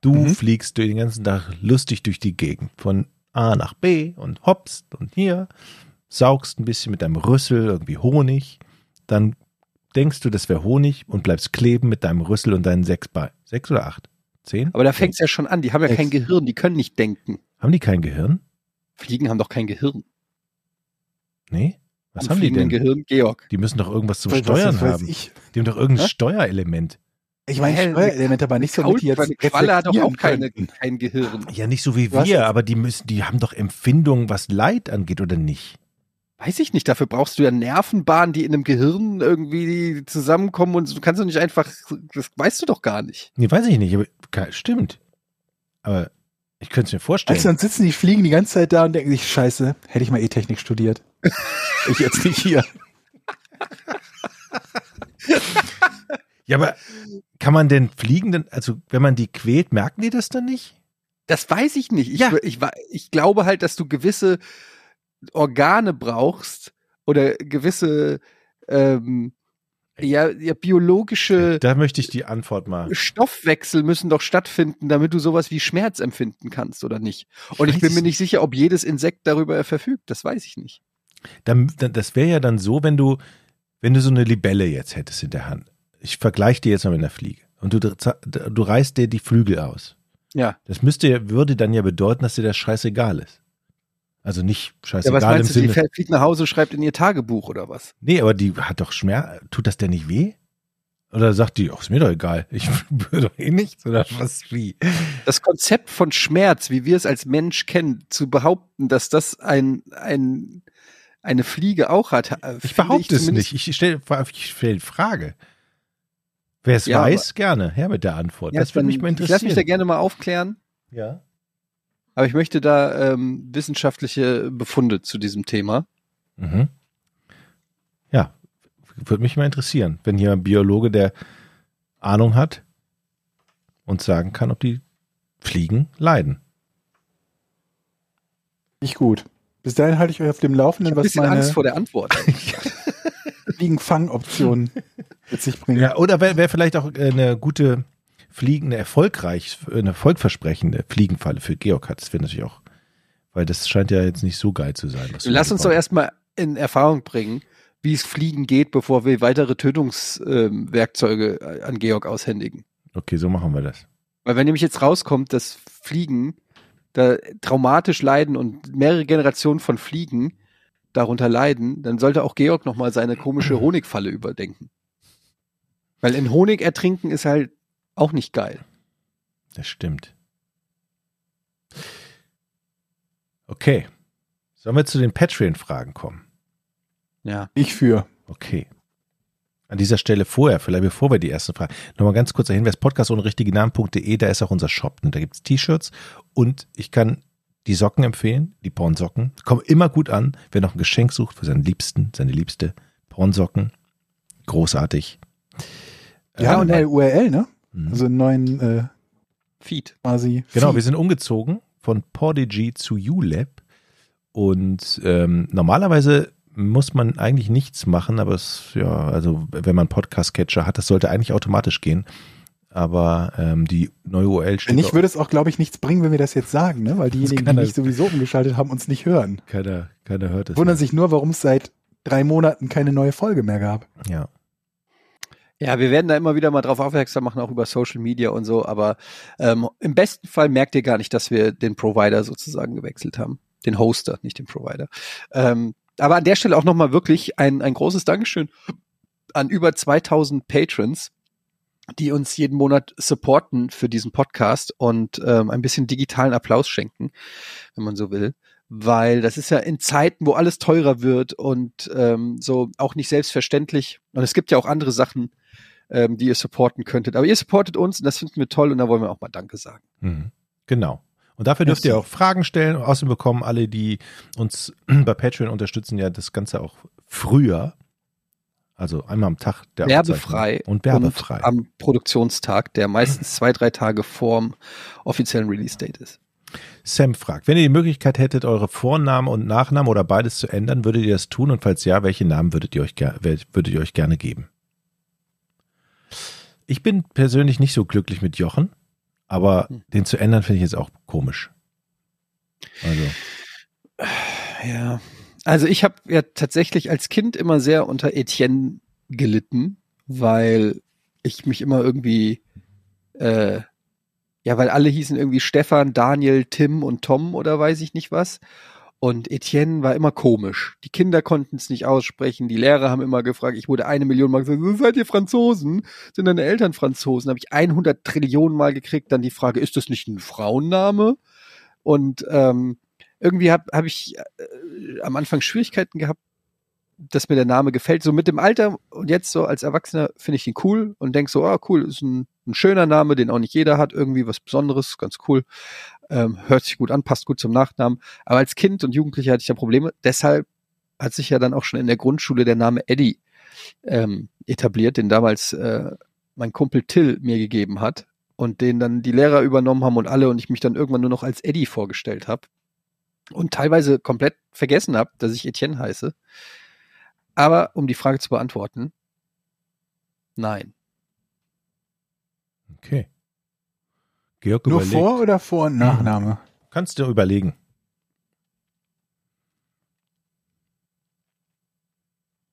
Speaker 3: Du
Speaker 1: Mhm.
Speaker 3: fliegst durch den ganzen Tag lustig durch die Gegend von A nach B und hoppst und hier, saugst ein bisschen mit deinem Rüssel irgendwie Honig, dann denkst du, das wäre Honig und bleibst kleben mit deinem Rüssel und deinen sechs Beinen. Sechs oder acht? Zehn?
Speaker 2: Aber da fängt es ja schon an. Die haben ja
Speaker 1: Ex-
Speaker 2: kein Gehirn, die können nicht denken.
Speaker 3: Haben die kein Gehirn?
Speaker 2: Fliegen haben doch kein Gehirn.
Speaker 3: Nee? Was
Speaker 2: Am
Speaker 3: haben die
Speaker 2: fliegenden
Speaker 3: denn?
Speaker 2: Gehirn, Georg.
Speaker 3: Die müssen doch irgendwas zum
Speaker 1: Was- was-
Speaker 3: Steuern
Speaker 1: was weiß
Speaker 3: haben.
Speaker 1: Ich,
Speaker 3: Die haben doch irgendein
Speaker 2: Hä?
Speaker 3: Steuerelement.
Speaker 1: ich meine,
Speaker 2: Hä,
Speaker 1: Steuerelement, aber nicht so, dass die jetzt
Speaker 2: Eine Qualle hat doch auch
Speaker 1: reflektieren
Speaker 2: keine,
Speaker 1: könnten.
Speaker 2: kein Gehirn.
Speaker 3: Ja, nicht so wie
Speaker 1: Du hast
Speaker 3: wir,
Speaker 1: jetzt-
Speaker 3: aber die müssen, die haben doch Empfindungen, was Leid angeht, oder nicht?
Speaker 2: Weiß ich nicht, dafür brauchst du ja Nervenbahnen, die in einem Gehirn irgendwie zusammenkommen und du kannst doch nicht einfach, das weißt du doch gar nicht.
Speaker 3: Nee, weiß ich nicht, aber ke- stimmt. Aber ich könnte es mir vorstellen.
Speaker 1: Also dann sitzen die Fliegen die ganze Zeit da und denken sich, scheiße, hätte ich mal E-Technik studiert. ich jetzt nicht hier.
Speaker 3: ja, aber kann man denn Fliegenden, also wenn man die quält, merken die das dann nicht?
Speaker 2: Das weiß ich nicht. Ich,
Speaker 3: Ja.
Speaker 2: ich, wa- ich glaube halt, dass du gewisse Organe brauchst oder gewisse ähm, ja, ja, biologische
Speaker 3: Da möchte ich die Antwort mal.
Speaker 2: Stoffwechsel müssen doch stattfinden, damit du sowas wie Schmerz empfinden kannst oder nicht. Und ich
Speaker 3: weiß
Speaker 2: bin
Speaker 3: es
Speaker 2: mir nicht sicher, ob jedes Insekt darüber verfügt. Das weiß ich nicht.
Speaker 3: Dann, dann, das wäre ja dann so, wenn du, wenn du so eine Libelle jetzt hättest in der Hand. Ich vergleiche die jetzt mal mit einer Fliege. Und du, du reißt dir die Flügel aus.
Speaker 2: Ja.
Speaker 3: Das müsste, ja- würde dann ja bedeuten, dass dir das scheißegal ist. Also nicht
Speaker 2: Ja,
Speaker 3: scheißegal
Speaker 2: was
Speaker 3: im
Speaker 2: meinst du, die
Speaker 3: Sinne.
Speaker 2: fährt fliegt nach Hause, schreibt in ihr Tagebuch oder was?
Speaker 3: nee, aber die hat doch Schmerz. Tut das denn nicht weh? Oder sagt die, ach, ist mir doch egal. Ich spüre doch eh nichts oder was wie.
Speaker 2: Das Konzept von Schmerz, wie wir es als Mensch kennen, zu behaupten, dass das ein, ein, eine Fliege auch hat. äh,
Speaker 3: Ich
Speaker 2: finde
Speaker 3: behaupte es
Speaker 2: zumindest-
Speaker 3: nicht. Ich stelle ich stell die Frage. Wer es
Speaker 2: Ja,
Speaker 3: weiß, gerne. Her mit der Antwort.
Speaker 2: Ja,
Speaker 3: das würde
Speaker 2: dann-
Speaker 3: mich mal
Speaker 2: Ich lasse mich da
Speaker 3: interessieren.
Speaker 2: gerne mal aufklären,
Speaker 3: Ja.
Speaker 2: aber ich möchte da ähm, wissenschaftliche Befunde zu diesem Thema.
Speaker 3: Mhm. Ja, würde mich mal interessieren, wenn hier ein Biologe, der Ahnung hat und sagen kann, ob die Fliegen leiden.
Speaker 1: Nicht gut. Bis dahin halte ich euch auf dem
Speaker 2: Ich
Speaker 1: Laufenden,
Speaker 2: habe
Speaker 1: was
Speaker 2: ein bisschen
Speaker 1: meine
Speaker 2: Angst vor der Antwort.
Speaker 1: Fliegenfangoptionen mit sich bringen.
Speaker 3: Ja, oder wäre wär vielleicht auch äh, eine gute Fliegen, eine erfolgreich, eine erfolgversprechende Fliegenfalle für Georg hat. Das wäre natürlich auch, weil das scheint ja jetzt nicht so geil zu sein. was
Speaker 2: Also
Speaker 3: du
Speaker 2: Lass uns doch
Speaker 3: gebaut
Speaker 2: erstmal in Erfahrung bringen, wie es fliegen geht, bevor wir weitere Tötungswerkzeuge äh, an Georg aushändigen.
Speaker 3: hast. Okay, so machen wir das.
Speaker 2: Weil wenn nämlich jetzt rauskommt, dass Fliegen da traumatisch leiden und mehrere Generationen von Fliegen darunter leiden, dann sollte auch Georg nochmal seine komische Honigfalle überdenken. Weil in Honig ertrinken ist halt auch nicht geil.
Speaker 3: Das stimmt. Okay. Sollen wir zu den Patreon-Fragen kommen?
Speaker 2: Ja.
Speaker 1: Ich für.
Speaker 3: Okay. An dieser Stelle vorher, vielleicht bevor wir die ersten Fragen, nochmal ganz kurzer Hinweis, podcast ohne richtige Namen.de, da ist auch unser Shop und da gibt's T-Shirts und ich kann die Socken empfehlen, die Pornsocken, kommen immer gut an, wer noch ein Geschenk sucht für seinen Liebsten, seine Liebste, Pornsocken, großartig.
Speaker 1: Ja,
Speaker 3: Äh,
Speaker 1: und neue URL, ne?
Speaker 3: mhm.
Speaker 1: Also einen neuen äh,
Speaker 2: Feed.
Speaker 1: quasi.
Speaker 3: Genau, wir
Speaker 1: Feed.
Speaker 3: sind umgezogen von Podigy zu ULab. Und ähm, normalerweise muss man eigentlich nichts machen, aber es, ja, also wenn man Podcast-Catcher hat, das sollte eigentlich automatisch gehen. Aber ähm, die neue URL
Speaker 1: Wenn
Speaker 3: steht.
Speaker 1: nicht, würde es auch, glaube ich, nichts bringen, wenn wir das jetzt sagen, ne? Weil diejenigen, die
Speaker 3: kann er-
Speaker 1: nicht sowieso umgeschaltet haben, uns nicht hören.
Speaker 3: keiner, keiner hört es.
Speaker 1: Wundern sich nur, warum es seit drei Monaten keine neue Folge mehr gab.
Speaker 3: Ja.
Speaker 2: Ja, wir werden da immer wieder mal drauf aufmerksam machen, auch über Social Media und so, aber ähm, im besten Fall merkt ihr gar nicht, dass wir den Provider sozusagen gewechselt haben. Den Hoster, nicht den Provider. Ähm, aber an der Stelle auch nochmal wirklich ein, ein großes Dankeschön an über 2000 Patrons, die uns jeden Monat supporten für diesen Podcast und ähm, ein bisschen digitalen Applaus schenken, wenn man so will. Weil das ist ja in Zeiten, wo alles teurer wird und ähm, so auch nicht selbstverständlich. Und es gibt ja auch andere Sachen, ähm, die ihr supporten könntet. Aber ihr supportet uns und das finden wir toll und da wollen wir auch mal Danke sagen.
Speaker 3: Mhm. Genau. Und dafür dürft
Speaker 1: Ist so.
Speaker 3: ihr auch Fragen stellen. Außerdem bekommen alle, die uns bei Patreon unterstützen, ja das Ganze auch früher. Also einmal am Tag der
Speaker 2: Werbefrei
Speaker 3: Aufzeichnung. und werbefrei.
Speaker 2: Und am Produktionstag, der meistens zwei, drei Tage vorm offiziellen Release-Date ist.
Speaker 3: Sam fragt, wenn ihr die Möglichkeit hättet, eure Vornamen und Nachnamen oder beides zu ändern, würdet ihr das tun? Und falls ja, welche Namen würdet ihr euch, ger- wel- würdet ihr euch gerne geben? Ich bin persönlich nicht so glücklich mit Jochen, aber
Speaker 2: Hm.
Speaker 3: den zu ändern finde ich jetzt auch komisch. Also,
Speaker 2: Ja. Also ich habe ja tatsächlich als Kind immer sehr unter Etienne gelitten, weil ich mich immer irgendwie, äh, ja, weil alle hießen irgendwie Stefan, Daniel, Tim und Tom oder weiß ich nicht was. Und Etienne war immer komisch. Die Kinder konnten es nicht aussprechen, die Lehrer haben immer gefragt, ich wurde eine Million Mal gefragt, seid ihr Franzosen? Sind deine Eltern Franzosen? Habe ich 100 Trillionen Mal gekriegt, dann die Frage, ist das nicht ein Frauenname? Und ähm, irgendwie habe hab ich äh, am Anfang Schwierigkeiten gehabt, dass mir der Name gefällt. So mit dem Alter und jetzt so als Erwachsener finde ich ihn cool und denk so, ah cool, ist ein, ein schöner Name, den auch nicht jeder hat, irgendwie was Besonderes, ganz cool. Ähm, hört sich gut an, passt gut zum Nachnamen. Aber als Kind und Jugendlicher hatte ich da Probleme. Deshalb hat sich ja dann auch schon in der Grundschule der Name Eddie ähm, etabliert, den damals äh, mein Kumpel Till mir gegeben hat und den dann die Lehrer übernommen haben und alle und ich mich dann irgendwann nur noch als Eddie vorgestellt habe und teilweise komplett vergessen habe, dass ich Etienne heiße. Aber um die Frage zu beantworten, nein.
Speaker 3: okay. Georg
Speaker 1: Nur
Speaker 3: überlegt.
Speaker 1: Vor- oder Vor- und Nachname?
Speaker 3: Kannst du überlegen.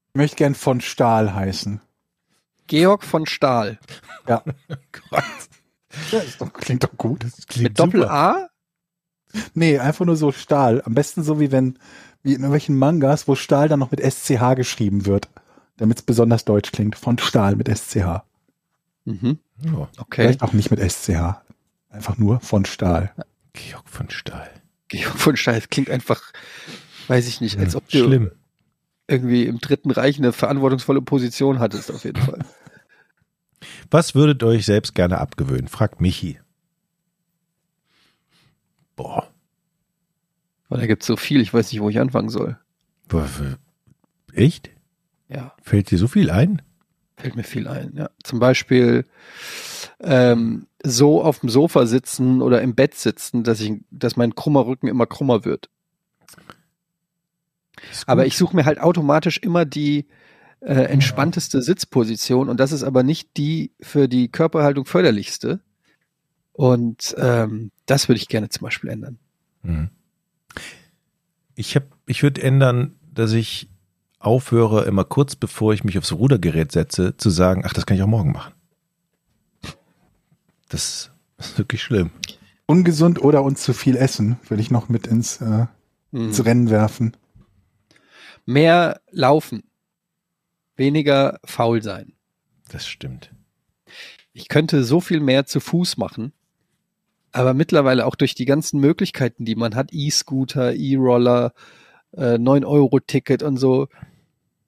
Speaker 1: Ich möchte gern von Stahl heißen.
Speaker 2: Georg von Stahl
Speaker 3: Gott,
Speaker 1: Ja, ist doch, klingt doch gut.
Speaker 3: das klingt
Speaker 2: mit Doppel A.
Speaker 1: Nee, einfach nur so Stahl. Am besten so wie wenn, wie in irgendwelchen Mangas, wo Stahl dann noch mit SCH geschrieben wird, damit es besonders deutsch klingt. Von Stahl mit SCH.
Speaker 2: Mhm,
Speaker 3: Ja,
Speaker 2: okay.
Speaker 1: Vielleicht auch nicht mit SCH. Einfach nur von Stahl.
Speaker 3: Georg von Stahl.
Speaker 2: Georg von Stahl das klingt einfach, weiß ich nicht, als ob du
Speaker 3: Hm, Schlimm.
Speaker 2: irgendwie im Dritten Reich eine verantwortungsvolle Position hattest, auf jeden Fall.
Speaker 3: Was würdet ihr euch selbst gerne abgewöhnen? Fragt Michi. Boah.
Speaker 2: Weil da gibt es so viel, ich weiß nicht, wo ich anfangen soll.
Speaker 3: W- w- Echt?
Speaker 2: Ja,
Speaker 3: Fällt dir so viel ein?
Speaker 2: fällt mir viel ein. Ja. Zum Beispiel ähm, so auf dem Sofa sitzen oder im Bett sitzen, dass, ich, dass mein krummer Rücken immer krummer wird.
Speaker 3: Ist gut.
Speaker 2: Aber ich suche mir halt automatisch immer die äh, entspannteste Sitzposition und das ist aber nicht die für die Körperhaltung förderlichste. Und ähm, das würde ich gerne zum Beispiel ändern.
Speaker 3: Mhm. Ich, hab- ich würde ändern, dass ich aufhöre, immer kurz bevor ich mich aufs Rudergerät setze, zu sagen, ach, das kann ich auch morgen machen. Das ist wirklich schlimm.
Speaker 1: Ungesund oder uns zu viel essen, würde ich noch mit ins, äh, ins Rennen werfen.
Speaker 2: Mhm. Mehr laufen, weniger faul sein.
Speaker 3: Das stimmt.
Speaker 2: Ich könnte so viel mehr zu Fuß machen, aber mittlerweile auch durch die ganzen Möglichkeiten, die man hat, E-Scooter, E-Roller, äh, 9-Euro-Ticket und so.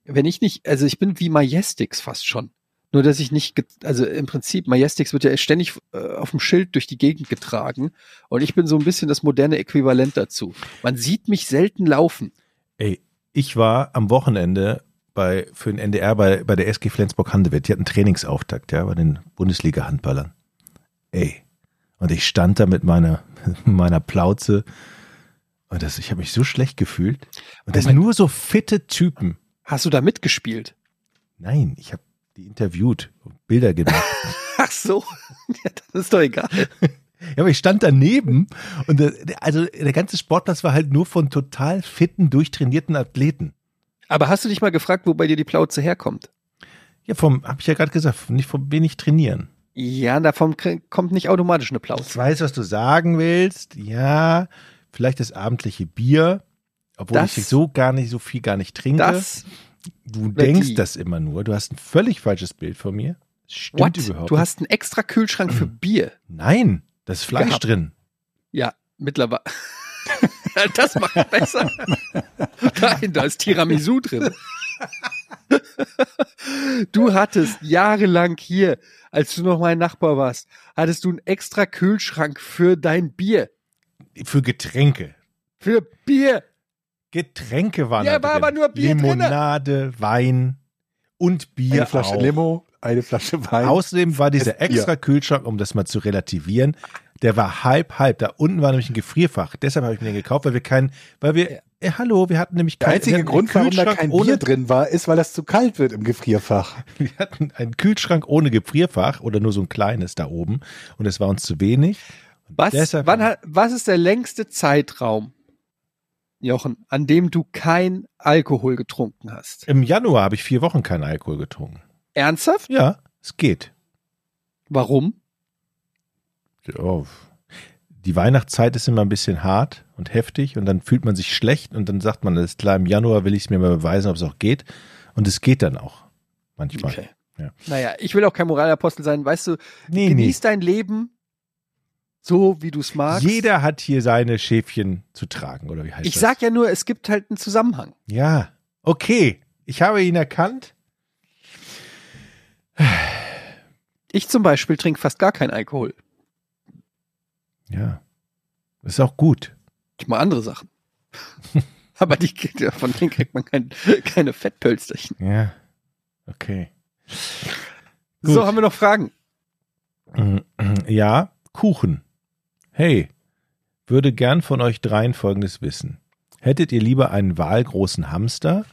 Speaker 2: Wenn ich nicht, also ich bin wie Majestix fast schon. Nur, dass ich nicht, ge- also im Prinzip, Majestix wird ja ständig äh, auf dem Schild durch die Gegend getragen und ich bin so ein bisschen das moderne Äquivalent dazu. Man sieht mich selten laufen.
Speaker 3: Ey, ich war am Wochenende bei, für den NDR bei, bei der SG Flensburg-Handewitt. Die hatten Trainingsauftakt, ja, bei den Bundesliga-Handballern. Ey. Und ich stand da mit meiner, meiner Plauze. Und das, ich habe mich so schlecht gefühlt. Und das sind
Speaker 2: Moment.
Speaker 3: nur so fitte Typen.
Speaker 2: Hast du da mitgespielt?
Speaker 3: Nein, ich habe die interviewt, und Bilder gemacht.
Speaker 2: Ach so, ja, das ist doch egal.
Speaker 3: Ja, aber ich stand daneben und der, der- also der ganze Sportplatz war halt nur von total fitten, durchtrainierten Athleten.
Speaker 2: Aber hast du dich mal gefragt, wo bei dir die Plauze herkommt?
Speaker 3: Ja, vom, habe ich ja gerade gesagt, nicht vom wenig trainieren.
Speaker 2: Ja, davon krie- kommt nicht automatisch eine
Speaker 3: Ich
Speaker 2: Plauze.
Speaker 3: weiß, was du sagen willst. Ja, vielleicht das abendliche Bier, obwohl
Speaker 2: Das-
Speaker 3: ich so gar nicht so viel gar nicht trinke.
Speaker 2: Das,
Speaker 3: du
Speaker 2: oder
Speaker 3: denkst
Speaker 2: die.
Speaker 3: das immer nur. Du hast ein völlig falsches Bild von mir. Das stimmt
Speaker 2: what?
Speaker 3: überhaupt.
Speaker 2: Du
Speaker 3: nicht. Mhm.
Speaker 2: hast einen extra Kühlschrank für Bier.
Speaker 3: Nein, das ist Fleisch
Speaker 2: Gehabt.
Speaker 3: drin.
Speaker 2: Ja, mittlerweile. das macht besser. Nein, da ist Tiramisu drin. Du hattest jahrelang hier, als du noch mein Nachbar warst, hattest du einen extra Kühlschrank für dein Bier.
Speaker 3: für Getränke.
Speaker 2: Für Bier.
Speaker 3: Getränke waren
Speaker 2: Ja,
Speaker 3: da
Speaker 2: war
Speaker 3: drin.
Speaker 2: aber nur Bier drinne.
Speaker 3: Limonade, Wein und Bier
Speaker 1: Eine Flasche
Speaker 3: auch.
Speaker 1: Limo, eine Flasche Wein.
Speaker 3: Außerdem war dieser
Speaker 1: Bier.
Speaker 3: extra Kühlschrank, um das mal zu relativieren, der war halb halb. Da unten war nämlich ein Gefrierfach. Deshalb habe ich mir den gekauft, weil wir keinen, weil wir, äh, hallo, wir hatten nämlich
Speaker 1: der
Speaker 3: kein-
Speaker 1: einzige
Speaker 3: wir hatten einen
Speaker 1: Grund, warum da
Speaker 3: Kühlschrank
Speaker 1: kein
Speaker 3: ohne,
Speaker 1: Bier drin war, ist, weil das zu kalt wird im Gefrierfach.
Speaker 3: Wir hatten einen Kühlschrank ohne Gefrierfach oder nur so ein kleines da oben und es war uns zu wenig.
Speaker 2: Was,
Speaker 3: Deshalb-
Speaker 2: wann, hat- was ist der längste Zeitraum, Jochen, an dem du kein Alkohol getrunken hast?
Speaker 3: Im Januar habe ich vier Wochen keinen Alkohol getrunken.
Speaker 2: Ernsthaft?
Speaker 3: Ja, es geht.
Speaker 2: Warum?
Speaker 3: Ja. Die Weihnachtszeit ist immer ein bisschen hart und heftig und dann fühlt man sich schlecht und dann sagt man, alles klar, im Januar will ich es mir mal beweisen, ob es auch geht. Und es geht dann auch manchmal. Ja.
Speaker 2: Naja, ich will auch kein Moralapostel sein. Weißt du,
Speaker 3: Nee,
Speaker 2: genieß dein Leben so, wie du es magst.
Speaker 3: Jeder hat hier seine Schäfchen zu tragen, oder wie heißt
Speaker 2: Ich
Speaker 3: das?
Speaker 2: sag ja nur, es gibt halt einen Zusammenhang.
Speaker 3: Ja, okay. Ich habe ihn erkannt.
Speaker 2: Ich zum Beispiel trinke fast gar keinen Alkohol.
Speaker 3: Ja. Das ist auch gut.
Speaker 2: Ich mal andere Sachen. Aber die, von denen kriegt man kein, keine Fettpölsterchen.
Speaker 3: Ja. Okay.
Speaker 2: So,
Speaker 3: Gut.
Speaker 2: haben wir noch Fragen?
Speaker 3: Ja, Kuchen. Hey, würde gern von euch dreien Folgendes wissen. Hättet ihr lieber einen wahlgroßen Hamster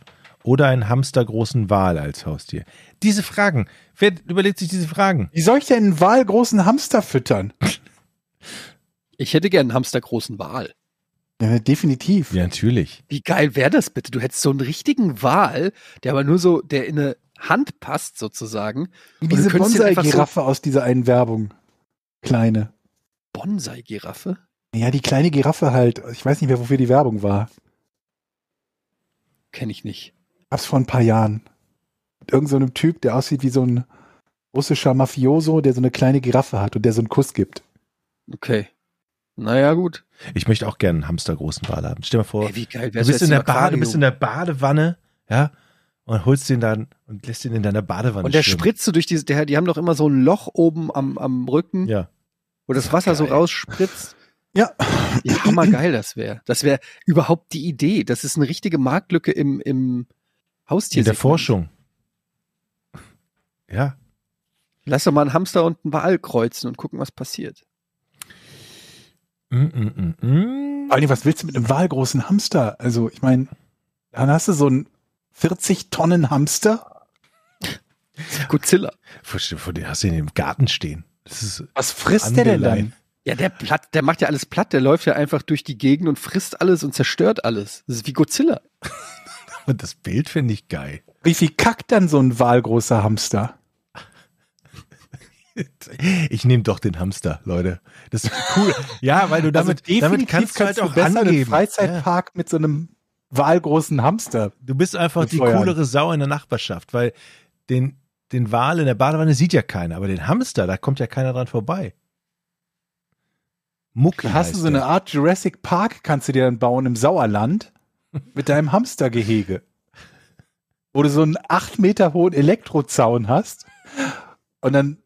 Speaker 3: oder einen hamstergroßen Wal als Haustier? Diese Fragen. Wer überlegt sich diese Fragen?
Speaker 1: Wie soll ich denn einen wahlgroßen Hamster füttern?
Speaker 2: Ich hätte gern einen hamstergroßen Wal.
Speaker 1: Ja, definitiv.
Speaker 3: Ja, natürlich.
Speaker 2: Wie geil wäre das bitte? Du hättest so einen richtigen Wal, der aber nur so, der in eine Hand passt sozusagen.
Speaker 1: Wie
Speaker 2: Und du
Speaker 1: diese
Speaker 2: könntest ihn einfach so-
Speaker 1: Bonsai-Giraffe aus dieser einen Werbung. Kleine.
Speaker 2: Bonsai-Giraffe?
Speaker 1: Ja, die kleine Giraffe halt. Ich weiß nicht mehr, wofür die Werbung war.
Speaker 2: Kenne ich nicht.
Speaker 1: Gab's vor ein paar Jahren. Mit irgendeinem so einem Typ, der aussieht wie so ein russischer Mafioso, der so eine kleine Giraffe hat und der so einen Kuss gibt.
Speaker 2: Okay. Naja, gut.
Speaker 3: Ich möchte auch gerne einen hamstergroßen Wal haben. Stell dir mal vor,
Speaker 2: Ey, wie geil
Speaker 3: du
Speaker 2: wär's
Speaker 3: bist,
Speaker 2: jetzt
Speaker 3: in der
Speaker 2: im
Speaker 3: Bade, du bist in
Speaker 2: Aquarium?
Speaker 3: der Badewanne, ja, und holst den dann und lässt ihn in deiner Badewanne
Speaker 2: Und der
Speaker 3: schwimmen.
Speaker 2: spritzt so durch diese, der, die haben doch immer so ein Loch oben am, am Rücken,
Speaker 3: Ja.
Speaker 2: wo das Wasser so
Speaker 3: Geil.
Speaker 2: rausspritzt.
Speaker 1: Ja.
Speaker 2: Ja, hammergeil das wäre. Das wäre überhaupt die Idee. Das ist eine richtige Marktlücke im, im Haustier.
Speaker 3: In der Forschung. Ja.
Speaker 2: Lass doch mal einen Hamster und einen Wal kreuzen und gucken, was passiert.
Speaker 3: Mm, mm, mm, mm.
Speaker 1: Vor allem, was willst du mit einem wahlgroßen Hamster? Also, ich meine, dann hast du so einen 40 Tonnen Hamster.
Speaker 2: Godzilla.
Speaker 3: Verstehe, Von dir hast du ihn im Garten stehen. Das ist
Speaker 1: Was frisst der denn
Speaker 3: Angeleiert.
Speaker 1: dann?
Speaker 2: Ja, der platt, der macht ja alles platt, der läuft ja einfach durch die Gegend und frisst alles und zerstört alles. Das ist wie Godzilla.
Speaker 3: und das Bild finde ich geil.
Speaker 1: Wie viel kackt dann so ein wahlgroßer Hamster?
Speaker 3: Ich nehme doch den Hamster, Leute. Das ist cool. Ja, weil du damit, Also damit kannst du halt auch
Speaker 1: einen
Speaker 3: angeben. Ja.
Speaker 1: Freizeitpark mit so einem wahlgroßen Hamster.
Speaker 3: Du bist einfach
Speaker 1: mit
Speaker 3: die
Speaker 1: Feuer an.
Speaker 3: coolere Sau in der Nachbarschaft, weil den, den Wal in der Badewanne sieht ja keiner, aber den Hamster, da kommt ja keiner dran vorbei. Mucki
Speaker 1: Da hast du
Speaker 3: heißt
Speaker 1: so eine
Speaker 3: der.
Speaker 1: Art Jurassic Park, kannst du dir dann bauen im Sauerland mit deinem Hamstergehege. Wo du so einen acht Meter hohen Elektrozaun hast und dann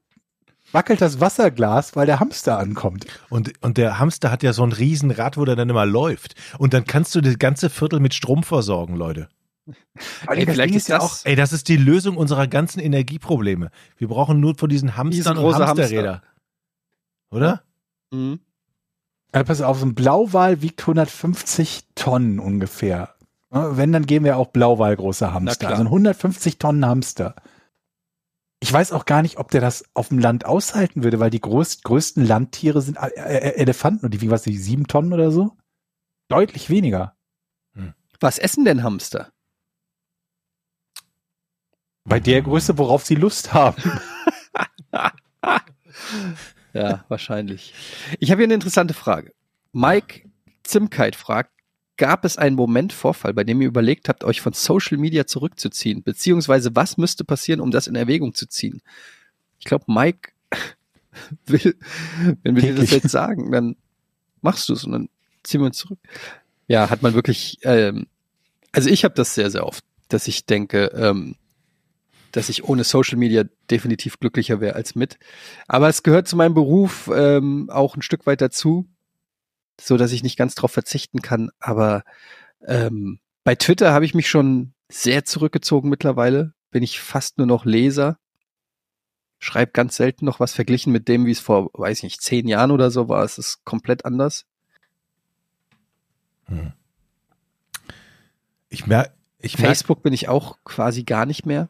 Speaker 1: wackelt das Wasserglas, weil der Hamster ankommt.
Speaker 3: Und, und der Hamster hat ja so ein Riesenrad, wo der dann immer läuft. Und dann kannst du das ganze Viertel mit Strom versorgen, Leute.
Speaker 2: Ey,
Speaker 1: das
Speaker 2: vielleicht
Speaker 1: Ding
Speaker 2: ist
Speaker 1: ja
Speaker 2: das-
Speaker 1: auch,
Speaker 3: Ey, das ist die Lösung unserer ganzen Energieprobleme. Wir brauchen nur von diesen Hamstern und
Speaker 2: Riesengroße
Speaker 3: Hamsterräder. Oder?
Speaker 2: Mhm.
Speaker 1: ja, Äh, pass auf, so ein Blauwal wiegt 150 Tonnen ungefähr. Ja, Wenn, dann gehen wir auch Blauwal großer Hamster.
Speaker 2: klar.
Speaker 1: Also ein 150 Tonnen Hamster. Ich weiß auch gar nicht, ob der das auf dem Land aushalten würde, weil die groß, größten Landtiere sind äh, äh, Elefanten und die wiegen was, die sieben Tonnen oder so? Deutlich weniger.
Speaker 2: Was essen denn Hamster?
Speaker 1: Bei der Größe, worauf sie Lust haben.
Speaker 2: Ja, wahrscheinlich. Ich habe hier eine interessante Frage. Mike Zimkeit fragt, gab es einen Moment Vorfall, bei dem ihr überlegt habt, euch von Social Media zurückzuziehen? Beziehungsweise was müsste passieren, um das in Erwägung zu ziehen? Ich glaube, Mike will, wenn wir dir das
Speaker 1: Täglich.
Speaker 2: jetzt sagen, dann machst du es und dann ziehen wir uns zurück. Ja, hat man wirklich, ähm, also ich habe das sehr, sehr oft, dass ich denke, ähm, dass ich ohne Social Media definitiv glücklicher wäre als mit. Aber es gehört zu meinem Beruf ähm, auch ein Stück weit dazu. so dass ich nicht ganz drauf verzichten kann. Aber ähm, bei Twitter habe ich mich schon sehr zurückgezogen mittlerweile. Bin ich fast nur noch Leser. Schreib ganz selten noch was verglichen mit dem, wie es vor, weiß ich nicht, zehn Jahren oder so war. Es ist komplett anders.
Speaker 3: Hm. Ich merke, ich merke,
Speaker 2: Facebook bin ich auch quasi gar nicht mehr.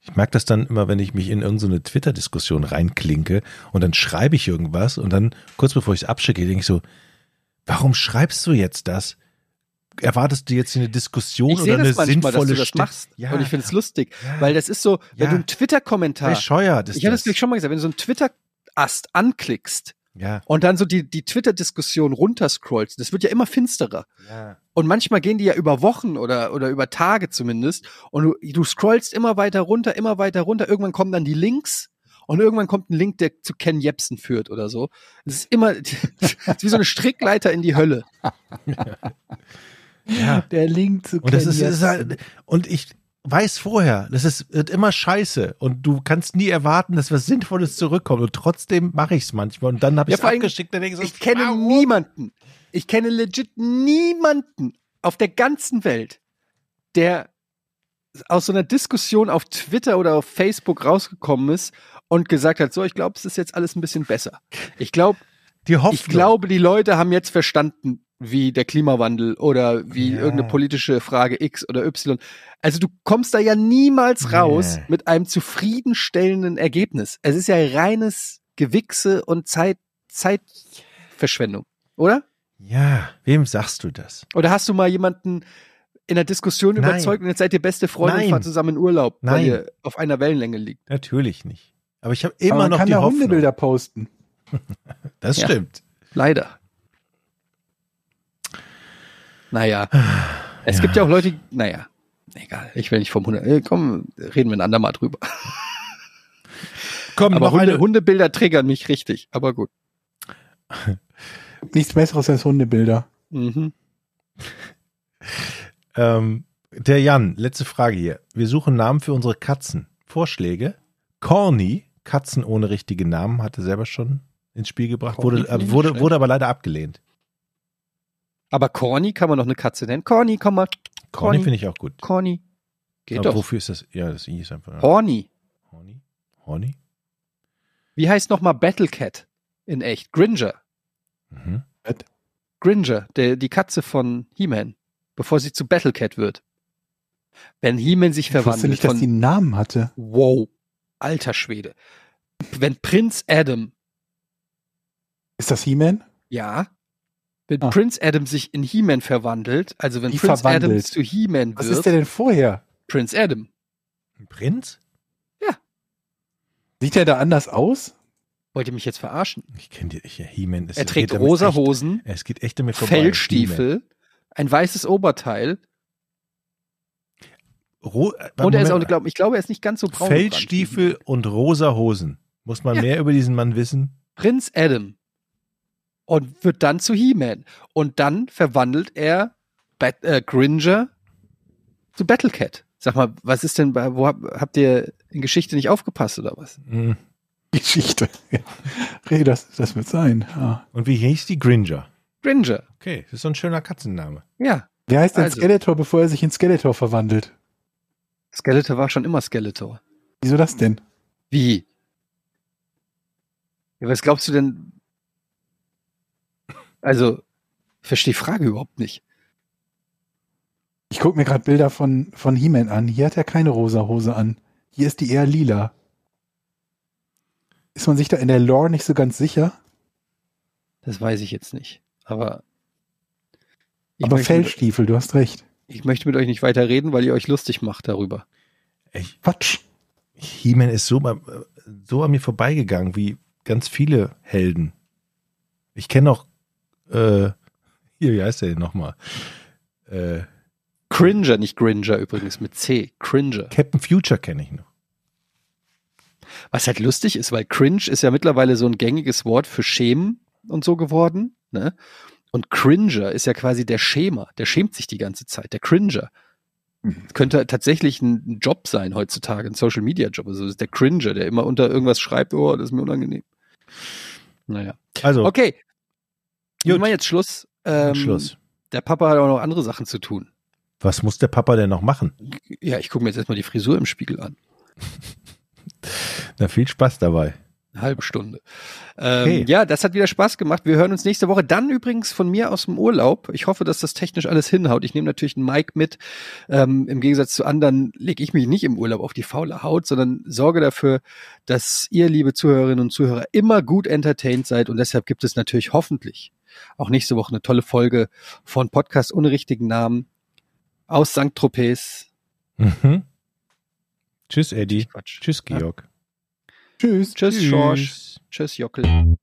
Speaker 3: ich merke das dann immer, wenn ich mich in irgendeine Twitter-Diskussion reinklinke und dann schreibe ich irgendwas und dann kurz bevor ich es abschicke, denke ich so, warum schreibst du jetzt das? Erwartest du jetzt hier eine Diskussion
Speaker 2: Ich
Speaker 3: oder
Speaker 2: sehe
Speaker 3: eine
Speaker 2: das manchmal, dass du
Speaker 3: sinnvolle
Speaker 2: das
Speaker 3: Sti-
Speaker 2: machst.
Speaker 3: Ja.
Speaker 2: Und ich finde es lustig.
Speaker 3: Ja.
Speaker 2: Weil das ist so, wenn
Speaker 3: Ja.
Speaker 2: du einen Twitter-Kommentar,
Speaker 3: bescheuert ist
Speaker 2: ich habe das wirklich schon mal gesagt, wenn du so einen Twitter-Ast anklickst
Speaker 3: Ja,
Speaker 2: und dann so die, die Twitter-Diskussion runterscrollst, das wird ja immer finsterer.
Speaker 3: ja.
Speaker 2: Und manchmal gehen die ja über Wochen oder, oder über Tage zumindest. Und du, du scrollst immer weiter runter, immer weiter runter. Irgendwann kommen dann die Links. Und irgendwann kommt ein Link, der zu Ken Jebsen führt oder so. Es ist immer es ist wie so eine Strickleiter in die Hölle.
Speaker 3: ja.
Speaker 1: Der Link zu
Speaker 3: Und das ist,
Speaker 1: Ken
Speaker 3: ist halt, und ich weiß vorher, das ist, wird immer scheiße und du kannst nie erwarten, dass was Sinnvolles zurückkommt und trotzdem mache ich es manchmal und dann habe
Speaker 2: Ja,
Speaker 3: ich es
Speaker 2: vor allem,
Speaker 3: abgeschickt, dann denke ich so,
Speaker 2: Ich kenne
Speaker 3: warum?
Speaker 2: niemanden. Ich kenne legit niemanden auf der ganzen Welt, der aus so einer Diskussion auf Twitter oder auf Facebook rausgekommen ist und gesagt hat, so, ich glaube, es ist jetzt alles ein bisschen besser. Ich glaube,
Speaker 3: die Hoffnung.
Speaker 2: ich glaube, die Leute haben jetzt verstanden, wie der Klimawandel oder wie
Speaker 3: Ja.
Speaker 2: irgendeine politische Frage X oder Y. Also du kommst da ja niemals raus
Speaker 3: Nee.
Speaker 2: mit einem zufriedenstellenden Ergebnis. Es ist ja reines Gewichse und Zeit, Zeitverschwendung, oder?
Speaker 3: Ja, wem sagst du das?
Speaker 2: Oder hast du mal jemanden in der Diskussion
Speaker 3: Nein.
Speaker 2: überzeugt und jetzt seid ihr beste Freunde
Speaker 3: Nein.
Speaker 2: und fahrt zusammen in Urlaub, weil
Speaker 3: Nein.
Speaker 2: ihr auf einer Wellenlänge liegt?
Speaker 3: Natürlich nicht. Aber ich habe
Speaker 1: Jebsen. Aber
Speaker 3: immer
Speaker 1: man
Speaker 3: noch
Speaker 1: kann
Speaker 3: die
Speaker 1: da
Speaker 3: Hoffnung.
Speaker 1: Hundebilder posten.
Speaker 3: Das
Speaker 2: Ja.
Speaker 3: stimmt.
Speaker 2: Leider. Naja. Es
Speaker 3: Ja.
Speaker 2: gibt ja auch Leute, naja, egal, ich will nicht vom Hund. Äh, komm, reden wir ein andermal drüber.
Speaker 3: Komm,
Speaker 2: Aber
Speaker 3: noch
Speaker 2: Hunde,
Speaker 3: eine.
Speaker 2: Hundebilder triggern mich richtig, aber gut.
Speaker 1: Nichts Besseres als Hundebilder.
Speaker 2: Mhm.
Speaker 3: Ähm, der Jan, letzte Frage hier. Wir suchen Namen für unsere Katzen. Vorschläge? Corny, Katzen ohne richtigen Namen, hatte selber schon ins Spiel gebracht,
Speaker 2: Corny
Speaker 3: wurde,
Speaker 2: finde ich
Speaker 3: äh,
Speaker 2: nicht
Speaker 3: wurde,
Speaker 2: schlecht.
Speaker 3: wurde aber leider abgelehnt.
Speaker 2: Aber Corny kann man noch eine Katze nennen. Corny, komm mal,
Speaker 3: Corny,
Speaker 2: Corny.
Speaker 3: finde ich auch gut.
Speaker 2: Corny. Geht
Speaker 3: Aber
Speaker 2: doch.
Speaker 3: Wofür ist das? Ja, das I ist einfach.
Speaker 2: Horny.
Speaker 3: Horny? Horny?
Speaker 2: Wie heißt nochmal Battlecat in echt? Gringer.
Speaker 3: Mhm.
Speaker 2: Gringer, der, die Katze von He-Man, bevor sie zu Battlecat wird. Wenn He-Man sich
Speaker 1: Ich wusste
Speaker 2: verwandelt
Speaker 1: nicht, dass
Speaker 2: von
Speaker 1: die einen Namen hatte.
Speaker 2: Wow, alter Schwede. Wenn Prinz Adam,
Speaker 1: Ist das He-Man?
Speaker 2: ja, wenn
Speaker 1: Ah.
Speaker 2: Prinz Adam sich in He-Man verwandelt, also wenn
Speaker 1: Wie
Speaker 2: Prinz
Speaker 1: verwandelt?
Speaker 2: Adam zu He-Man
Speaker 1: Was
Speaker 2: wird,
Speaker 1: ist der denn vorher?
Speaker 2: Prinz Adam.
Speaker 3: Ein Prinz?
Speaker 1: Sieht der da anders aus?
Speaker 2: Wollt ihr mich jetzt verarschen?
Speaker 3: Ich kenne die. Ich, He-Man ist.
Speaker 2: er
Speaker 3: es
Speaker 2: trägt
Speaker 3: geht damit
Speaker 2: rosa
Speaker 3: echt,
Speaker 2: Hosen,
Speaker 3: Es geht echt damit vorbei. He-Man.
Speaker 2: Fellstiefel, ein weißes Oberteil
Speaker 3: Ro äh,
Speaker 2: und er ist auch,
Speaker 3: Moment.
Speaker 2: glaub, ich glaube, er ist nicht ganz so braun. gebrannt wie
Speaker 3: Feldstiefel und rosa Hosen. Muss man
Speaker 2: Ja.
Speaker 3: mehr über diesen Mann wissen?
Speaker 2: Prinz Adam und wird dann zu He-Man. Und dann verwandelt er Bat äh, Gringer zu Battlecat. Sag mal, was ist denn, bei- wo hab, habt ihr in Geschichte nicht aufgepasst oder was?
Speaker 3: Mhm.
Speaker 1: Geschichte. Ja. Reh, das, das wird sein. Ja.
Speaker 3: Und wie hieß die Gringer?
Speaker 2: Gringer,
Speaker 3: Okay, das ist so ein schöner Katzenname.
Speaker 2: ja.
Speaker 1: Wer heißt denn
Speaker 2: Also.
Speaker 1: Skeletor, bevor er sich in Skeletor verwandelt?
Speaker 2: Skeletor war schon immer Skeletor.
Speaker 1: Wieso das denn?
Speaker 2: Wie? Ja, was glaubst du denn? Also, ich verstehe die Frage überhaupt nicht.
Speaker 1: Ich gucke mir gerade Bilder von, von He-Man an. Hier hat er keine rosa Hose an. Hier ist die eher lila. Ist man sich da in der Lore nicht so ganz sicher?
Speaker 2: Das weiß ich jetzt nicht. Aber. ich
Speaker 1: Aber
Speaker 2: möchte-
Speaker 1: Fellstiefel, du hast recht.
Speaker 2: Ich möchte mit euch nicht weiter reden, weil ihr euch lustig macht darüber.
Speaker 3: Ich,
Speaker 1: Quatsch.
Speaker 3: He-Man ist so, mal- so an mir vorbeigegangen wie ganz viele Helden. Ich kenne noch, äh, hier, wie heißt der denn nochmal? Äh,
Speaker 2: Cringer, nicht Gringer übrigens, mit C. Cringer.
Speaker 3: Captain Future kenne ich noch.
Speaker 2: Was halt lustig ist, weil Cringe ist ja mittlerweile so ein gängiges Wort für Schämen und so geworden. Ne? Und Cringer ist ja quasi der Schämer. Der schämt sich die ganze Zeit. Der Cringer.
Speaker 1: Mhm.
Speaker 2: Das könnte tatsächlich ein ein Job sein heutzutage, ein Social-Media-Job. Also das ist der Cringer, der immer unter irgendwas schreibt, oh, das ist mir unangenehm. Naja.
Speaker 3: Also,
Speaker 2: Okay. Gut. Machen wir jetzt Schluss. Ähm,
Speaker 3: Schluss.
Speaker 2: Der Papa hat auch noch andere Sachen zu tun.
Speaker 3: Was muss der Papa denn noch machen?
Speaker 2: Ja, ich gucke mir jetzt erstmal die Frisur im Spiegel an.
Speaker 3: Na, viel Spaß dabei.
Speaker 2: Eine halbe Stunde. Ähm,
Speaker 3: Hey.
Speaker 2: Ja, das hat wieder Spaß gemacht. Wir hören uns nächste Woche. Dann übrigens von mir aus dem Urlaub. Ich hoffe, dass das technisch alles hinhaut. Ich nehme natürlich einen Mic mit. Ähm, Im Gegensatz zu anderen lege ich mich nicht im Urlaub auf die faule Haut, sondern sorge dafür, dass ihr, liebe Zuhörerinnen und Zuhörer, immer gut entertained seid. Und deshalb gibt es natürlich hoffentlich auch nächste Woche eine tolle Folge von Podcast ohne richtigen Namen aus St. Tropez.
Speaker 3: Mhm. Tschüss, Eddie.
Speaker 2: Quatsch.
Speaker 3: Tschüss, Georg.
Speaker 1: Tschüss.
Speaker 2: Tschüss, Schorsch. Tschüss, Jockel.